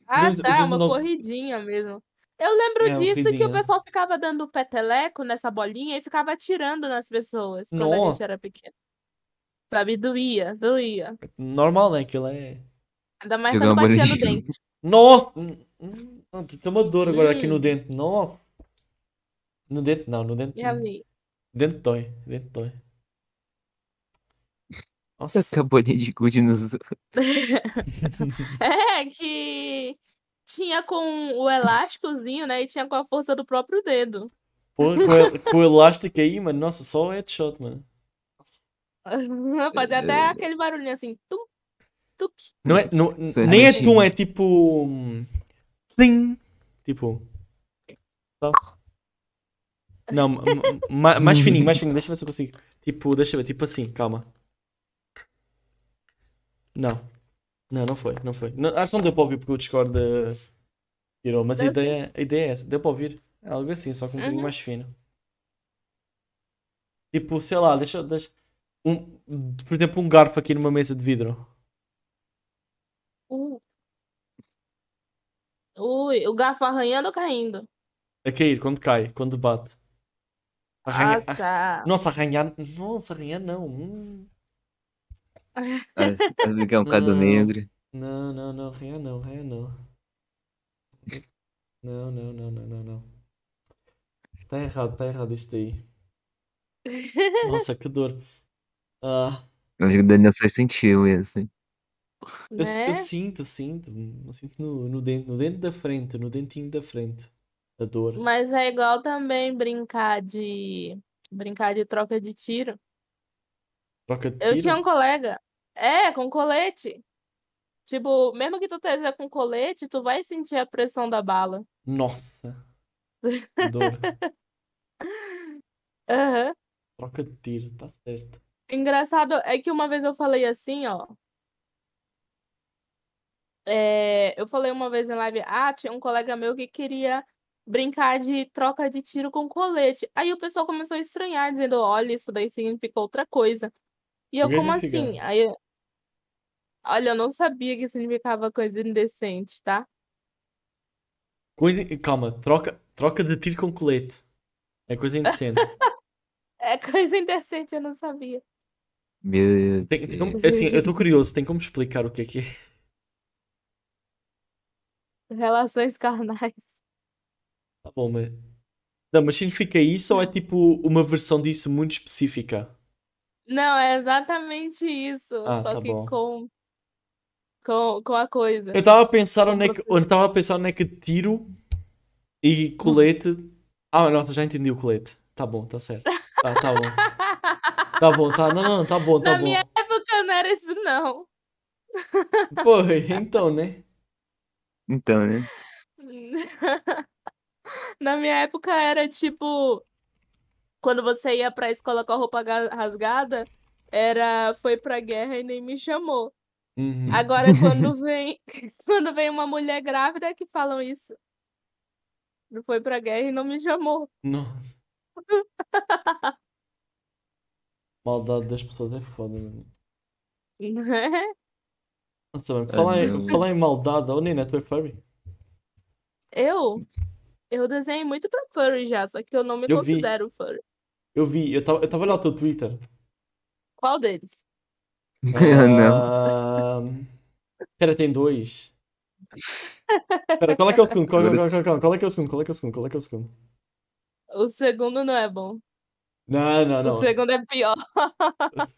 Ah,
Desde-
tá,
desde
uma
no-
corridinha mesmo. Eu lembro
É, uma
disso que
corridinha.
o pessoal ficava dando peteleco nessa bolinha e ficava atirando nas pessoas quando a gente
Nossa.
era pequeno. Sabe, doía, doía.
Normal, né? Aquilo é.
Ainda mais
Jogar
quando
uma
batia no
bolinha.
dente.
Nossa! Hum, hum, hum, Tem uma dor agora aqui no
Hum.
dente. Nossa! No dente não, no dente
E
não.
ali.
Dentro dói, dentro dói. Nossa,
Taca a bolinha de gude nos.
É que tinha com o elásticozinho, né? E tinha com a força do próprio dedo.
pô, com, el- com o elástico aí, mano, nossa, só headshot, mano.
Fazia
É.
até aquele barulhinho assim, tum, tuc.
Não é, não,
Isso é
nem é
ratinho.
tum, é tipo. hum, Tling. Tipo. tá? Não, ma- ma- mais fininho, mais fininho, deixa eu ver se eu consigo. Tipo, deixa eu ver, tipo assim, calma. Não. Não, não foi, não foi. Não, acho que não deu para ouvir porque o Discord eh, tirou, mas a
Deu sim.
ideia, a ideia é essa, deu para ouvir. É algo assim, só com um pouquinho
Uhum.
mais fino. Tipo, sei lá, deixa, deixa. Um, por exemplo, um garfo aqui numa mesa de vidro.
Uh. Ui, o garfo arranhando ou caindo?
A cair, quando cai, quando bate.
Ah,
Arranha... ar-
tá.
Nossa, arranhar. Nossa, arranhar não. Hum.
Ah, Miguel é um bocado
Não.
negro.
Não, não, não, arranhar não, arranhar não. Não, não, não, não, não, não. Tá errado, tá errado isso daí. Nossa, que dor. Ah,
Acho que o Daniel só sentiu esse.
eu, s- eu
Né?
sinto, sinto. Eu sinto no, no, dente, no dente da frente, no dentinho da frente. A dor.
Mas é igual também brincar de. Brincar de troca de tiro.
Troca de
Eu
tiro?
tinha um colega. É, com colete. Tipo, mesmo que tu esteja com colete, tu vai sentir a pressão da bala.
Nossa. Que Dor.
Aham.
Troca de tiro, tá certo.
Engraçado é que uma vez eu falei assim, ó. É, eu falei uma vez em live, ah, tinha um colega meu que queria brincar de troca de tiro com colete. Aí o pessoal começou a estranhar, dizendo, olha, isso daí significa outra coisa. E eu,
Ninguém
como
significa.
assim? Aí, eu- olha, eu não sabia que significava coisa indecente, tá?
Coisa... Calma, troca, troca de tiro com colete. É coisa indecente.
É coisa indecente, eu não sabia.
Meu
Tem- tem como-
Deus.
Assim, eu estou curioso, tem como explicar o que é que é?
Relações carnais.
Tá bom, mas. Não, mas significa isso ou é tipo uma versão disso muito específica?
Não, é exatamente isso.
Ah,
só
tá
que
bom.
com, com, com a coisa.
Eu estava a pensar onde é que. Eu estava a pensar onde é que tiro e colete. Ah, nossa, já entendi o colete. Tá bom, tá certo. Tá, tá bom. Tá bom, tá. Não, não, tá bom, tá
Na
bom.
minha época não era isso, não.
Pô, então, né?
Então, né?
Na minha época era tipo. Quando você ia pra escola com a roupa ga- rasgada, era foi pra guerra e nem me chamou.
Uhum.
Agora, quando vem, quando vem uma mulher grávida é que falam isso. Não foi pra guerra e não me chamou.
Nossa. Maldade das pessoas é foda, mano.
Né?
Nossa, mano, é,
Ah,
falar em,
não.
falar em maldade, ô Nina, tu é furry?
Eu. Eu desenhei muito pra furry já, só que eu não me
Eu vi.
considero furry.
Eu vi, eu tava, eu tava lá no teu Twitter.
Qual deles?
Não.
Ahm, Pera, tem dois. Pera, qual é que é o segundo? Qual, qual, qual, qual, qual, qual é que é o segundo? Qual é que é o segundo? Qual é que é o segundo?
O segundo não é bom.
Não, não, Ah, não.
O segundo é pior.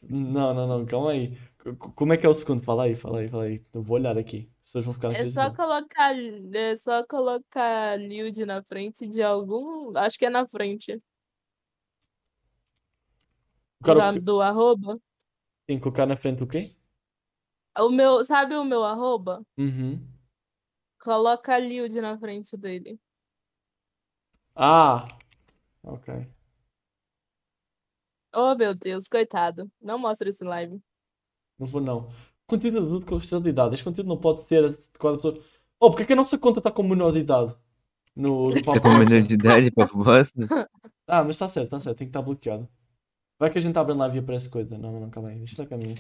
Não, não, não, calma aí. C- c- Como é que é o segundo? Fala aí, fala aí, fala aí. Eu vou olhar aqui. As pessoas vão ficar
É
ansiosas.
só colocar, é só colocar nude na frente de algum, acho que é na frente
O cara
da- do arroba.
tem que colocar na frente o quê?
O meu, sabe o meu arroba?
Uhum.
Coloca nude na frente dele.
Ah! Ok.
Oh, meu Deus, coitado. Não mostra esse live.
Não vou, não. Conteúdo adulto com restrição de idade. Este conteúdo não pode ser adequado a pessoas. Oh, porque é que a nossa conta está com menor de idade? No, no
Tá
Papo
com menor
Bosta?
de idade, papo bosta?
Ah, mas está certo, está certo. Tem que estar bloqueado. Vai que a gente abre live e aparece coisa. Não, não, não, calma aí. Deixa lá com a minha.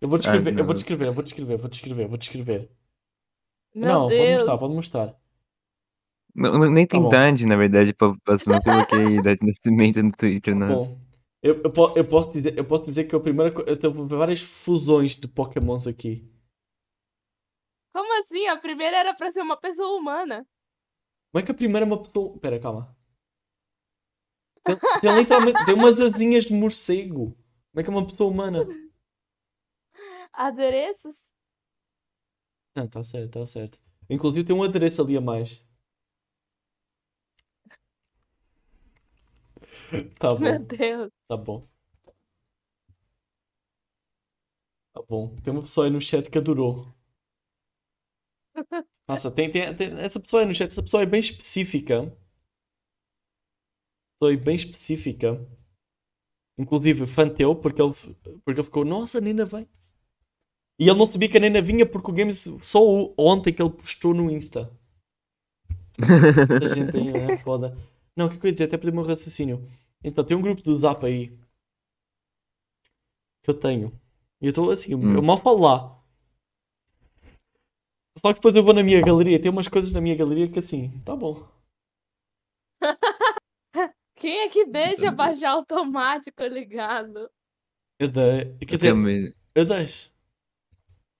Eu vou descrever, eu
Ah, não.
vou descrever, eu vou descrever, vou descrever, vou descrever.
Meu
não, pode
Deus.
mostrar, pode mostrar.
Não, não- nem tem
Tá bom.
idade, na verdade, papo bosta. Não coloquei idade de nascimento no Twitter, nossa.
Tá Bom, eu, eu, po- eu posso dizer, eu posso dizer que eu primeiro eu tenho várias fusões de Pokémons aqui.
Como assim? A primeira era pra ser uma pessoa humana.
Como é que a primeira é uma pessoa. Pera, calma. Tem, tem literalmente. Tem umas asinhas de morcego. Como é que é uma pessoa humana?
Adereços?
Não, tá certo, tá certo. Inclusive tem um adereço ali a mais. Tá
Meu
bom,
Deus.
tá bom. Tá bom. Tem uma pessoa aí no chat que adorou. Nossa, tem, tem, tem- essa pessoa aí no chat, essa pessoa é bem específica. Pessoa aí bem específica. Inclusive, fã teu, porque ele, porque ele ficou, nossa, a Nina vem. E ele não sabia que a Nena vinha porque o Games só o- ontem que ele postou no Insta. Essa gente aí é foda. Não, o que é que eu ia dizer? Até perdi o meu raciocínio. Então, tem um grupo do Zap aí que eu tenho. E eu estou assim,
Hum.
eu mal falo lá. Só que depois eu vou na minha galeria, tem umas coisas na minha galeria que assim, tá bom.
Quem é que deixa baixar automático ligado?
Eu dei. Quer dizer,
Também-
eu deixo.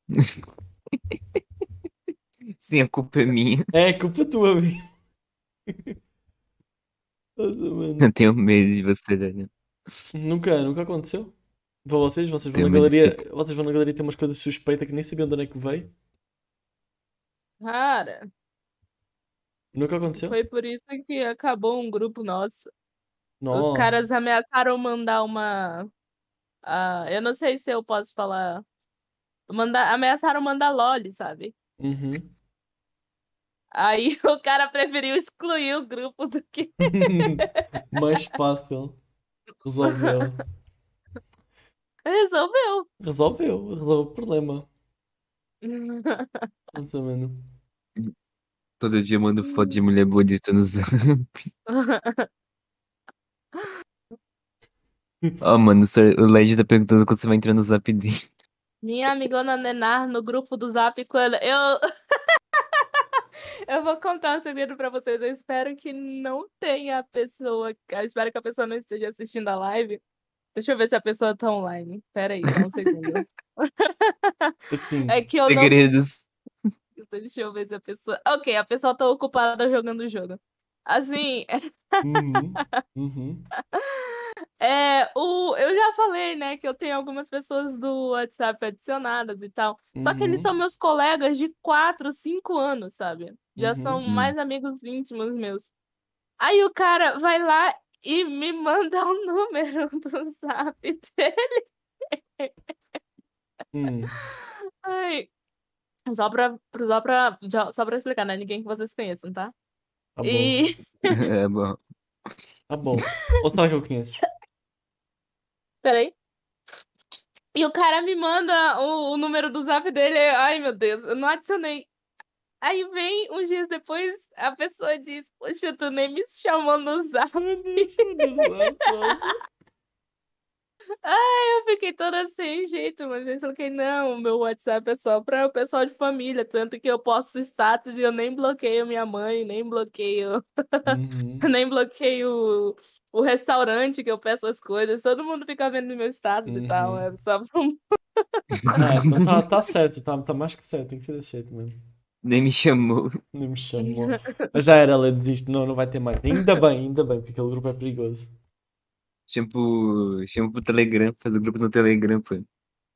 Sim, a culpa é minha.
É culpa tua, amigo. Nossa, mano.
Eu tenho medo de você, Daniel.
Nunca, nunca aconteceu. Para vocês, vocês vão
Tem
na
muito
galeria, vocês vão na galeria ter umas coisas suspeitas que nem sabiam de onde é que veio.
Cara,
Nunca aconteceu?
foi por isso que acabou um grupo nosso. Os
Não.
caras ameaçaram mandar uma. ah, eu não sei se eu posso falar. Mandar, ameaçaram mandar loli, sabe?
Uhum.
Aí o cara preferiu excluir o grupo do que.
Uhum. Mais fácil. Resolveu.
Resolveu.
Resolveu, resolveu o problema. Nossa, mano.
Todo dia eu mando foto de mulher bonita no zap. Ó, mano, o Sr. o LED tá perguntando quando você vai entrar no zap dele.
Minha amigona Nenar no grupo do Zap quando eu Eu vou contar um segredo pra vocês. Eu espero que não tenha a pessoa, eu espero que a pessoa não esteja assistindo a live. Deixa eu ver se a pessoa tá online. Pera aí, só um segundo.
Assim,
É que eu não
Segredos.
Deixa eu ver se a pessoa. OK, a pessoa tá ocupada jogando o jogo. Assim,
uhum, uhum.
É, o, eu já falei, né, que eu tenho algumas pessoas do WhatsApp adicionadas e tal. Só que eles
Uhum.
são meus colegas de 4, 5 anos, sabe? Já
Uhum.
são
Uhum.
mais amigos íntimos meus. Aí o cara vai lá e me manda o número do zap dele.
Hum.
Ai, Só pra, só pra, já- só pra explicar, né? Ninguém que vocês conheçam, tá?
Tá bom,
E
É bom.
tá bom. Ou será que eu conheço?
Peraí. E o cara me manda o, o número do zap dele. aí eu, Ai, meu Deus, eu não adicionei. Aí vem uns dias depois, a pessoa diz: Poxa, tu nem me chamou no zap.
Meu Deus, meu Deus, meu Deus.
Eu fiquei toda sem jeito, mas eu falei: Não, meu WhatsApp é só pra o pessoal de família. Tanto que eu posto status e eu nem bloqueio minha mãe, nem bloqueio,
Uhum.
nem bloqueio o, o restaurante que eu peço as coisas. Todo mundo fica vendo meu status e tal.
Uhum.
É só pra um
Ah, então tá, tá certo, tá, tá mais que certo, tem que ser desse jeito mesmo.
Nem me chamou.
Nem me chamou. Já era, ela diz, não, não vai ter mais. Ainda bem, ainda bem, porque aquele grupo é perigoso.
Chama pro, chama pro Telegram, faz o grupo no Telegram, pô.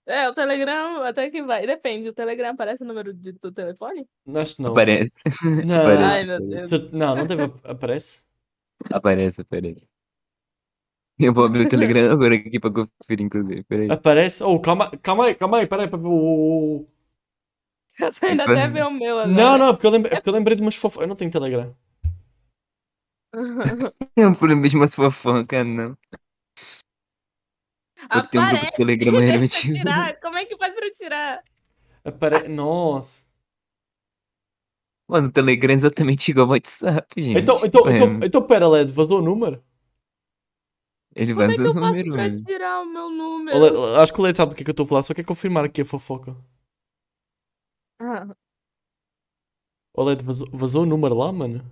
É, o Telegram até que vai. Depende, o Telegram aparece o número de- do telefone?
Acho que não.
Aparece,
Não,
Aparece.
Ai, meu Deus.
se- não, não teve. Aparece?
aparece, aparece. Eu vou abrir o Telegram agora aqui pra conferir, inclusive. Peraí.
Aparece? Oh, calma, calma aí, calma aí, peraí. peraí, oh, oh,
Eu tô indo até ver o meu
oh.
agora.
Não, não, é porque eu lembrei, é porque eu lembrei de umas fofo. Eu não tenho Telegram.
Eu não falei mesmo um umas fofocas, não. Eu tenho um grupo
Aparece,
do Telegram
deixa eu
realmente.
tirar. Como é que faz pra eu tirar? Ah.
Apare... Nossa.
Mano, o Telegram é exatamente igual ao WhatsApp, gente.
Então, então,
É,
então, então pera, Led, vazou o número?
ele
Como é
vaza
que eu
o
faço
número,
pra
mano.
tirar o meu número?
Oh, Led, acho que o Led sabe do que, é que eu estou a falar, só quer confirmar aqui a fofoca.
Ah,
Oh, Led, vazou, vazou o número lá, mano?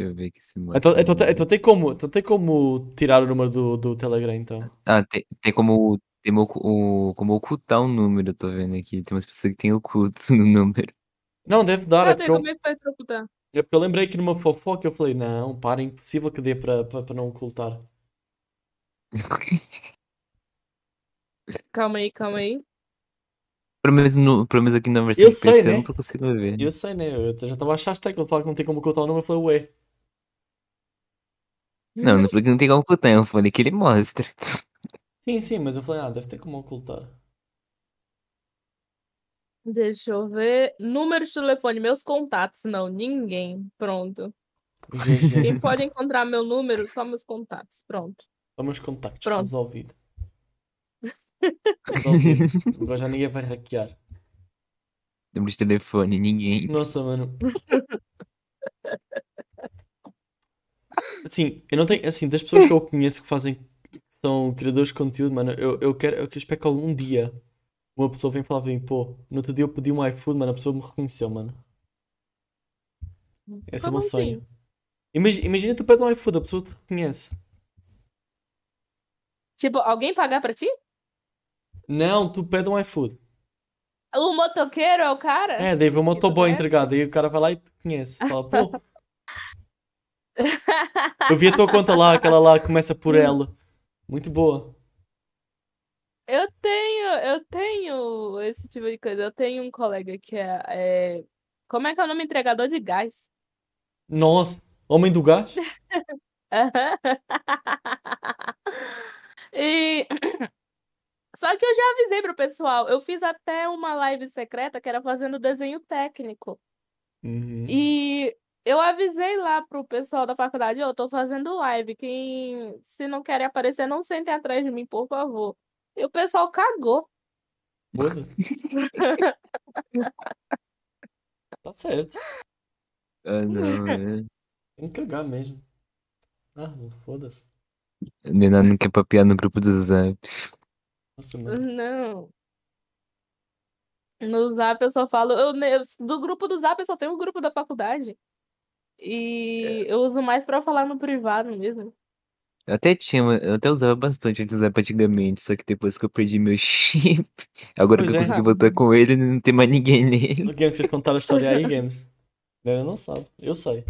Deixa eu ver aqui se mostra.
Então, então,
o
tem-
número.
então tem como, então tem como tirar o número do, do Telegram, então.
Ah, tem, tem como, tem mo- o, como ocultar o número, eu tô vendo aqui. Tem umas pessoas que tem oculto no número.
Não, deve dar, é
cadê?
porque, eu,
Como é que faz pra ocultar?
é porque eu lembrei aqui numa fofoca eu falei, não, para, é impossível que dê para para- para não ocultar.
Calma aí, calma aí.
Pelo menos, no, pelo menos aqui na versão
Eu
do
sei,
PC eu
né?
não tô conseguindo ver.
Eu sei, né? Eu já estava a achar que eu falar que não tem como ocultar o número, eu falei, ué. né?
Não, eu não falei que não tem como ocultar, eu falei que ele mostra.
Sim, sim, mas eu falei, ah, deve ter como ocultar.
Deixa eu ver. Número de telefone, meus contatos. Não, ninguém. Pronto.
GG.
Quem pode encontrar meu número? Só meus contatos. Pronto.
Os meus contactos,
Pronto.
resolvido. Resolvido. Agora já ninguém vai hackear.
Número de telefone, ninguém.
Nossa, mano. Assim, eu não tenho. Assim, das pessoas que eu conheço que fazem. que são criadores de conteúdo, mano, eu, eu quero. Eu espero que algum dia uma pessoa venha falar pra mim, pô, no outro dia eu pedi um iFood, mano, a pessoa me reconheceu, mano. Esse é o
Como
meu sonho.
assim?
Imagina, imagina tu pede um iFood, a pessoa te reconhece.
Tipo, alguém pagar pra ti?
Não, tu pede um iFood.
O motoqueiro é o cara?
É, daí vem um motoboy
é?
entregado, aí o cara vai lá e te conhece. Fala, pô. Eu vi a tua conta lá, aquela lá que começa por L. Muito boa.
Eu tenho, eu tenho esse tipo de coisa. Eu tenho um colega que é, é- Como é que é o nome? Entregador de gás.
Nossa, homem do gás?
E. Só que eu já avisei pro pessoal. Eu fiz até uma live secreta que era fazendo desenho técnico.
Uhum.
E eu avisei lá pro pessoal da faculdade, eu tô fazendo live, quem se não querem aparecer, não sentem atrás de mim, por favor. E o pessoal cagou.
Boa. Tá certo.
Ah, não, é.
Tem que cagar mesmo. Ah, não, foda-se.
A Nena não quer papiar no grupo dos zaps.
Nossa, mano.
Não. No Zap eu só falo, eu, ne- eu- do grupo do Zap eu só tenho o grupo da faculdade. E
É.
eu uso mais pra falar no privado mesmo.
Eu até tinha, eu até usava bastante antes do Zap antigamente, só que depois que eu perdi meu chip, agora que eu
Pois é.
consegui voltar com ele, não tem mais ninguém
Uhum.
nele.
Games, vocês contaram a história aí, Games? Galera não sabe. Eu sei.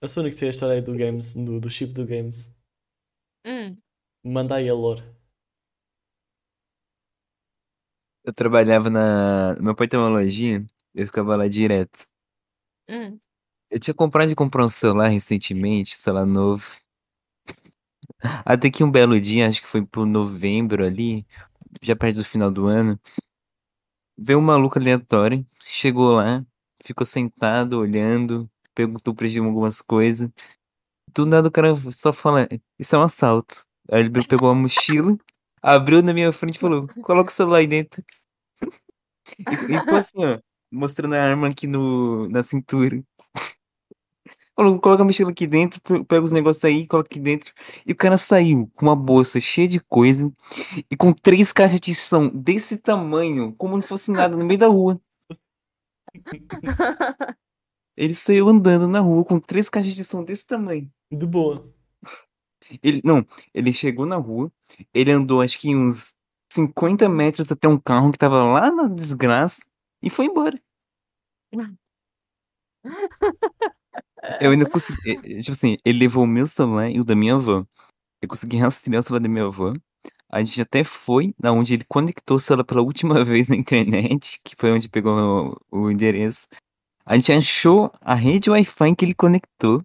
Eu sou o único que sei a história aí do Games, do, do chip do Games.
Hum.
Manda aí a lore.
Eu trabalhava na. Meu pai tem uma lojinha, eu ficava lá direto.
Hum.
Eu tinha comprado de comprar um celular recentemente, celular novo. Até que um belo dia, acho que foi por novembro ali, já perto do final do ano, veio um maluco aleatório, chegou lá, ficou sentado, olhando, perguntou pra gente algumas coisas. Do nada o cara só fala, isso é um assalto. Aí ele pegou uma mochila, abriu na minha frente e falou, coloca o celular aí dentro. E, e ficou assim, ó, mostrando a arma aqui no, na cintura. Falou, coloca a mochila aqui dentro, pe- pega os negócios aí, coloca aqui dentro. E o cara saiu com uma bolsa cheia de coisa e com três caixas de som desse tamanho, como não fosse nada, no meio da rua. Ele saiu andando na rua com três caixas de som desse tamanho.
De boa.
Ele, não, ele chegou na rua, ele andou acho que uns 50 metros até um carro que tava lá na desgraça e foi embora. Eu ainda consegui. eh, eh, Tipo assim, ele levou o meu celular e o da minha avó. Eu consegui rastrear o celular da minha avó. A gente até foi na onde ele conectou o celular pela última vez na internet, que foi onde pegou o, o endereço. A gente achou a rede Wi-Fi que ele conectou,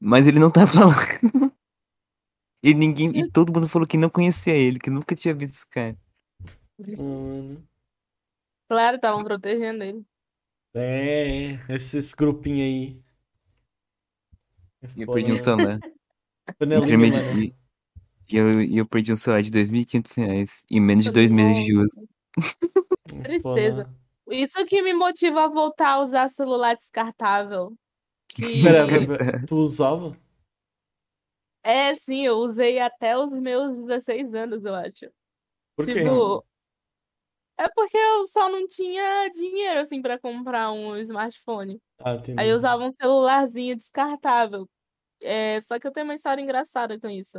mas ele não tava lá. E ninguém,
Hum.
e todo mundo falou que não conhecia ele, que nunca tinha visto esse cara.
Hum. Mano.
Claro, estavam protegendo ele.
É, é, esse, esse grupinho aí. É
E eu
foda,
perdi um
né?
mano.
celular.
Panelinha,
Entre medi-
mano.
e, e eu, e eu perdi um celular de 2.500 reais em menos de dois meses de uso.
É
Tristeza.
foda.
Isso que me motiva a voltar a usar celular descartável. Que
Pera, pera, pera, tu usava?
é sim, eu usei até os meus 16 anos, eu acho.
Por quê?
Tipo, é porque eu só não tinha dinheiro assim pra comprar um smartphone.
Ah, entendi.
Aí eu usava um celularzinho descartável. É, só que eu tenho uma história engraçada com isso.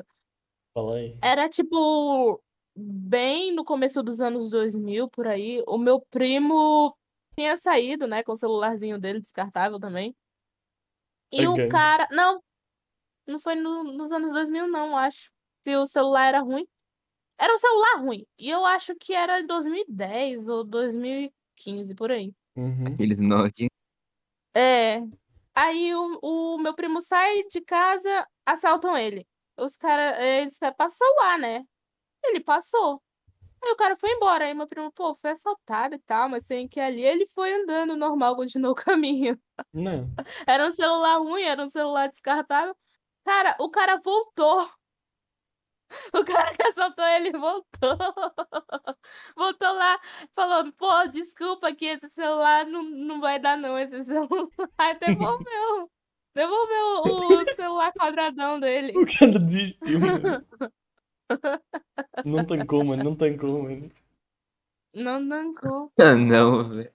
Fala aí.
Era tipo bem no começo dos anos 2000 por aí, o meu primo tinha saído, né, com o celularzinho dele descartável também. E
Ok.
o cara, não, não foi no- nos anos 2000 não, acho. Se o celular era ruim, era um celular ruim. E eu acho que era em 2010 ou 2015 por aí.
Uhum.
Eles não aqui.
É. Aí o, o meu primo sai de casa, assaltam ele. Os caras, eles cara passou lá, né? Ele passou. Aí o cara foi embora. Aí meu primo, pô, foi assaltado e tal, mas tem que ir ali. Ele foi andando normal, continuou o caminho.
Não.
Era um celular ruim, era um celular descartável. Cara, o cara voltou. O cara que assaltou ele voltou. Voltou lá, falou: pô, desculpa que esse celular não, não vai dar, não. Esse celular devolveu. Devolveu o o celular quadradão dele.
O cara desistiu, mano. Não tancou, mano. Não tancou, mano.
Não dancou.
Ah, não, velho.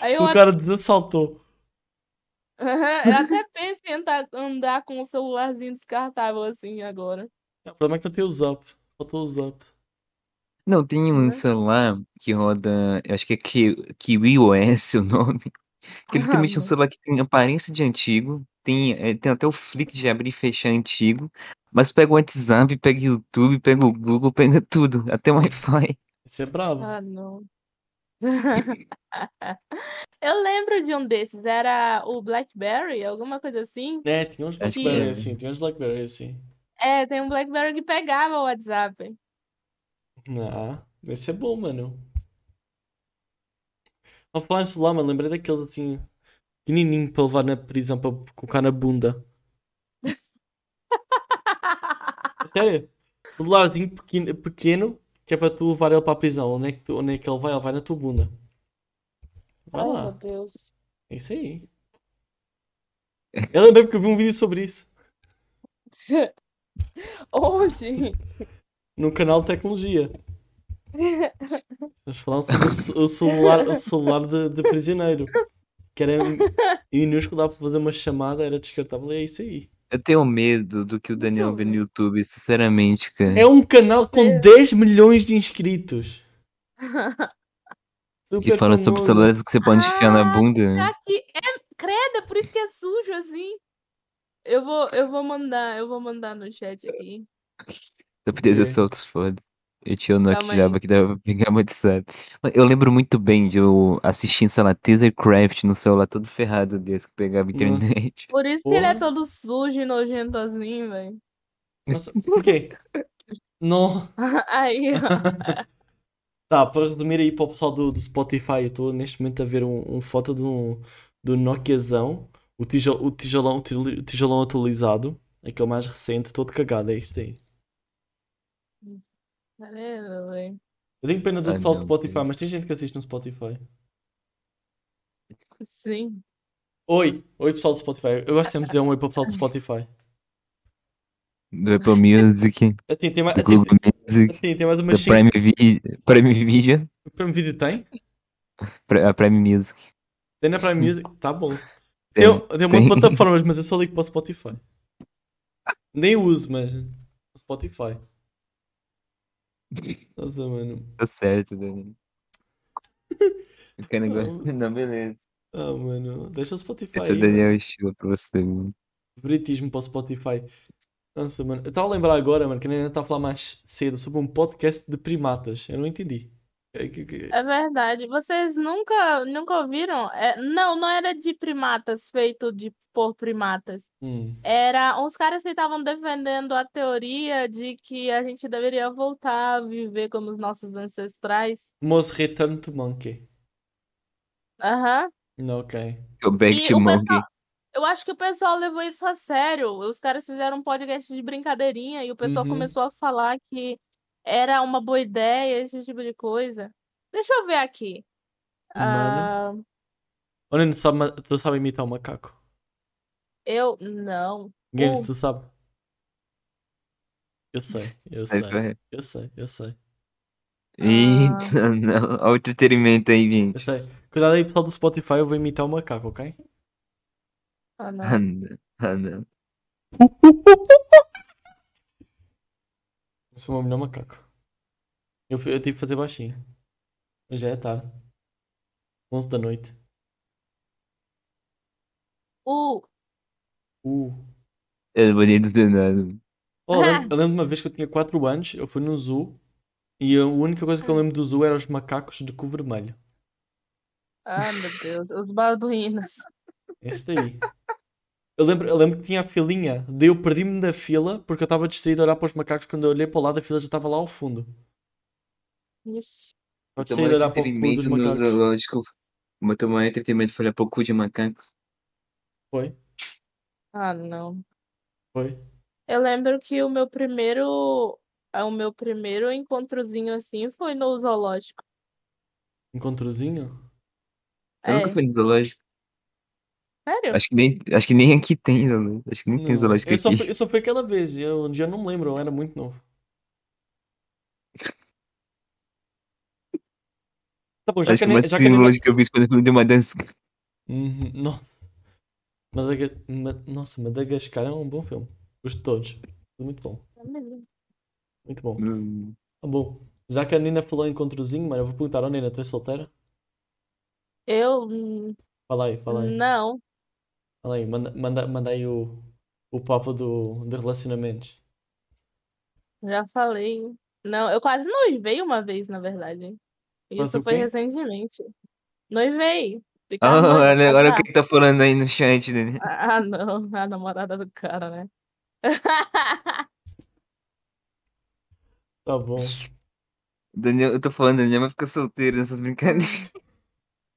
Aí eu
O cara desassaltou.
Aham, Eu até penso em andar, andar com o celularzinho descartável assim agora.
O problema é que não tem o zap. Faltou o zap.
Não, tem um
Né?
celular que roda, eu acho que é Ki- KiwiOS o nome, que
Ah,
literalmente é um
não.
celular que tem aparência de antigo, tem, é, tem até o flick de abrir e fechar antigo, mas pega o WhatsApp, pega o YouTube, pega o Google, pega tudo, até o Wi-Fi.
Isso é bravo.
Ah, não. Eu lembro de um desses, era o BlackBerry, alguma coisa assim.
É, tinha uns
Acho
que
Blackberry
é.
assim, tinha uns Blackberry assim.
É, tem um BlackBerry que pegava o WhatsApp.
Ah, esse é bom, mano. Ao falar em celular, mano, lembrei daqueles assim, pequenininho para levar na prisão, para colocar na bunda. Sério? Celularzinho pequeno, pequeno, que é para tu levar ele para a prisão. Onde é que, tu- onde é que ele vai? Ele vai na tua bunda. Vai
Ai,
lá.
meu Deus.
É isso aí. Eu lembrei porque eu vi um vídeo sobre isso.
Onde?
No canal de tecnologia. Eles falaram sobre o ce- o celular, o celular de, de prisioneiro. Que era mi- minúsculo, dava para fazer uma chamada, era descartável, e é isso aí.
Eu tenho medo do que o
Deixa
Daniel
eu
vê
ver.
no YouTube, sinceramente, cara.
É um canal com 10 milhões de inscritos.
Que
Super
fala sobre
famoso.
celulares que você pode enfiar na
Ah,
bunda.
Aqui é creda, por isso que é sujo assim. Eu vou, eu vou mandar, eu vou mandar no chat aqui.
Eu podia ter
É.
soltos foda. Eu tinha
Tá
o Nokia
Calma
Java
aí.
que dava pra pegar muito sabe. Mas Eu lembro muito bem de eu assistindo, sei lá, Tasercraft no celular todo ferrado desse que pegava internet.
Por isso que ele é
Porra.
todo sujo e nojento assim, velho.
Nossa, por quê? Não.
Aí, ó.
Tá, para resumir aí para o pessoal do, do Spotify, eu estou neste momento a ver um, um foto de um, do Nokiazão, o, tijol, o, tijolão, o tijol- o tijolão atualizado, aquele mais recente, todo cagado, é isso aí.
Tá vendo, velho?
Eu tenho pena do
Ai,
pessoal do
meu
Spotify,
Deus.
mas tem gente que assiste no Spotify.
Sim.
Oi, oi pessoal do Spotify. Eu gosto sempre de dizer um oi para o pessoal do Spotify.
Do Apple Music,
Assim, tem mais,
do
assim,
Google Music,
assim, tem mais
do
umas 5.
Prime Video. Prime Video?
O Prime Video tem?
Pri- A Prime Music. É,
Tem na Prime Music? Tá bom. Tem,
Tem.
tem um monte de
tem.
plataformas, mas eu só ligo para o Spotify. Nem uso, mas. o Spotify. Nossa, mano.
Tá certo, Daniel. O cara gosta. Não, beleza.
Ah, mano. Deixa o Spotify.
Esse é o
aí,
Daniel Estilo pra você, mano.
favoritismo para o Spotify. Nossa, mano. Eu estava a lembrar agora, mano, que a Nena está a falar mais cedo sobre um podcast de primatas. Eu não entendi. É que- que-
É verdade. Vocês nunca, nunca ouviram? É, não, não era de primatas, feito de por primatas.
Hum.
Era uns caras que estavam defendendo a teoria de que a gente deveria voltar a viver como os nossos ancestrais.
Must return to monkey.
Aham.
Não, ok.
O Back
E
to
o
Monkey.
pessoal- Eu acho que o pessoal levou isso a sério. Os caras fizeram um podcast de brincadeirinha e o pessoal
Uhum.
começou a falar que era uma boa ideia, esse tipo de coisa. Deixa eu ver aqui. Ah,
Mano. Ou nem sabe, ma- tu sabe imitar um macaco.
eu não.
Games,
Oh.
tu sabe? Eu sei, eu sei,
Sai pra-
eu sei, eu sei,
Ah.
Eita, não. Olha o entretenimento aí, gente.
eu sei. Cuidado aí, pessoal do Spotify, eu vou imitar um macaco, ok?
Ah, não.
Ah, não. Ah, não.
Eu sou o meu melhor macaco. Eu, fui- eu tive que fazer baixinho. Já é tarde. 11 da noite.
O-
Uh.
Eu não vou nem dizer nada.
Oh, eu, lembro, eu lembro de uma vez que eu tinha 4 anos, eu fui no zoo e a única coisa que eu lembro do zoo era os macacos de cu vermelho.
Ah, meu Deus. Os balduínos.
Esse daí. Eu lembro, eu lembro que tinha a filinha, daí eu perdi-me da fila porque eu estava distraído a olhar para os macacos. Quando eu olhei para o lado, a fila já estava lá ao fundo.
Ixi.
Estava
Tomar
distraído a olhar para o cu dos
entretenimento no
macacos.
zoológico. Mas tomar entretenimento foi olhar pro cu de macaco.
Foi,
Ah, não.
foi.
Eu lembro que o meu primeiro, ah, o meu primeiro encontrozinho assim foi no zoológico.
Um Encontrozinho?
Eu nunca
É,
fui no zoológico.
sério?
Acho que nem, acho que nem aqui tem zoológico. Acho que nem tem
Não.
zoológico
Eu só,
aqui.
fui, eu só fui aquela vez, e eu, um dia não me lembro, eu era muito novo. Tá bom, já
Acho
que a
que o
Nena-
mais
Tá já que a Nena-
É
zoológico que eu vi foi quando eu fui de uma dança.
Uhum, Nossa. Madaga... Ma- Nossa, Madagascar é um bom filme. Gosto de todos. Muito bom. Muito bom.
Hum,
Ah, bom, já que a Nina falou em encontrozinho, mano, eu vou perguntar, oh Nina, tu és solteira?
Eu. hum,
Fala aí, fala aí.
Não.
Fala aí, manda, manda, manda aí o, o papo do, de relacionamentos.
Já falei. Não, eu quase noivei uma vez, na verdade.
Mas
Isso
o
foi
quê?
recentemente. Noivei. Ficar
Ah,
noiva,
né,
olha, olha
casar.
quem tá falando aí no chat, né?
Ah, não. A namorada do cara, né?
Tá bom.
Daniel, eu tô falando, Daniel vai ficar solteiro nessas brincadeiras.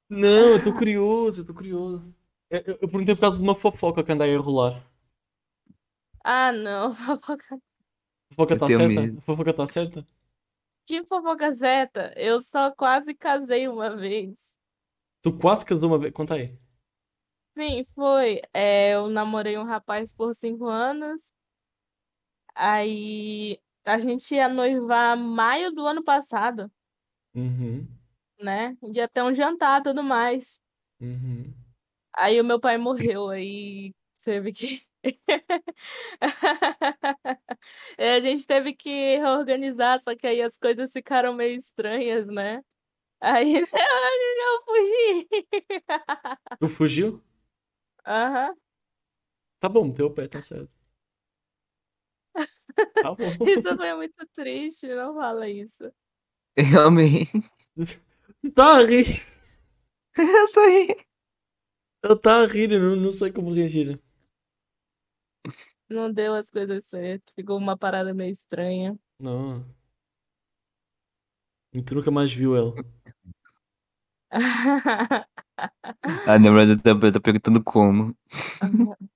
Não, eu tô curioso, eu tô curioso. Eu, eu- eu perguntei por causa de uma fofoca que andei a rolar.
Ah, não.
A fofoca
Eu
tá
tenho
certa?
medo.
A fofoca tá certa?
Que fofoca zeta. Eu só quase casei uma vez.
Tu quase casou uma vez. Conta aí.
Sim, foi. É, eu namorei um rapaz por cinco anos. Aí a gente ia noivar maio do ano passado,
Uhum,
né? Ia ter um jantar e tudo mais.
uhum.
Aí o meu pai morreu, aí teve que. É, A gente teve que reorganizar, só que aí as coisas ficaram meio estranhas, né? Aí eu fugi.
Tu fugiu?
Aham.
Tá bom, teu pé tá certo. Tá bom.
Isso foi muito triste, não fala isso.
Realmente,
Tá a rir.
eu tô aí.
Ela tá a rir, eu não, não sei como reagir.
Não deu as coisas certas, ficou uma parada meio estranha.
Não. E tu nunca mais viu ela.
A namorada tá, tá perguntando como.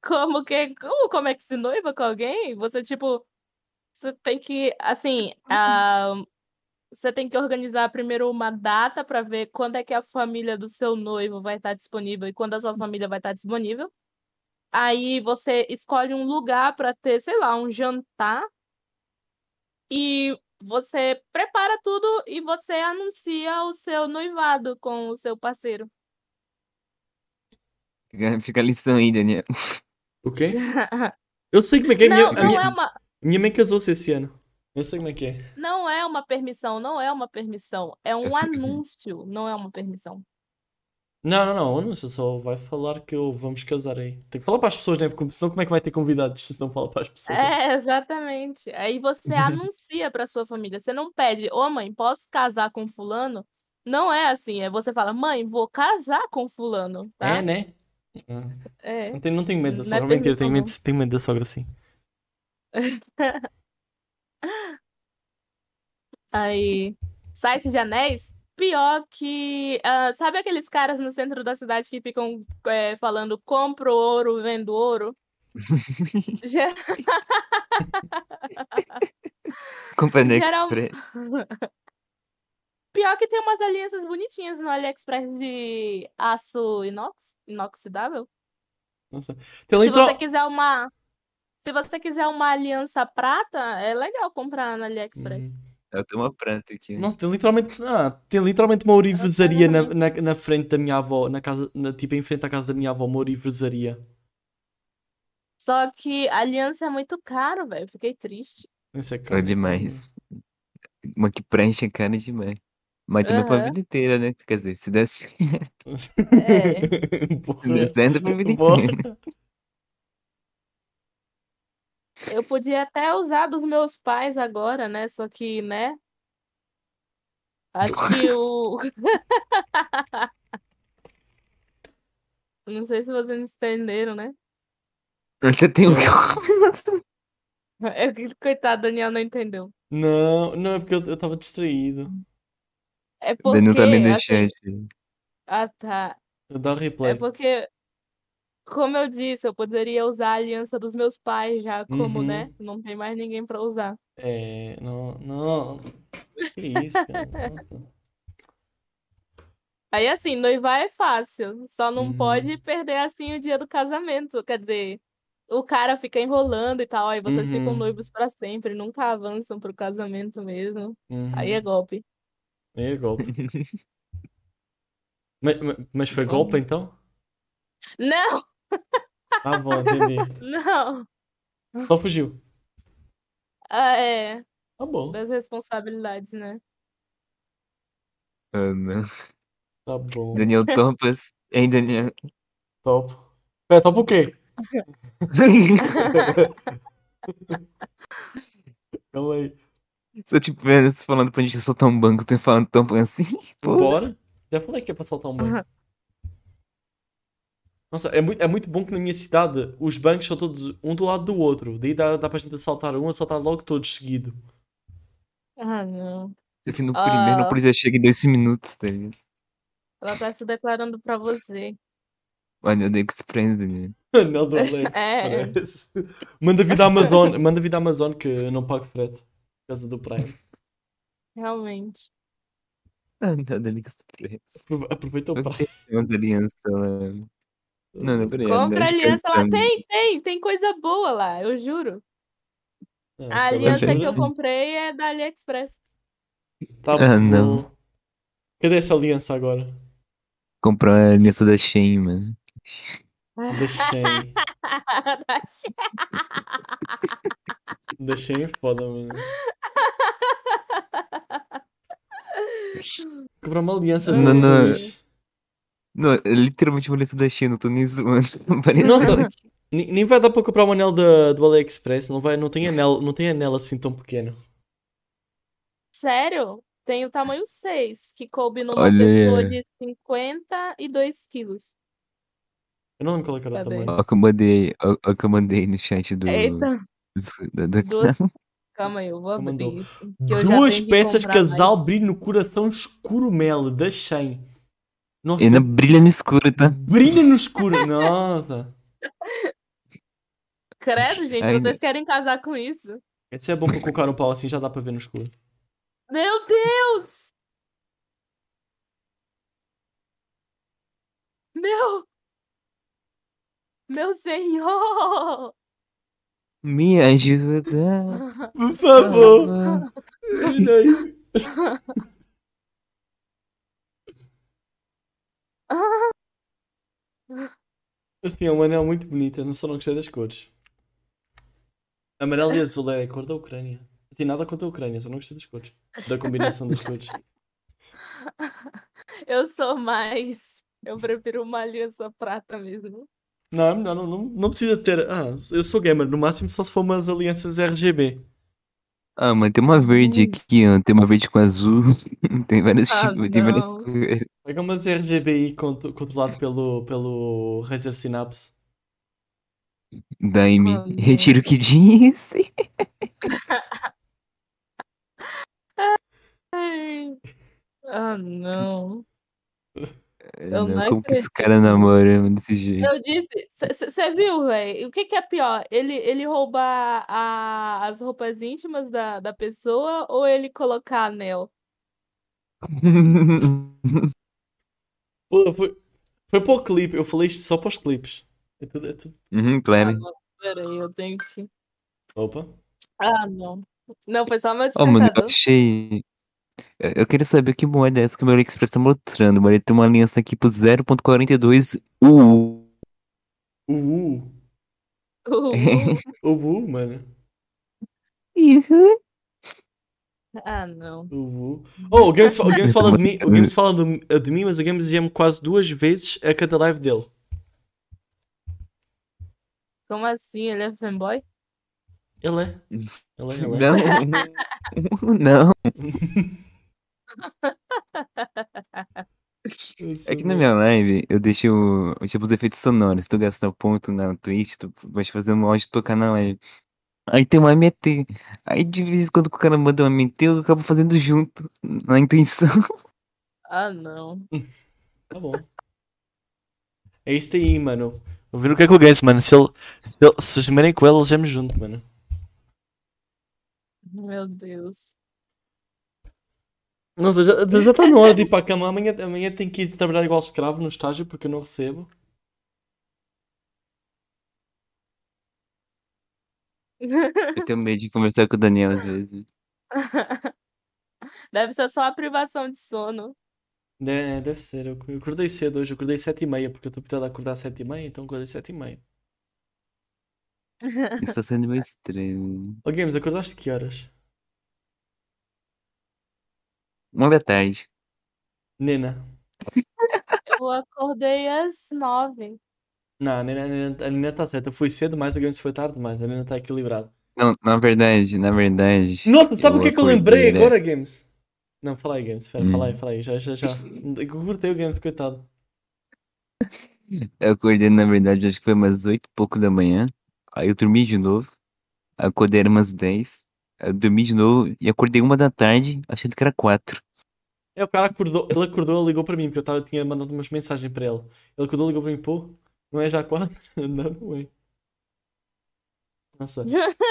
Como que, como, como é que se noiva com alguém? Você, tipo, você tem que, assim, ah, você tem que organizar primeiro uma data pra ver quando é que a família do seu noivo vai estar disponível e quando a sua família vai estar disponível. Aí você escolhe um lugar pra ter, sei lá, um jantar e você prepara tudo e você anuncia o seu noivado com o seu parceiro.
Fica, fica né? a lição aí, Daniel.
O quê? Eu sei como é que é.
Não,
minha, a
não
minha,
é uma,
minha mãe casou-se esse ano. Eu sei como é que é.
não é uma permissão, não é uma permissão, é um anúncio, não é uma permissão.
Não, não, não. O anúncio só vai falar que eu vamos casar aí. Tem que falar para as pessoas, né? Porque senão como é que vai ter convidados se não fala para as pessoas?
É, exatamente. Aí você anuncia pra sua família, você não pede, ô mãe, posso casar com fulano? Não é assim, é você fala, mãe, vou casar com fulano,
É,
tá?
né? Ah,
É.
Não tenho, não tenho medo da
Não é
sogra. Mentira, tenho
permissão,
medo, tenho medo da sogra sim.
Aí, site de anéis, pior que. ah, sabe aqueles caras no centro da cidade que ficam eh, falando compro ouro, vendo ouro? Ge-
Compra no
Geral-
Express.
Pior que tem umas alianças bonitinhas no AliExpress de aço inox, inoxidável.
Nossa. Tem lá
Se
em Tro-
você quiser uma. Se você quiser uma aliança prata, é legal comprar no AliExpress.
Hum.
Eu tenho uma planta aqui.
Nossa, tem literalmente, ah, tem literalmente uma orivesaria na, na, na frente da minha avó, na casa, na- tipo em frente à casa da minha avó, uma orivesaria.
Só que aliança é muito caro, velho. Fiquei triste.
Isso é caro.
Olha demais. Uma que preenche a cara demais. Mas também pra
Aham.
vida inteira, né? Quer dizer, se der certo,
É.
se der
Porra.
certo é pra vida
Porra.
inteira.
Eu podia até usar dos meus pais agora, né? Só que, né? Acho que o. Não sei se vocês entenderam, né?
Eu já tenho
É que, Coitado, Daniel não entendeu.
Não, não, é porque eu estava distraído.
É
O
porque.
Daniel tá lendo o
assim-
chat.
Ah, tá.
Eu dá
É
replay.
porque, como eu disse, eu poderia usar a aliança dos meus pais já, como,
Uhum.
né? Não tem mais ninguém pra usar.
É, não, não. Que isso, cara? tá Nossa.
Aí, assim, noivar é fácil, só não
Uhum.
pode perder, assim, o dia do casamento. Quer dizer, o cara fica enrolando e tal, aí vocês ficam
Uhum.
noivos pra sempre, nunca avançam pro casamento mesmo.
Uhum.
Aí é golpe.
É golpe. Mas, mas- mas foi golpe então?
Não!
Ah, bom, entendi.
Não.
Só fugiu.
Ah, é.
Tá bom,
Das responsabilidades, né?
Ana.
tá bom.
Ah, Daniel Topas. Hein, Daniel?
Top. É, top o quê? Calma aí.
Se eu tiver tipo, é, falando pra gente soltar um banco, tem falando tão assim, pô.
Bora. Já falei que é pra saltar um banco. Nossa, é muito, é muito bom que na minha cidade os bancos são todos um do lado do outro. Daí dá, dá pra gente assaltar um, assaltar logo todos seguido.
Ah, não.
Só que no
Ah.
primeiro a polícia chega em dois minutos, tá ligado?
Ela tá se declarando pra você.
Mano, eu dei que se prende, Daniel.
Anel do Alex,
É.
parece. Manda vir da Amazon, manda vir da Amazon que eu não pago frete. Por causa do Prime.
Realmente.
Ah, não, Daniel que se prende.
Aprove- Aproveita o
Eu
Prime.
Tem umas alianças lá. Não, é não, peraí.
Compra
aliás,
aliança lá.
pensando.
Tem, tem, tem coisa boa lá, eu juro.
É,
Ah, tá
A
bem.
aliança que eu
Jura?
comprei é da AliExpress.
Tá
Ah,
bom.
não.
Cadê essa aliança agora?
Comprar a aliança da Shein, mano.
Deixei.
Da Shein.
Deixei em foda, mano. Comprar uma aliança
Ai,
de
Não, não.
dois.
Não, é literalmente uma aliança da Shein, não tô nem zoando. Parece
Nossa, nem nem vai dar para comprar um anel da, do AliExpress, não, vai, não, tem anel, não tem anel assim tão pequeno.
Sério? Tem o tamanho 6, que coube numa
Olha
pessoa
aí.
de 52 quilos.
Eu não lembro qual é que era o
Cadê?
tamanho.
Ó, que eu mandei, ó, ó que eu mandei no chat do.
Eita,
do- da- da-
duas. Calma aí, eu vou abrir
Mandou.
isso. que eu já
Duas
tenho que
peças
comprar mais.
casal brilho no coração escuro mel, da Shein. Nossa,
Ainda brilha no escuro, tá?
brilha no escuro. Nossa,
Credo, gente,
Ainda.
vocês querem casar com isso?
esse é bom para colocar um pau assim, já dá para ver no escuro.
Meu Deus! Meu! Meu senhor!
Me ajuda.
Por
Tá
favor.
Ah,
Assim, é um anel muito bonito, eu só não gostei das cores. Amarelo e azul é a cor da Ucrânia. Assim, nada contra a Ucrânia, só não gostei das cores. Da combinação das cores.
Eu sou mais. Eu prefiro uma aliança prata mesmo.
Não, não, não, não, não precisa ter. Ah, eu sou gamer, no máximo só se for umas alianças RGB.
Ah, mano, tem uma verde aqui, ó. Tem uma verde com azul. Tem vários
Ah,
tipos, tem várias
não.
cores.
Pega umas RGBI contro- controlado pelo, pelo Razer Synapse.
Daime,
Ah, não.
retiro o que disse.
Ai. Ah, não. Eu
não,
não
como que esse cara namora mano, desse jeito?
Eu disse, você viu, velho? O que, que é pior? Ele, ele roubar a- as roupas íntimas da, da pessoa ou ele colocar anel?
Pô, foi, foi para o clipe, eu falei isto só para os clipes. É tudo, é tudo.
uhum, claro.
Peraí, eu tenho que.
Opa.
Ah, não. Não, foi só meu
Ó, mano, eu
despertador.
achei. Eu eu queria saber que moeda é essa que o meu AliExpress tá mostrando, mano. Ele tem uma aliança aqui pro 0.42 UU.
Uhu.
Uhul.
Uhu, mano.
ah, não.
Uhu. Oh, o Games, fa- o Games fala, de mim, o Games fala eh, de, de mim, mas o Games ia-me quase duas vezes a cada live dele.
Como assim? Ele é fanboy?
Ele é. Ele é, ele é.
Não, não. É que na minha live eu deixo o- tipo, os efeitos sonoros. Se tu gastar ponto na Twitch, tu pode fazer um áudio tocar na live. Aí tem um uma MT. Aí de vez em quando o cara manda um uma MT, eu acabo fazendo junto, na intuição.
Ah, não.
Tá bom. É isso aí, mano. Vou ver o que é que eu ganho, mano. Se ele. Se, ele, se chamarem com ele, eles me junto, mano.
Meu Deus.
Nossa, já, já está na hora de ir para a cama. Amanhã, amanhã tenho que ir trabalhar igual escravo no estágio porque eu não recebo.
Eu tenho medo de conversar com o Daniel às vezes.
Deve ser só a privação de sono.
É, deve ser. Eu eu acordei cedo hoje. Eu acordei 7h30 porque eu estou habituado a acordar às 7h30, então acordei 7h30.
Isso tá sendo meio estranho.
Ô Oh, Games, acordaste que horas?
Uma da tarde.
Nena.
Eu acordei às nove.
Não, a Nena, a Nena, a Nena tá certa. Eu fui cedo demais, o Games foi tarde demais. A Nena está equilibrada.
Não, na verdade, na verdade.
Nossa, sabe o
Eu
que é que eu lembrei
acordei, né?
agora, Games? Não, fala aí, Games. Espera, fala aí,
Hum.
fala aí. Já, já, já. Eu cortei o Games, coitado.
Eu acordei, na verdade, acho que foi umas oito e pouco da manhã. Aí eu dormi de novo. Acordei era umas dez. Eu dormi de novo e acordei uma da tarde, achando que era quatro.
É, o cara acordou, ele acordou, ele ligou para mim, porque eu tava, tinha mandado umas mensagens para ele. Ele acordou, ligou para mim, pô, não é já quatro? Não, não é. Nossa.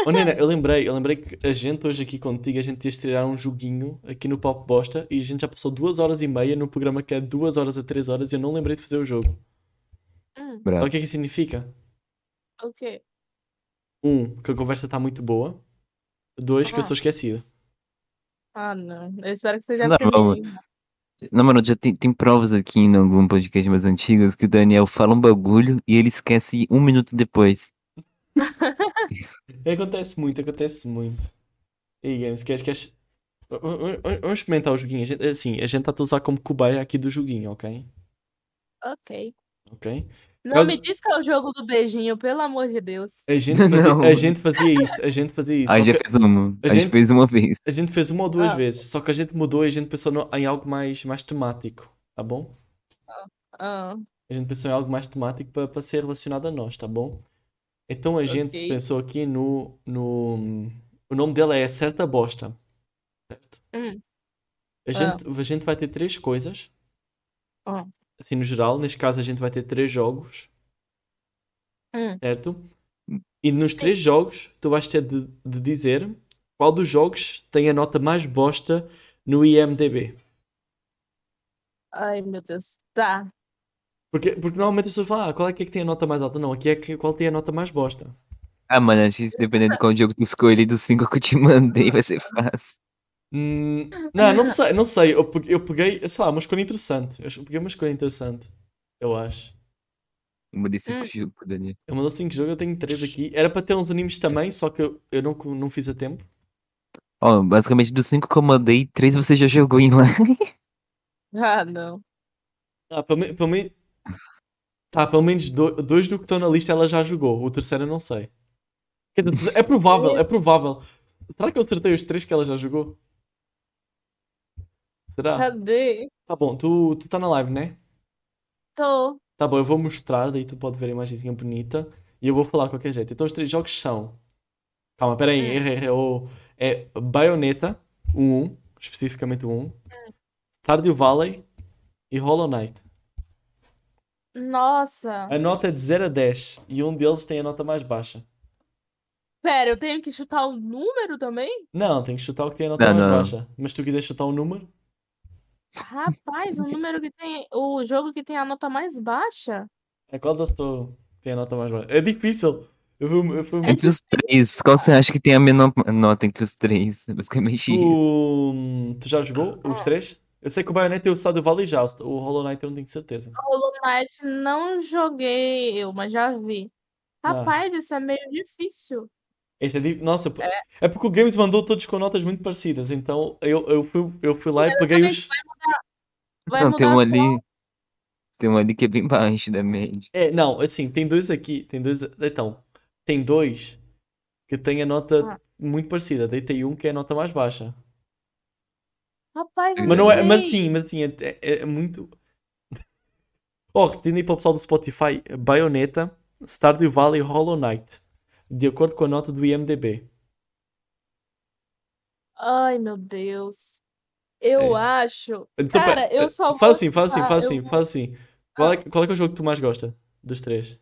Oh, Nena, eu lembrei, eu lembrei que a gente hoje aqui contigo, a gente ia estrear um joguinho aqui no Pop Bosta e a gente já passou duas horas e meia num programa que é duas horas a três horas e eu não lembrei de fazer o jogo.
Hum,
Sabe
Bravo.
o que é que significa?
o quê?
Um, que a conversa tá muito boa. Dois, que eu
Ah.
sou esquecido.
Ah, não. Eu espero que seja
Não,
primeiro.
Não, mano, já tem, tem provas aqui em algum podcast mais antigos que o Daniel fala um bagulho e ele esquece um minuto depois.
Acontece muito, acontece muito. E aí, Games, queres, queres... v- v- v- Vamos experimentar o joguinho. A gente, assim, a gente tá a usar como cobaia aqui do joguinho, ok?
Ok.
Ok?
Não
Eu-
me diz que é o jogo do beijinho, pelo amor de Deus.
A gente fazia,
Não.
a gente fazia isso, a gente fazia isso.
Ah,
só
já
que-
fez uma.
a
A gente
gente-
fez uma vez.
A gente fez uma ou duas
Ah.
vezes, só que a gente mudou e a gente pensou no- em algo mais, mais temático, tá bom?
Ah,
A gente pensou em algo mais temático para ser relacionado a nós, tá bom? Então a gente
Ok.
pensou aqui no, no. O nome dela é Certa Bosta. Certo?
Hum.
A,
Ah.
gente, a gente vai ter três coisas.
Ah.
Assim, no geral. Neste caso, a gente vai ter três jogos.
Hum.
Certo? E nos três jogos, tu vais ter de, de dizer qual dos jogos tem a nota mais bosta no IMDb.
ai, meu Deus. Tá.
Porque, porque normalmente as pessoas falam, ah, qual é que, é que tem a nota mais alta? Não, aqui é que, qual tem a nota mais bosta.
Ah, mano, acho que dependendo de qual jogo tu escolher dos cinco que eu te mandei, vai ser fácil.
Hum, não, não sei, não sei. Eu pe- eu peguei, sei lá, uma escolha interessante. Eu peguei uma escolha interessante, eu acho.
Eu mandei cinco
Hum.
jogos pro Daniel.
Eu mandou 5 jogos, eu tenho 3 aqui. Era para ter uns animes também, só que eu, eu não, co- não fiz a tempo.
Ó, basicamente dos cinco que eu mandei, três você já jogou em lá.
Ah, não.
Ah, pelo, me- pelo, me- tá, pelo menos do- dois do que estão na lista ela já jogou, o terceiro eu não sei. Quer dizer, É provável, é provável. Será que eu acertei os três que ela já jogou? Será?
Cadê?
Tá bom, tu, tu tá na live, né?
Tô.
Tá bom, eu vou mostrar, daí tu pode ver a imagenzinha bonita e eu vou falar de qualquer jeito. Então os três jogos são. Calma, peraí,
Hum.
errei, errei. Oh, é Bayonetta, o 1, especificamente o
Hum.
1, Stardew Valley e Hollow Knight.
Nossa.
A nota é de 0 a 10 e um deles tem a nota mais baixa.
Pera, eu tenho que chutar o número também?
Não, tem que chutar o que tem a nota
Não,
mais
não, não.
baixa. Mas tu quiser chutar o número?
Rapaz, o número que tem. O jogo que tem a nota mais baixa?
É qual das tu tem a nota mais baixa? É difícil. Eu fui, eu fui muito.
Entre os três, qual você acha que tem a menor nota entre os três? É basicamente isso.
hum, Tu, tu já jogou os
Ah.
três? Eu sei que o Bayonetta e o Stardew Valley já, o o Hollow Knight eu não tenho certeza.
Hollow Knight não joguei eu, mas já vi.
Tá.
Ah.
Rapaz, isso é meio difícil.
Esse é di- Nossa, p- é. porque o Games mandou todos com notas muito parecidas, então eu, eu, fui, eu fui lá e peguei os.
Vai
Não,
mudar
tem um
só-
ali. Tem um ali que é bem baixo da média.
É, não, assim, tem dois aqui, tem dois. Então, tem dois que têm a nota
Ah.
muito parecida, daí tem um que é a nota mais baixa.
Rapaz, eu
Mas não é, mas
sei.
sim, mas sim, é, é- é muito. Oh, repetindo aí para o pessoal do Spotify, Bayonetta, Stardew Valley e Hollow Knight, de acordo com a nota do IMDB.
Ai, meu Deus. Eu
É.
acho.
Então,
Cara,
pera-
eu só vou.
Faz assim, faz assim,
Ah,
faz
eu
assim,
vou-
faz assim. Qual é, qual é que é o jogo que tu mais gosta dos três?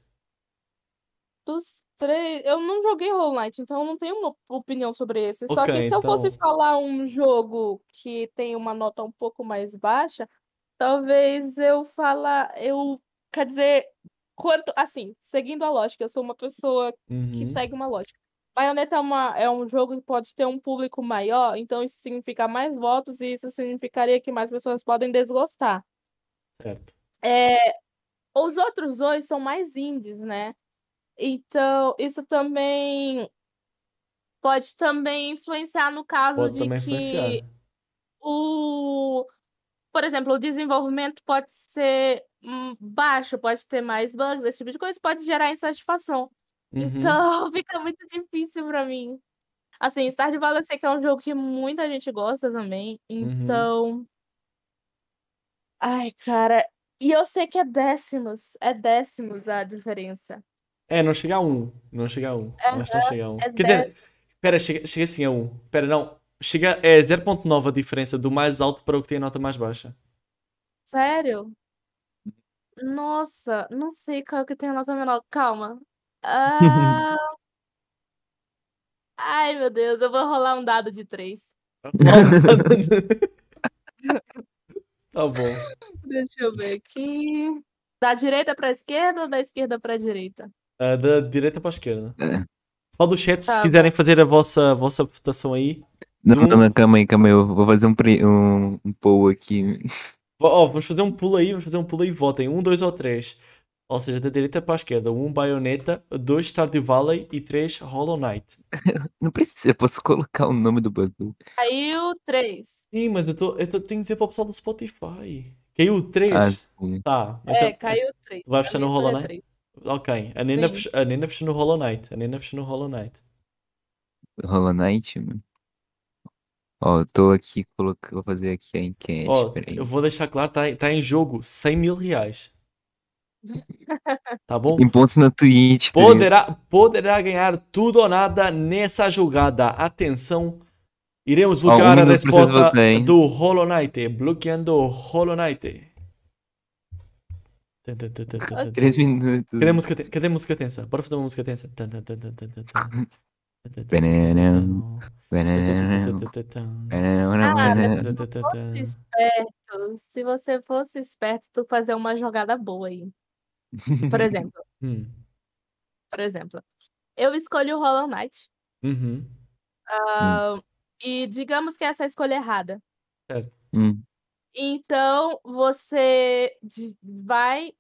Dos três. Eu não joguei Hollow Knight, então eu não tenho uma opinião sobre esse. Só
Ok,
que se eu fosse
então-
falar um jogo que tem uma nota um pouco mais baixa, talvez eu falar. Eu. Quer dizer, quanto. Assim, seguindo a lógica, eu sou uma pessoa que
Uhum.
segue uma lógica. Bayonetta é, uma, é um jogo que pode ter um público maior, então isso significa mais votos e isso significaria que mais pessoas podem desgostar.
Certo.
É, os outros dois são mais indies, né? Então, isso também pode também influenciar no caso
Pode
de
também
que
influenciar.
o, por exemplo, o desenvolvimento pode ser hum, baixo, pode ter mais bugs, esse tipo de coisa, pode gerar insatisfação.
Uhum.
Então, fica muito difícil pra mim. Assim, Stardew Valley eu sei que é um jogo que muita gente gosta também, então... Ai, cara, e eu sei que é décimos, é décimos a diferença.
É, não chega a um. Não chega a um. Eu Acho que não chega a um.
é
Quer dizer, pera, chega, chega assim a um. Pera, não. Chega, é 0.9 a diferença do mais alto para o que tem a nota mais baixa.
Sério? Nossa, não sei qual que tem a nota menor. Calma. Ah, Ai, meu Deus, eu vou rolar um dado de três.
Tá bom.
Deixa eu ver aqui. Da direita pra esquerda ou da esquerda pra direita?
Ah, da direita para a esquerda.
É.
Pessoal do chat, se
Tá
quiserem fazer a vossa, a vossa votação aí.
Não,
Não.
não, não, calma aí, calma aí. Eu vou fazer um, pre... um, um poll aqui.
Ó, ó, vamos fazer um pulo aí, vamos fazer um pulo aí e votem. Um, dois ou três. Ou seja, da direita para a esquerda. Um, Bayonetta. Dois, Stardew Valley. E três, Hollow Knight.
Não precisa, eu posso colocar o nome do bagulho.
Aí o três.
Sim, mas eu, tô, eu tô, tenho que dizer para o pessoal do Spotify. Caiu o três?
Ah, sim.
Tá.
É,
então-
caiu o três.
Tu vai
A
fechar
minha
no
escolha
Hollow
é
Knight?
três.
Ok, a Nina,
Sim.
fech- a Nina fechou no Hollow Knight. A Nina fechou no Hollow Knight.
Hollow Knight, mano. Ó, eu tô aqui, coloca... vou fazer aqui a enquete,
Ó,
peraí.
eu vou deixar claro, tá, tá em jogo 100 mil reais. Tá bom?
Em pontos na Twitch, tá ligado?
Poderá, poderá ganhar tudo ou nada nessa jogada. Atenção, iremos bloquear
um
a
dos vocês
resposta
votar, hein?
do Hollow Knight. Bloqueando o Hollow Knight. Tan, tan, tan, tan, tan, tan.
Três minutos.
Cadê a música, ten- cadê a música tensa? Bora fazer uma música tensa. Tan, tan, tan, tan, tan, tan, tan. Tan, tan, tan,
Bananão.
tan, tan, tan, tan, tan.
Ah,
Tan, tan, tan, tan.
Se esperto, Então, se você fosse esperto, tu fazer uma jogada boa aí. Por exemplo,
Hum.
por exemplo. Eu escolhi o Hollow Knight.
Uhum.
Ah, E digamos que essa é a escolha errada.
Hum,
Então você de- vai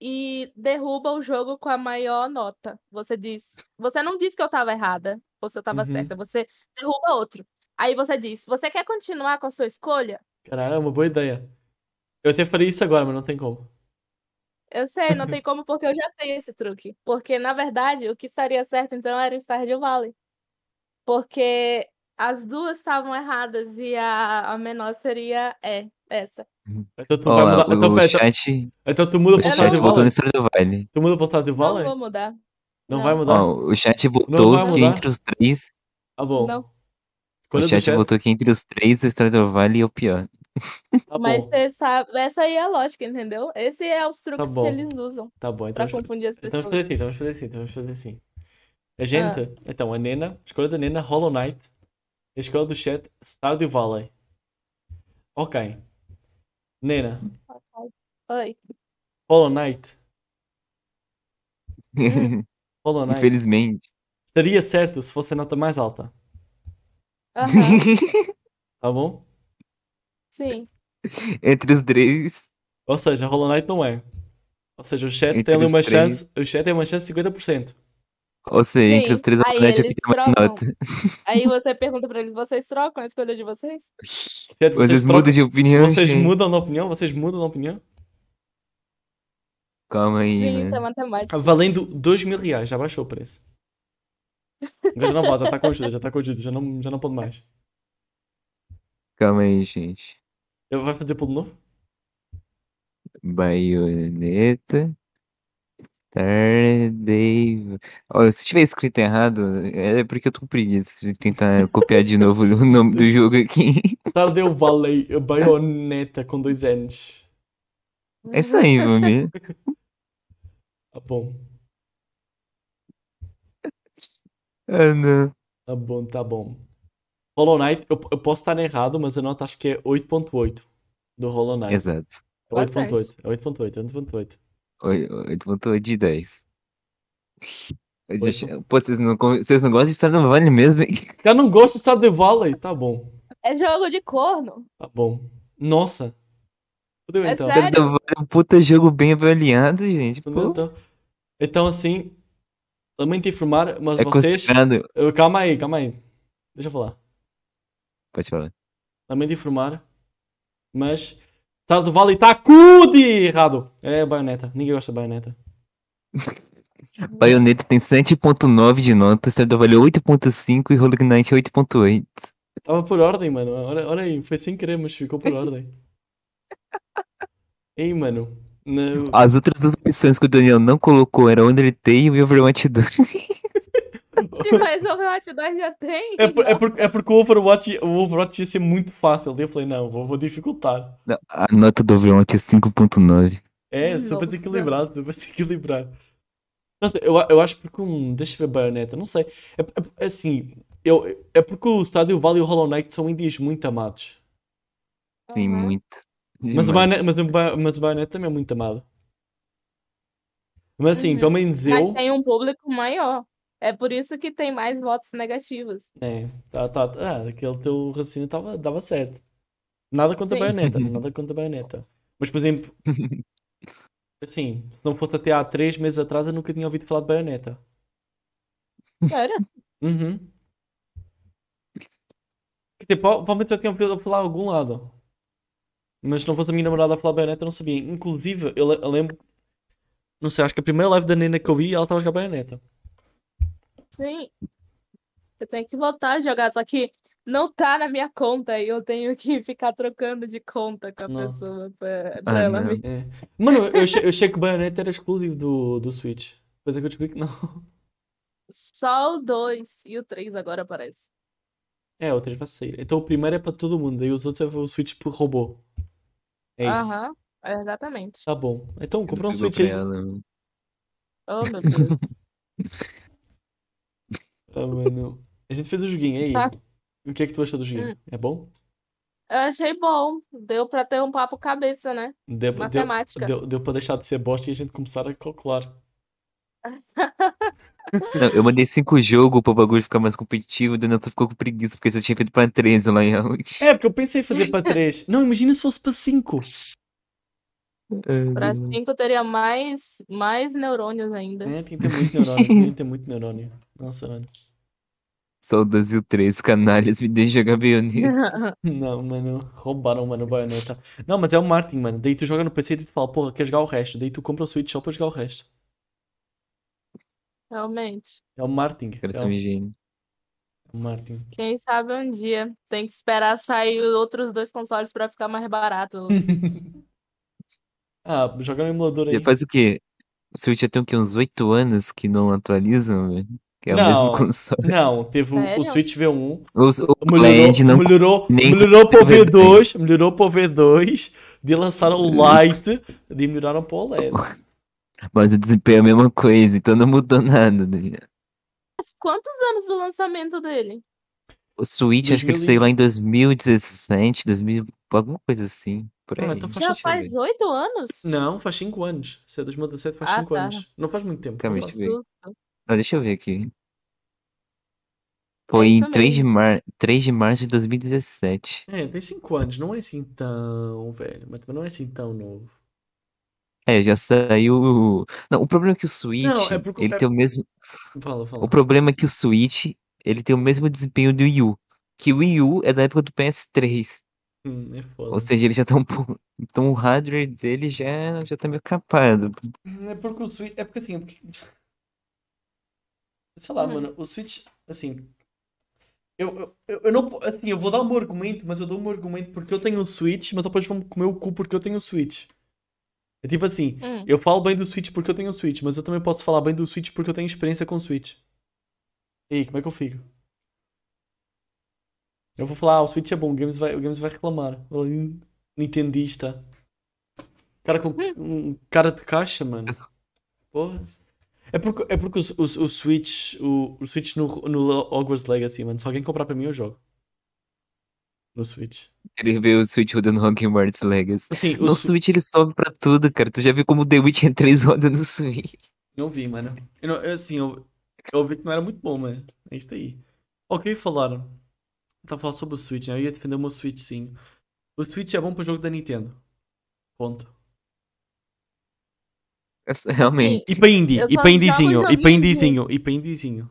e derruba o jogo com a maior nota. Você diz. Você não diz que eu tava errada ou se eu tava
Uhum.
certa. Você derruba outro. Aí você diz: Você quer continuar com a sua escolha?
Caralho, é uma boa ideia. Eu até faria isso agora, mas não tem como.
Eu sei, não tem como, porque eu já sei esse truque. Porque, na verdade, o que estaria certo então era o Stardew Valley. Porque as duas estavam erradas e a, a menor seria é, essa.
Então tu
Ó
vai
lá,
mudar. Então,
o
pera, então-
chat,
então tu muda
o
pro
Eu
chat
Stardew
não-
votou no
Valley?
Estrela do Vale.
Tu muda pro Stardew
Não
Valley?
vou mudar.
Não
não.
vai mudar?
Ó, o chat votou
um vai
que
mudar.
entre os três.
Ah, bom.
Não.
O
Escolha do
chat votou que entre os três o Estrela do Vale é o pior.
Tá
Mas
bom.
você sabe, essa aí é a lógica, entendeu? Esse é os truques
bom.
que eles usam
Tá bom, então
pra
vamos,
confundir as
então vamos
pessoas.
fazer assim, então vamos fazer assim, então vamos fazer assim. A gente, então, a Nena, escolha da Nena, Hollow Knight, a escolha do chat, Stardew Valley. Ok. Nena,
Oi.
Hollow Knight, Hum, Hollow Knight.
Infelizmente.
Estaria certo se fosse a nota mais alta,
Aham,
tá bom?
sim.
entre os três.
Ou seja, Hollow Knight não é. Ou seja, o chat
Entre
tem ali
os
uma
três.
chance, o chat tem uma chance de 50%.
Ou seja, entre
Sim,
os três o
aí
Valete é o
eles
que tem mais
trocam.
nota.
Aí você pergunta pra eles: vocês trocam a escolha de vocês?
Chat,
Vocês,
vocês
mudam
trocam-
de opinião,
vocês
gente.
mudam de opinião? Vocês mudam de opinião?
Calma aí,
Sim,
né?
isso é matemática.
Ah, Valendo 2 mil reais, já baixou o preço. Agora já não vale, já está com ajuda, já está com ajuda, já não, já não pode mais.
Calma aí, gente.
Eu vai fazer pulo novo?
Baioneta. Stardew. Ó, se tiver escrito errado, é porque eu tô com preguiça de tentar copiar de novo o nome do jogo aqui.
Tardeu Valley, baioneta com dois N's.
É isso aí, família.
Tá bom,
Ah, não.
tá bom, tá bom. Hollow Knight, eu, eu posso estar errado, mas a nota acho que é 8.8 do Hollow Knight.
Exato.
É 8.8, é 8.8, é 8.8.
Oi, oi, tu botou de 10. Eu
Oi,
já- Pô, vocês não, con- vocês não gostam de estar no Vale mesmo? hein?
O cara não gosta de Stardew Valley, tá bom,
É jogo de corno.
tá bom. Nossa. Fudeu
É
então.
sério?
Stardew Valley é um puta jogo bem avaliado, gente.
Fudeu
Pô,
então. Então assim, Lamento informar, mas
É
vocês.
considerado.
Eu- Calma aí, calma aí. Deixa eu falar.
Pode falar.
Lamento informar, mas. Tardo Vale está cude errado. É baioneta. Ninguém gosta de baioneta.
Bayonetta tem 7.9 de nota, Stardew Valley 8.5 e Hollow Knight é 8.8.
Tava por ordem, mano. Olha, olha aí, foi sem querer, mas ficou por ordem. Ei, mano. Não.
As outras duas opções que o Daniel não colocou eram Undertale e Overwatch 2.
Sim, mas o Tipo, Overwatch 2 já tem.
É, por- é por- é porque o Overwatch, o Overwatch ia ser muito fácil. Daí Eu falei, não, vou, vou dificultar.
Não, A nota do Overwatch é 5.9.
É, só para
Nossa.
desequilibrar, só para desequilibrar. Não sei, eu, a- eu acho porque. Hum, deixa eu ver, Bayonetta, não sei. É, é- é assim, eu, é porque o Stadio Valley e o Hollow Knight são indies muito amados.
Sim,
Aham.
muito.
Uhum. Mas o,
Demais.
Bayonetta, mas, o Ba- mas o Bayonetta também é muito amado. Mas assim,
Uhum.
pelo menos
Mas
eu.
tem um público maior. É por isso que tem mais votos negativos.
É, tá, tá, ah, aquele teu raciocínio tava, dava certo. Nada contra a
Sim.
baioneta, nada contra a baioneta. Mas, por exemplo, assim, se não fosse até há três meses atrás, eu nunca tinha ouvido falar de baioneta.
Sério?
Uhum. Quer dizer, prova- provavelmente já tinha ouvido falar de algum lado. Mas se não fosse a minha namorada a falar de baioneta, eu não sabia. Inclusive, eu, le- eu lembro, não sei, acho que a primeira live da Nena que eu vi, ela estava a jogar baioneta.
Sim. Eu tenho que voltar a jogar, só que não tá na minha conta e eu tenho que ficar trocando de conta com a
Não.
pessoa pra, pra
Ah,
ela
não.
me.
É. Mano, eu achei, eu achei que o baioneta era exclusivo do, do Switch. Depois é que eu descobri que não.
Só o 2 e o 3 agora aparece.
É, o 3 vai sair. Então o primeiro é para todo mundo, e os outros é o Switch pro robô. É isso.
Aham, exatamente.
Tá bom. Então compra um
Pegou
Switch
pra
aí.
ela, mano.
Oh, meu Deus.
Ah, mano. A gente fez o joguinho aí.
Tá. Hum.
O que é que tu achou do joguinho? É bom?
Eu achei bom. Deu pra ter um papo cabeça, né?
Deu, deu,
Matemática.
deu, deu para deixar de ser bosta e a gente começar a calcular.
Não, eu mandei cinco jogos pro bagulho ficar mais competitivo, o Daniel só ficou com preguiça, porque eu só tinha feito pra 13 lá em Out.
É, porque eu pensei em fazer para 3. Não, imagina se fosse para 5.
Pra 5 teria mais, mais neurônios ainda.
um- É, tem que ter muito neurônio. Tem que ter muito neurônio. Nossa, mano.
Só o 2 e o 3, canalhas, me deixa jogar Bayonetta.
Não, mano, roubaram, mano, o baioneta. Não, mas é o Martin, mano. Daí tu joga no PC e tu fala, porra, quer jogar o resto. Daí tu compra o Switch só para jogar o resto.
Realmente.
É o Martin.
Cara,
é
sou um gênio.
o Martin.
Quem sabe um dia. Tem que esperar sair os outros dois consoles pra ficar mais barato.
Ah, joga no emulador aí.
Já faz o quê? O Switch já tem o quê? Uns 8 anos que não atualizam, velho? Que é o
Não.
mesmo console.
Não, teve o, o
Sério?
Switch V1,
Os- O, OLED
melhorou,
não
melhorou,
nem
melhorou para o
V2.
V2, melhorou para o V2, de lançaram o Lite, de melhoraram para o OLED.
Mas o desempenho é a mesma coisa, então não mudou nada, né?
Mas quantos anos do lançamento dele?
O Switch, acho que ele
2000 e-
saiu lá em 2017, 2000, alguma coisa assim, por aí.
Ah, então faz
Já
sentido.
faz oito anos?
Não, faz 5 anos. Se é 2017, faz
Ah,
5
tá.
anos. Não faz muito tempo.
Calma aí,
não
deixa
faz.
eu ver.
Justo.
Ah, deixa eu ver aqui. Foi em
isso
3 de,
mesmo.
mar... 3 de março de 2017.
É, tem 5 anos, não é assim tão velho, mas também não é assim tão novo.
É, já saiu. o- Não, o problema é que o Switch,
é porque-
ele
é-
tem o mesmo.
Fala, fala.
O problema é que o Switch, ele tem o mesmo desempenho do Wii U. Que o Wii U é da época do PS3.
Hum, é
Ou
foda.
seja, ele já tá um pouco. Então o hardware dele já, já tá meio capado.
É porque o Switch. É porque assim. É porque... Sei lá,
Hum.
mano. O Switch. Assim. Eu, eu- eu, eu não. po- Assim, eu vou dar um argumento, mas eu dou um argumento porque eu tenho um Switch, mas depois vão comer o cu porque eu tenho um Switch. É tipo assim.
Hum.
Eu falo bem do Switch porque eu tenho um Switch, mas eu também posso falar bem do Switch porque eu tenho experiência com o Switch. E aí, como é que eu fico? Eu vou falar, ah, o Switch é bom, o Games vai, o Games vai reclamar. Fala, "Hum, Nintendista. Cara com um cara de caixa, mano. Porra. É porque, é porque o, o- o Switch, o, o Switch no, no Hogwarts Legacy, mano, se alguém comprar pra mim, eu jogo. No Switch.
Ele vê o Switch rodando Hogwarts Legacy.
Assim, o
No
Swi-
Switch ele sobe pra tudo, cara. Tu já viu como o The Witcher 3 roda no Switch?
Não vi, mano. Eu, não- eu, assim, eu, eu ouvi que não era muito bom, mano. É isso aí. Ok, falaram. Eu tava falando sobre o Switch, né? Eu ia defender o meu Switch, sim. O Switch é bom para jogo da Nintendo. Ponto.
Essa- Realmente.
E pra indie,
Eu
e
só
pra indiezinho,
jogo
e pra
joguinho de-
indiezinho, e pra indiezinho.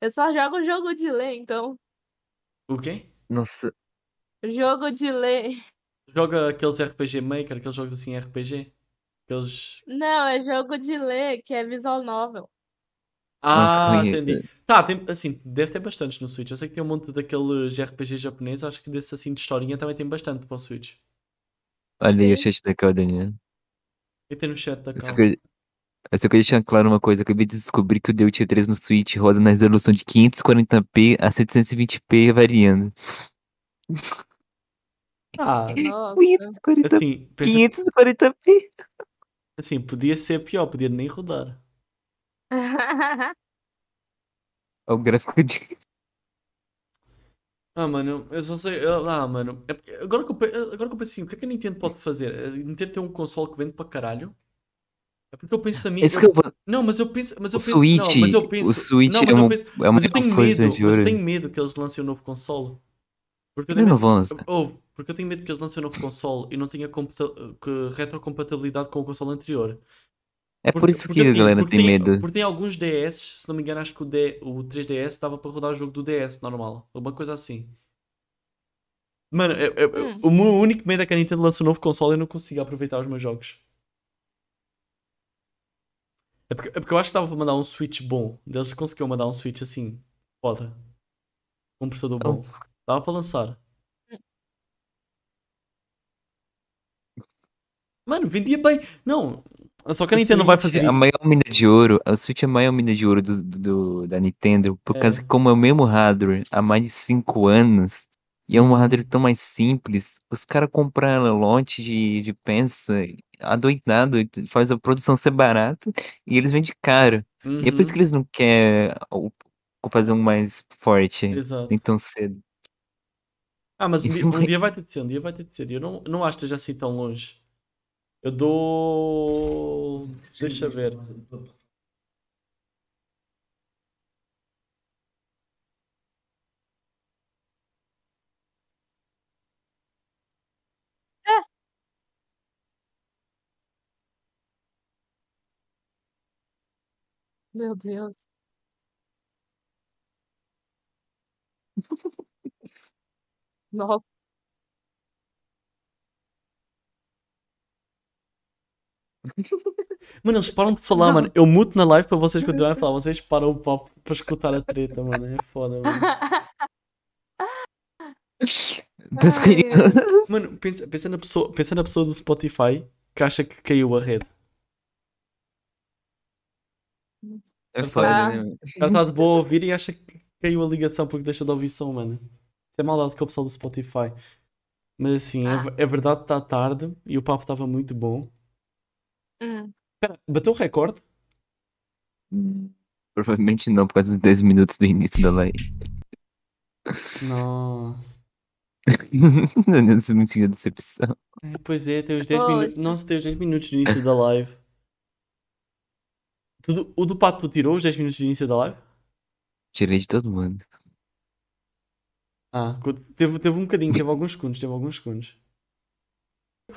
Eu só jogo jogo de ler, então.
O quê?
Nossa.
Jogo de ler.
Joga aqueles RPG Maker, aqueles jogos assim RPG. Aqueles.
Não, é jogo de ler, que é visual novel.
Ah,
conhe-
entendi. Tá, tem, assim, deve ter bastantes no Switch. Eu sei que tem um monte daqueles RPG japoneses, acho que desse assim de historinha também tem bastante para o Switch.
Olha aí o
Sim.
chat da Cal, Daniel.
E tem no chat da
Eu só,
calma.
queria... eu só queria deixar claro uma coisa. Eu acabei de descobrir que o The Witcher 3 no Switch roda na resolução de 540p a 720p variando.
Ah,
Nossa.
540...
assim, pensa-
540p?
assim, podia ser pior, podia nem rodar.
Olha É o gráfico de...
Ah, mano, eu só sei. eu- Ah, mano. É porque agora, que eu, pe- agora que eu penso assim, o que é que a Nintendo pode fazer? A Nintendo tem um console que vende para caralho. É porque eu penso a mim.
Esse
eu-
que eu vou...
Não, mas eu penso. Mas eu
O
penso, não,
Switch-
mas eu
o
penso-
Switch
não,
é
mas eu
uma-
penso-
É uma
Mas eu tenho
força
medo,
de
mas eu
ouro.
tenho medo né? que eles lancem um novo console. Porque eu
Eles
tenho
não
medo,
vão lançar.
ou, porque eu tenho medo que eles lancem um novo console e não tenha computa- que retrocompatibilidade com o console anterior.
É por isso que a
assim,
galera
porque
tem medo.
Porque tem alguns DS, se não me engano, acho que o, D, o 3DS dava para rodar o jogo do DS normal. Alguma coisa assim. Mano, eu- eu- eu-
Hum.
o meu único medo é que a Nintendo lance um novo console e eu não consiga aproveitar os meus jogos. É porque, é porque eu acho que dava para mandar um Switch bom. Eles conseguiam mandar um Switch assim, foda. Com um processador
Então-
bom. Dava para lançar. Mano, vendia bem. Não, só que a
O
Nintendo não vai
Switch
fazer
é A
isso.
maior mina de ouro, a Switch é a maior mina de ouro do, do- do- da Nintendo, por
É.
causa que como é o mesmo hardware há mais de 5 anos, e é um hardware tão mais simples, os caras compraram um lote de, de peça adoidado, e faz a produção ser barata, e eles vendem caro. E é por isso
Uhum.
que eles não querem o- o- fazer um mais forte,
Uhum, Exato.
nem tão cedo.
Ah, mas um
E
dia,
foi.
um dia vai ter de ser, um dia vai ter de ser. Eu não, não acho que esteja assim tão longe. Eu dou. Deixa eu ver.
Meu Deus. Nossa.
Mano, eles param de falar,
Não.
mano. Eu muto na live para vocês continuarem a falar. Vocês param o papo para escutar a treta, mano. É foda, mano.
Mas-
Ai, meu
Mano, pensa, pensa na pessoa, pensa na pessoa do Spotify que acha que caiu a rede.
é foda, né? mano?
Ela está de boa a ouvir e acha que caiu a ligação porque deixa de ouvir som, mano. Isso é maldade com o pessoal do Spotify. Mas assim, é,
Ah.
ver- é verdade, está tarde e o papo estava muito bom.
Hum.
Pera, bateu o recorde?
Provavelmente não, por causa dos 10 minutos do início da live.
Nossa.
Nessa mentira decepção.
É, Pois é, tem os 10
Poxa.
minutos. Nossa, tem os 10 minutos no início da live. Tu do- o do Pato tu tirou os 10 minutos de início da live?
Tirei de todo mundo.
Tá Ah, co- teve, teve um bocadinho, teve alguns segundos, teve alguns segundos.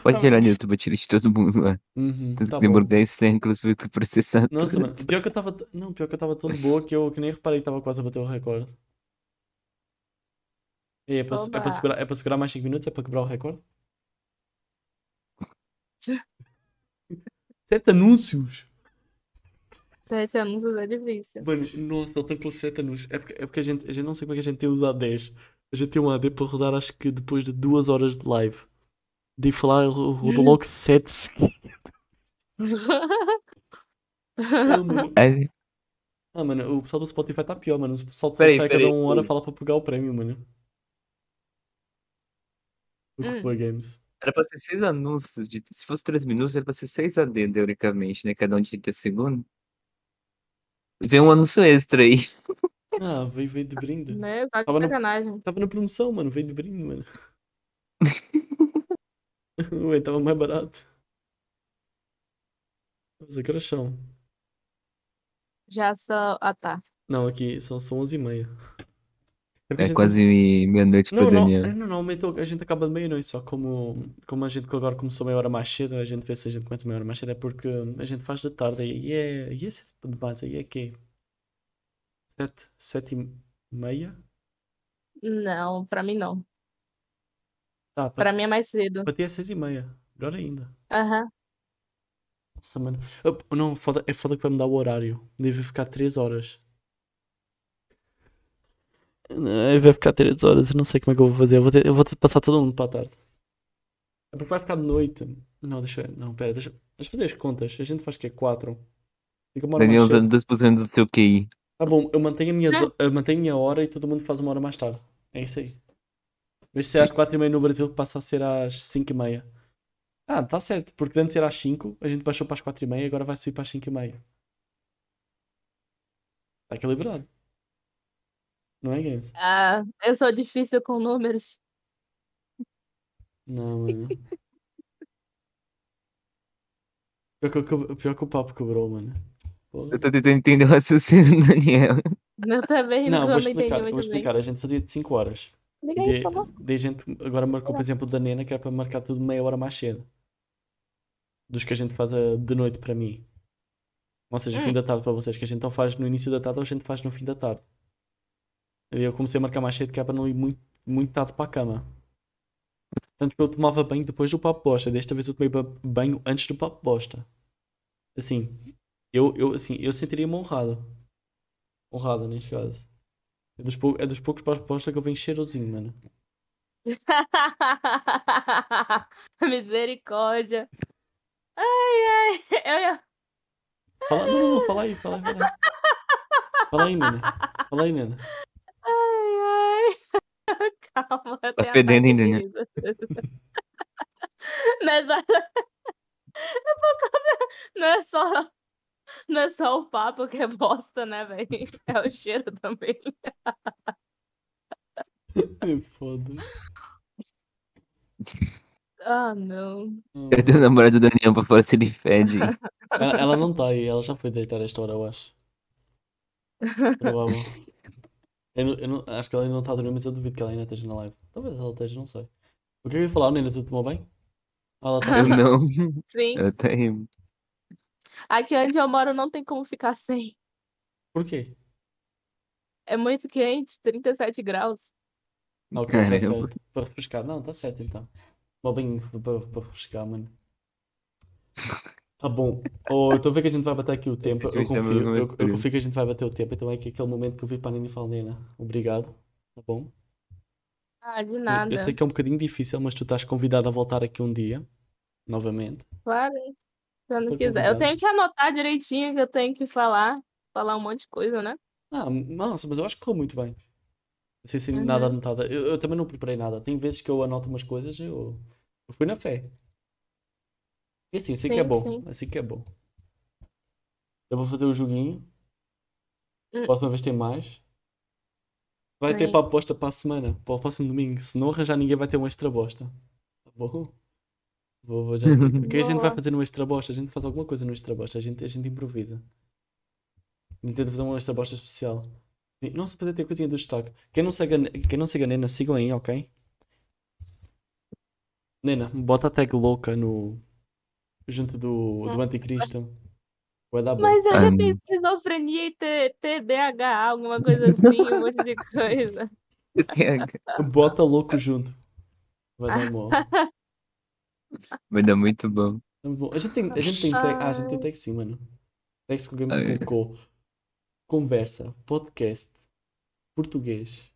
Pode
Tá
tirar no YouTube, eu tirei de todo mundo lá.
Uhum,
Tanto
tá
que demorou
bom.
10 séculos pra eu processar
Nossa,
tudo.
mano, pior que eu tava. t- Não, pior que eu tava tão de boa que eu que nem reparei que tava quase a bater o recorde. E é para é pra
Oba.
segurar, é pra segurar mais 5 minutos? É para quebrar o recorde? Sete anúncios!
Sete anúncios é difícil.
Mano, nossa, ele tem pelo 7 anúncios. É porque, é porque a, gente, a gente não sei como é que a gente tem os ADs. A gente tem um AD para rodar, acho que depois de duas horas de live. De falar, ro- rodou logo 7 seguidos. mano.
Aí,
Ah, mano, o pessoal do Spotify tá pior, mano. O pessoal do
Peraí,
Spotify
peraí.
cada uma hora fala para pegar o prémio, mano. O
Hum.
Cuba Games.
era pra ser 6 anúncios. de- se fosse 3 minutos, era pra ser 6 AD, teoricamente, né? Cada um de 30 segundos. Vem um anúncio extra aí.
Ah, veio, veio de brinde.
Né? Só
Tava
que
no-
sacanagem.
Tava na promoção, mano. Veio de brinde, mano. Ué, tava mais barato. Mas que horas são?
Já só. Ah, tá.
Não, aqui são, são 11h30. Porque a
É
gente-
quase me- meia-noite pra
Não, não,
Daniel.
é, não, não, aumentou, a gente acaba de meia-noite, é só como, como a gente que agora começou meia hora mais cedo, a gente vê se a gente começa meia hora mais cedo, é porque hum, a gente faz da tarde e é, e é cedo demais, aí é que Sete, sete e meia?
Não, pra mim não.
Tá, para
Pra mim é mais cedo.
para ti é seis e meia, melhor ainda.
Aham.
Nossa, mano. Ah, p- Não, foda, é foda que vai mudar o horário. Deve ficar 3 horas. É, Vai ficar 3 horas, eu não sei como é que eu vou fazer. Eu vou ter, eu vou ter de passar todo mundo para a tarde. É porque vai ficar de noite. Não, deixa eu. Não, pera, deixa, deixa eu fazer as contas. A gente faz que é 4. Fica uma hora
Daniel
mais cedo.
usando 2% do seu QI.
Tá bom, eu mantenho a minha, zo- eu mantenho a minha hora e todo mundo faz uma hora mais tarde. É isso aí. Mas se é às 4h30 no Brasil, passa a ser às 5h30. Ah, tá certo, porque antes era às 5, a gente baixou para as 4h30 e agora vai subir para as 5h30. Tá equilibrado. Não é, Games?
Ah, eu sou difícil com números.
Não, mano. Pior que, eu co- pior que o papo quebrou, mano. Porra.
Eu tô tentando entender o raciocínio do Daniel.
Eu também
Não,
não,
vou
entendi
explicar, vou
muito bem.
explicar. A gente fazia de 5 horas.
Liga aí, tá
De,
por favor.
de gente agora marcou, por exemplo, o da Nena, que era para marcar tudo meia hora mais cedo. Dos que a gente faz eh, de noite para mim. Ou seja, fim
Hum.
da tarde para vocês, que a gente ou faz no início da tarde ou a gente faz no fim da tarde. E eu comecei a marcar mais cedo, que é para não ir muito, muito tarde para a cama. Tanto que eu tomava banho depois do papo bosta. Desta vez eu tomei ba- banho antes do papo bosta. Assim, eu, eu, assim, eu sentiria-me honrado. Honrado, neste caso. É dos, pou- é dos poucos papos bosta que eu venho cheirosinho, mano.
Misericórdia. Ai, ai. Eu ia...
Fala, não, não, não, fala aí, fala aí, fala aí. Fala aí, Nena. Fala aí, Nena.
Ai, ai. Calma.
Tá
eu tenho
fedendo, hein,
ataque de
Daniel?
riso. Nessa... É por causa... É Não é só... Não é só o papo que é bosta, né, velho? É o cheiro também.
Que foda.
Ah, não.
Não.
Cadê o namorado do Daniel pra falar se ele fede?
Ela, ela não tá aí, ela já foi deitar a esta hora, eu acho. Provável. Eu, não- eu não- acho que ela ainda não tá a dormir, mas eu duvido que ela ainda esteja na live. Talvez ela esteja, não sei. O que é que eu ia falar, Nena? Tu tomou bem? Ah, ela tá
Eu não.
Sim.
Eu até rimo.
Aqui onde eu moro não tem como ficar sem.
Por quê?
É muito quente, 37 graus.
Não, ok, tá
Caramba.
certo. Para refrescar. Não, tá certo então. Tomou bem para para refrescar, mano. Tá bom. Oh, então vê que a gente vai bater aqui o tempo. Eu
Esse
confio,
vídeo tá
eu,
muito
eu
estranho.
confio que a gente vai bater o tempo. Então é que aquele momento que eu vi para a Nina e falo, Nina, obrigado. Tá bom?
Ah, de
Eu-
nada.
Eu sei que é um bocadinho difícil, mas tu estás convidado a voltar aqui um dia, novamente.
Claro, hein? se eu não
Foi
quiser. Eu
convidado.
tenho que anotar direitinho que eu tenho que falar. Falar um monte de coisa, né?
Ah, nossa, mas eu acho que correu muito bem. Assim, sem
Uhum.
nada anotado. Eu, eu também não preparei nada. Tem vezes que eu anoto umas coisas, eu, eu fui na fé. E assim, assim que é
Sim,
bom.
sim.
Assim que é bom. Eu vou fazer o joguinho.
Hum.
Próxima vez tem mais. Vai ter
Sim.
para a aposta para a semana, para o próximo domingo. Se não arranjar ninguém, vai ter um extra bosta. Tá bom? Vou, vou já. O que a gente vai
Boa.
fazer no extra bosta? A gente faz alguma coisa no extra bosta. A gente, a gente improvisa. A gente tenta fazer um extra bosta especial. E- Nossa, poder ter coisinha do destaque. Quem não segue, a Ne- quem não segue a Nena, sigam aí, ok? Nena, bota a tag louca no. junto do, do anticristo. Vai dar bom.
Mas eu já
Ah,
tenho esquizofrenia e T- TDAH, alguma coisa assim, um monte de coisa.
Bota louco junto. Vai dar bom.
Vai dar muito bom.
Tá bom. A gente tem, a gente tem tag. Ah, a gente tem tag sim, mano. Tags que o Games
Ai.
colocou. Conversa, podcast, português,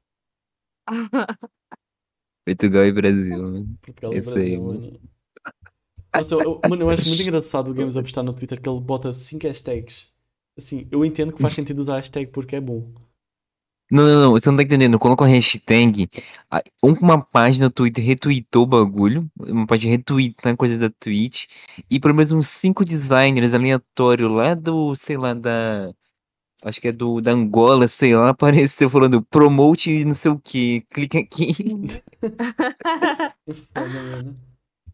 Portugal e Brasil, mano.
Portugal e
Isso
Brasil,
aí, mano.
mano. Nossa, eu, eu- mano, eu acho muito engraçado o Games apostar no Twitter que ele bota 5 hashtags. Assim, eu entendo que faz sentido usar hashtag porque é bom.
Não, não, não, você não tá entendendo. Coloca uma hashtag. a- um- Uma página no Twitter retweetou o bagulho. Uma página retweetando coisa da Twitch. E pelo menos uns cinco designers aleatórios lá do, sei lá, da. Acho que é do da Angola, sei lá, apareceu falando promote e não sei o que. Clica aqui.
Foda, mano.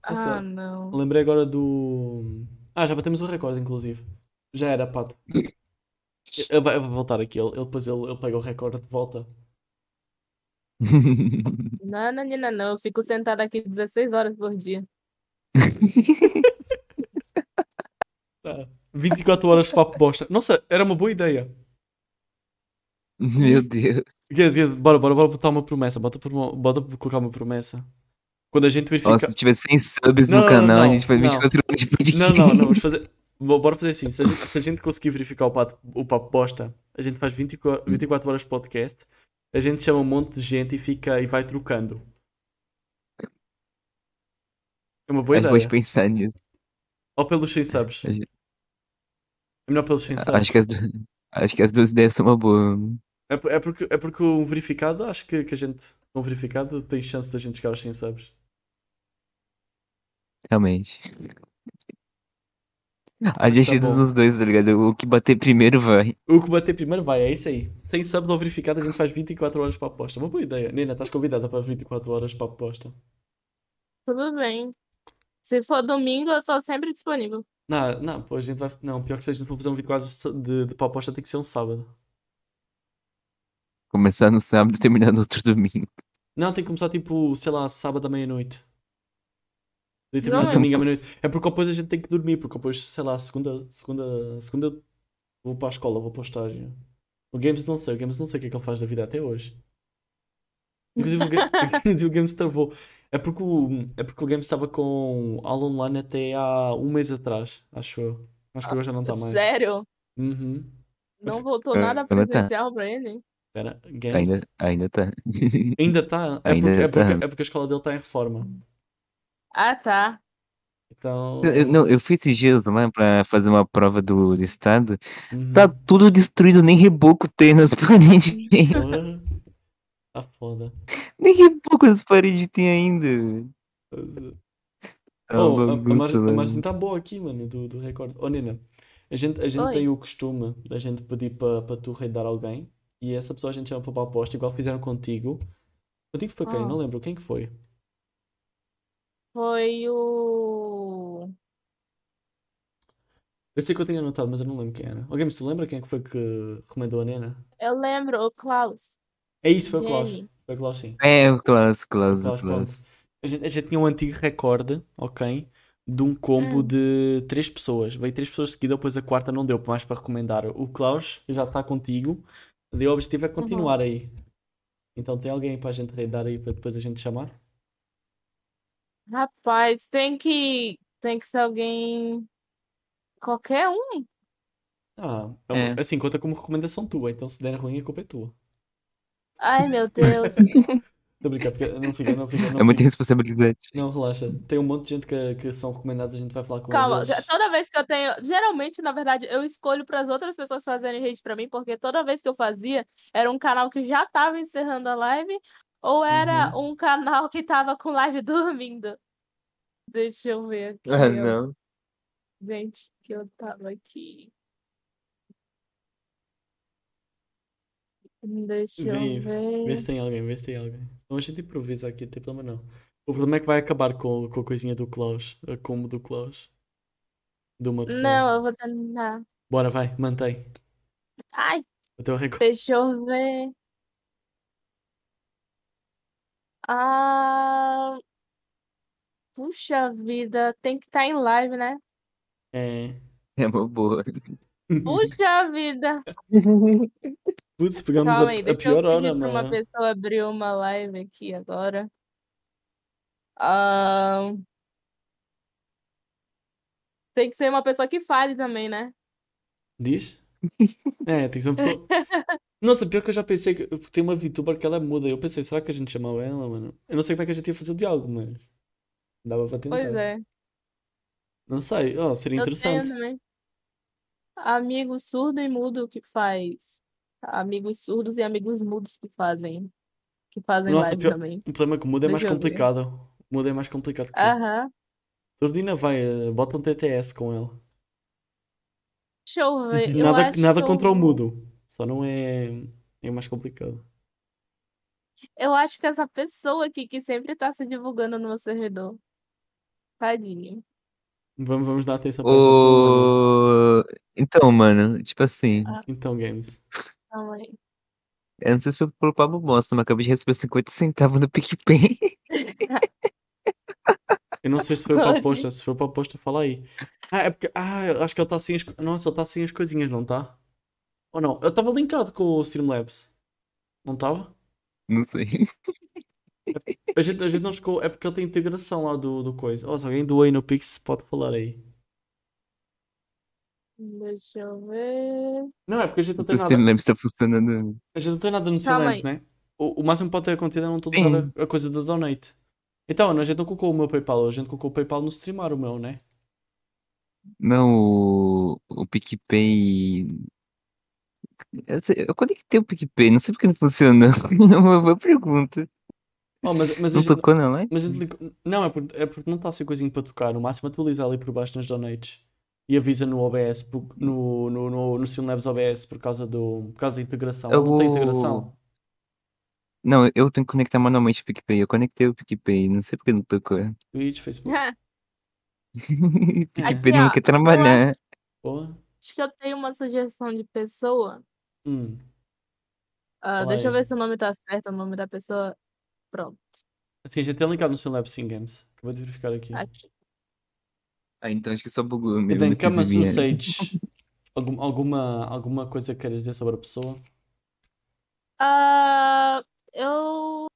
Nossa,
ah, não.
Lembrei agora do. Ah, já batemos o recorde, inclusive. Já era, pato. Ele vai, vai voltar aqui, ele, ele- depois ele, ele pega o recorde de volta.
Não, não, não, não, não. Eu fico sentada aqui 16 horas por dia.
Tá. 24 horas de papo bosta. Nossa, era uma boa ideia.
Meu Deus.
Guys, guys, bora, bora, bora botar uma promessa. Bota, por uma- bota por colocar uma promessa. Quando a gente verificar.
Nossa, tipo, se tiver 100 subs
Não,
no
não,
canal, a
não,
gente faz
não.
24 horas de podcast.
Não, não, não, vamos fazer. bo- Bora fazer assim. Se a gente, se a gente conseguir verificar o, pato, o papo bosta, a gente faz 24,
Hum.
24 horas de podcast, a gente chama um monte de gente e fica e vai trocando. É uma boa
A gente pode
ideia.
pensar nisso.
Ou pelos 100 subs.
A gente- Ah,
É melhor pelos 100 subs.
Acho que, é as du- Acho que as duas ideias são uma boa.
É, por- é porque, é porque um verificado, acho que, que a gente. Um verificado tem chance da gente chegar aos 100 subs.
Realmente. A
Mas
gente
tá
dos
bom.
nos dois, tá ligado? O que bater primeiro vai.
O que bater primeiro vai, é isso aí. 100 subs ou verificado, a gente faz 24 horas para a aposta. Uma boa ideia. Nina, estás convidada para 24 horas para a aposta.
Tudo bem. Se for domingo, eu sou sempre disponível.
Não, não, pô, a gente vai. Não, pior que se a gente for fazer um 24 s- de, de proposta, tem que ser um sábado.
Começar no sábado e terminar no outro domingo.
Não, tem que começar tipo, sei lá, sábado à meia-noite. E terminar
Não, é-
domingo à meia-noite. É porque depois a gente tem que dormir, porque depois, sei lá, segunda, segunda, segunda eu vou para a escola, vou para o estágio. O Games não sei, o Games não sei o que é que ele faz da vida até hoje. Inclusive o, Ga- inclusive, o Games travou. É porque o, é porque o Games estava com aula online até há um mês atrás, acho eu. Acho que agora já não está mais.
Ah, Sério?
Uhum.
Não voltou
É,
nada
ela tá.
presencial pra ele?
Espera, Games.
Ainda, ainda tá.
Ainda tá? É
Ainda
porque, é,
tá.
porque, é porque a escola dele está em reforma.
Ah, tá.
Então.
Eu- eu- não, eu fui esses dias lá pra fazer uma prova do, do estado.
Uhum.
Tá tudo destruído, nem reboco tem nas paredes. tem.
Porra. Tá foda.
nem reboco nas paredes tem ainda. velho. Tá uma
Oh, a, a,
bagunça
margem,
lá.
a margem tá boa aqui, mano, do, do recorde. Oh, Nina, a gente, a gente
Oi.
tem o costume da gente pedir para tu reidar alguém e essa pessoa a gente chama para a aposta, igual fizeram contigo. Contigo foi quem?
Ah.
Não lembro. Quem que foi?
Foi o.
Eu sei que eu tinha anotado, mas eu não lembro quem era. Alguém, mas tu lembra quem é que foi que recomendou a Nina?
Eu lembro, o Klaus.
É isso, foi o Klaus.
Jenny.
Foi o Klaus, sim.
É, o clássico, clássico,
Aquelas
clássico.
A gente, a gente tinha um antigo recorde, ok? De um combo
Hum.
de três pessoas. Veio três pessoas seguidas, depois a quarta não deu mais para recomendar. O Klaus já está contigo. E o objetivo é
Tá
continuar aí. Então tem alguém para a gente reidar aí para depois a gente chamar?
Rapaz, tem que. Tem que ser alguém. Qualquer um.
Ah,
É.
assim, conta como recomendação tua. Então se der ruim, a culpa é tua.
Ai, meu Deus.
Tô brincando, porque não fica, não fica, não
É muita
fica.
responsabilidade.
Não, relaxa. Tem um monte de gente que, que são recomendados, a gente vai falar com
Calma,
eles.
já- tá toda vez que eu tenho. Geralmente, na verdade, eu escolho para as outras pessoas fazerem rede para mim, porque toda vez que eu fazia, era um canal que já estava encerrando a live, ou era um canal que estava com live dormindo. Deixa eu ver aqui.
Ah,
ó.
não.
Gente, que eu tava aqui. Deixa
Vê-
eu
Vê
ver.
se tem alguém, vê se tem alguém. Senão a gente improvisa aqui, não tem problema não. O problema é que vai acabar com, com a coisinha do Klaus, a combo do Klaus. De uma pessoa.
Não, eu vou tentar.
Bora, vai, mantém.
Ai,
O teu recorde.
deixa eu ver. Ah, puxa vida, tem que estar em live, né?
É.
É uma boa.
um
Puxa vida.
Putz, pegamos
Calma
a, né?
aí,
a
deixa eu
pior
pedir
hora,
pra uma
mano.
pessoa abrir uma live aqui agora. Ah, tem que ser uma pessoa que fale também, né?
Diz? É, tem que ser uma pessoa. Nossa, pior que eu já pensei que tem uma VTuber que ela é muda. Eu pensei, será que a gente chamava ela, mano? Eu não sei como é que a gente ia fazer o diálogo, mas. Dava pra tentar.
Pois é,
Não sei. Oh, seria
eu tenho
interessante.
também. Amigo surdo e mudo que faz. Amigos surdos e amigos mudos que fazem. Que fazem
Nossa,
live
pior-
também.
O problema é que o mudo é mais
Deixa eu ver. Ah,
complicado. O mudo é mais complicado que
Aham.
Surdina vai, eh, bota um TTS com ela.
Deixa eu ver. eu
Nada,
acho
nada
que
contra
eu
o mudo. Só não é. É mais complicado.
Eu acho que essa pessoa aqui que sempre tá se divulgando no meu servidor. Tadinho.
Vamos, vamos dar atenção para essa pessoa. mano.
Ô, Então, mano, tipo assim,
Ah.
Então, games.
Calma aí.
Eu não sei se foi pelo Pablo Mostra, mas acabei de receber 50 centavos no PicPay.
Eu não sei se foi para a
Hoje.
posta, se foi para a posta, fala aí. Ah, é porque. Ah, eu acho que ele está sem as. co- Nossa, ele está sem as coisinhas, não está? Ou não? Eu estava linkado com o Streamlabs. Não estava?
Não sei.
A gente, a gente não ficou. É porque ele tem integração lá do, do coisa. Ou se alguém doou aí no Pix, pode falar aí.
Deixa eu ver.
Não, é porque a gente não tem
O
nada.
Streamlabs tá funcionando.
A gente não tem nada no
Calma
Streamlabs, né? O, o máximo que pode ter acontecido é não ter
Sim.
usado a, a coisa do Donate. Então, a gente não colocou o meu PayPal, a gente colocou o PayPal no streamar o meu, né?
Não, o, o PicPay. Eu sei- quando é que tem o PicPay? Não sei porque não funcionou. É uma boa pergunta.
Oh, mas, mas a
Não né?
gente-
tocou na live?
Mas eu te ligo- não, é porque, é porque não está assim coisinho para tocar. No máximo atualiza ali por baixo nas donates e avisa no OBS, por- no, no, no, no Streamlabs OBS por causa, do, por causa da integração.
Eu
Não tem
vou-
integração.
Não, eu tenho que conectar manualmente o PicPay. Eu conectei o PicPay. Não sei porque não tocou.
Twitch, Facebook.
O PicPay
Aqui,
não
ó.
quer trabalhar.
Boa.
Acho que eu tenho uma sugestão de pessoa.
Hum.
Ah,
Fala
deixa eu
aí.
ver se o nome tá certo, o nome da pessoa. Pronto,
Assim, a gente tem ligado no Streamlabs Sim Games. Acabei de verificar aqui.
aqui.
Ah, então acho que só bugou
E
mesmo.
bem,
não quis
Kama
enviar.
Suicide. Algum, alguma, alguma coisa que queres dizer sobre a pessoa?
Ah, eu,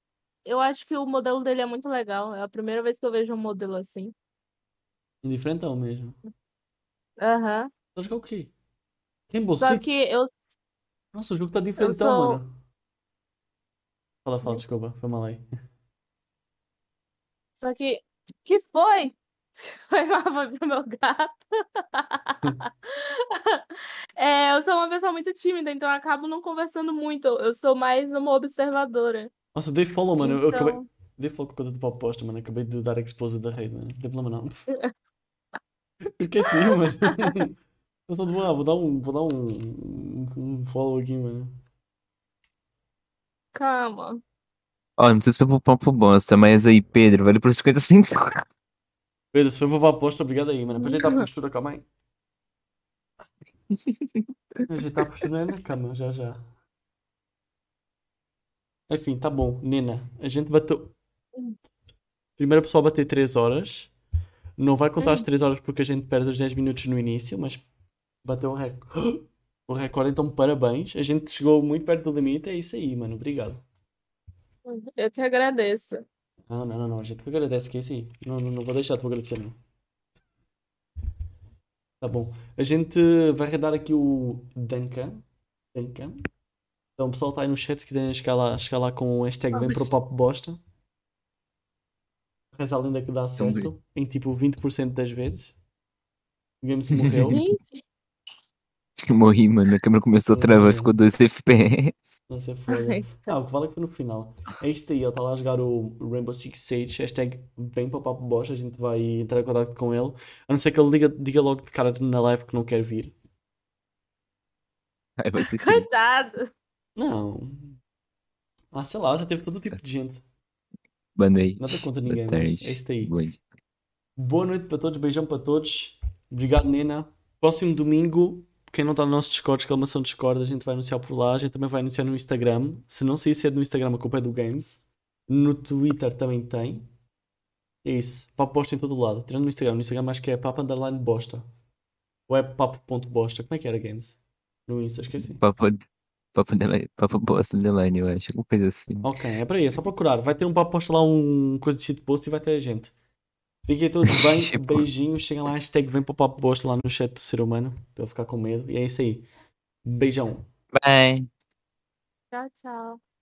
eu acho que o modelo dele é muito legal. É a primeira vez que eu vejo um modelo assim.
Indiferente ao mesmo.
Aham.
Estás a jogar o quê? Quem bolsa?
Só que eu.
Nossa, o jogo está diferentão,
sou- Hum?
mano. Fala, fala, desculpa. Foi mal aí.
Só que. Que foi? Foi mal foi pro meu gato. É, eu sou uma pessoa muito tímida, então eu acabo não conversando muito. Eu sou mais uma observadora.
Nossa, dei follow, mano. Eu acabei.
Então,
Dei follow com a conta do Pop Posta, mano. Acabei de dar exposure da rede, mano. Não tem problema não. Porque assim, mano. Eu sou de boa, vou dar um. Vou dar um, um- um follow aqui, mano.
calma.
Ó, não sei se foi pro papo bosta, mas aí, Pedro, valeu por 50 centavos.
Pedro, se foi para o Pop Posta, obrigado aí, mano. Para ajeitar a postura, calma aí. Ajeitar a postura é na cama, já já. Enfim, tá bom, Nina. A gente bateu. Primeira pessoa a bater 3 horas. Não vai contar as 3 horas porque a gente perde os 10 minutos no início, mas bateu o recorde. O recorde, então parabéns. A gente chegou muito perto do limite, é isso aí, mano. Obrigado.
Eu que agradeço.
Ah, Não, não, não, não. A gente que agradece, que é isso aí. Não, não, não vou deixar, vou agradecer, não. Tá bom. A gente vai redar aqui o Duncan. Duncan. Então, o pessoal tá aí no chat, se quiserem chegar lá, chegar lá com o hashtag vem pro
Vamos.
pop bosta. Reza a lenda que dá
Então,
certo em tipo 20% das vezes. O game se morreu.
Gente,
Eu morri, mano. Minha câmera começou a travar, ficou 2 FPS.
Não sei foda. Ah, o que vale é que foi no final. É isto aí, ele está lá a jogar o Rainbow Six Siege, hashtag vem para o Papo Bosta, a gente vai entrar em contato com ele. A não ser que ele diga, diga logo de cara na live que não quer vir.
Aí vai ser triste.
coitado.
Não. Ah, sei lá, já teve todo tipo de gente.
Boa noite.
Nada contra
Boa
ninguém, mas
tarde.
é isto aí.
Boa noite.
Boa noite para todos, beijão para todos. Obrigado, Nena. Próximo domingo, quem não está no nosso Discord, exclamação Discord, a gente vai anunciar por lá. A gente também vai anunciar no Instagram. Se não sair cedo no Instagram, a culpa é do Games. No Twitter também tem. É isso. Papo bosta em todo lado. Tirando no Instagram. No Instagram acho que é papo underline bosta. Ou é papo.bosta. Como é que era, Games? No Insta, esqueci.
Papo, papo, dela- papo bosta underline, eu acho. Alguma coisa assim.
Ok, é para aí, é só procurar. Vai ter um papo posta lá, um coisa de shitpost e vai ter gente. Fiquem todos bem,
Shitpost.
beijinhos, chega lá, hashtag vem para o papo posta lá no chat do ser humano, para eu ficar com medo. E é isso aí. Beijão.
Bye.
Tchau, tchau.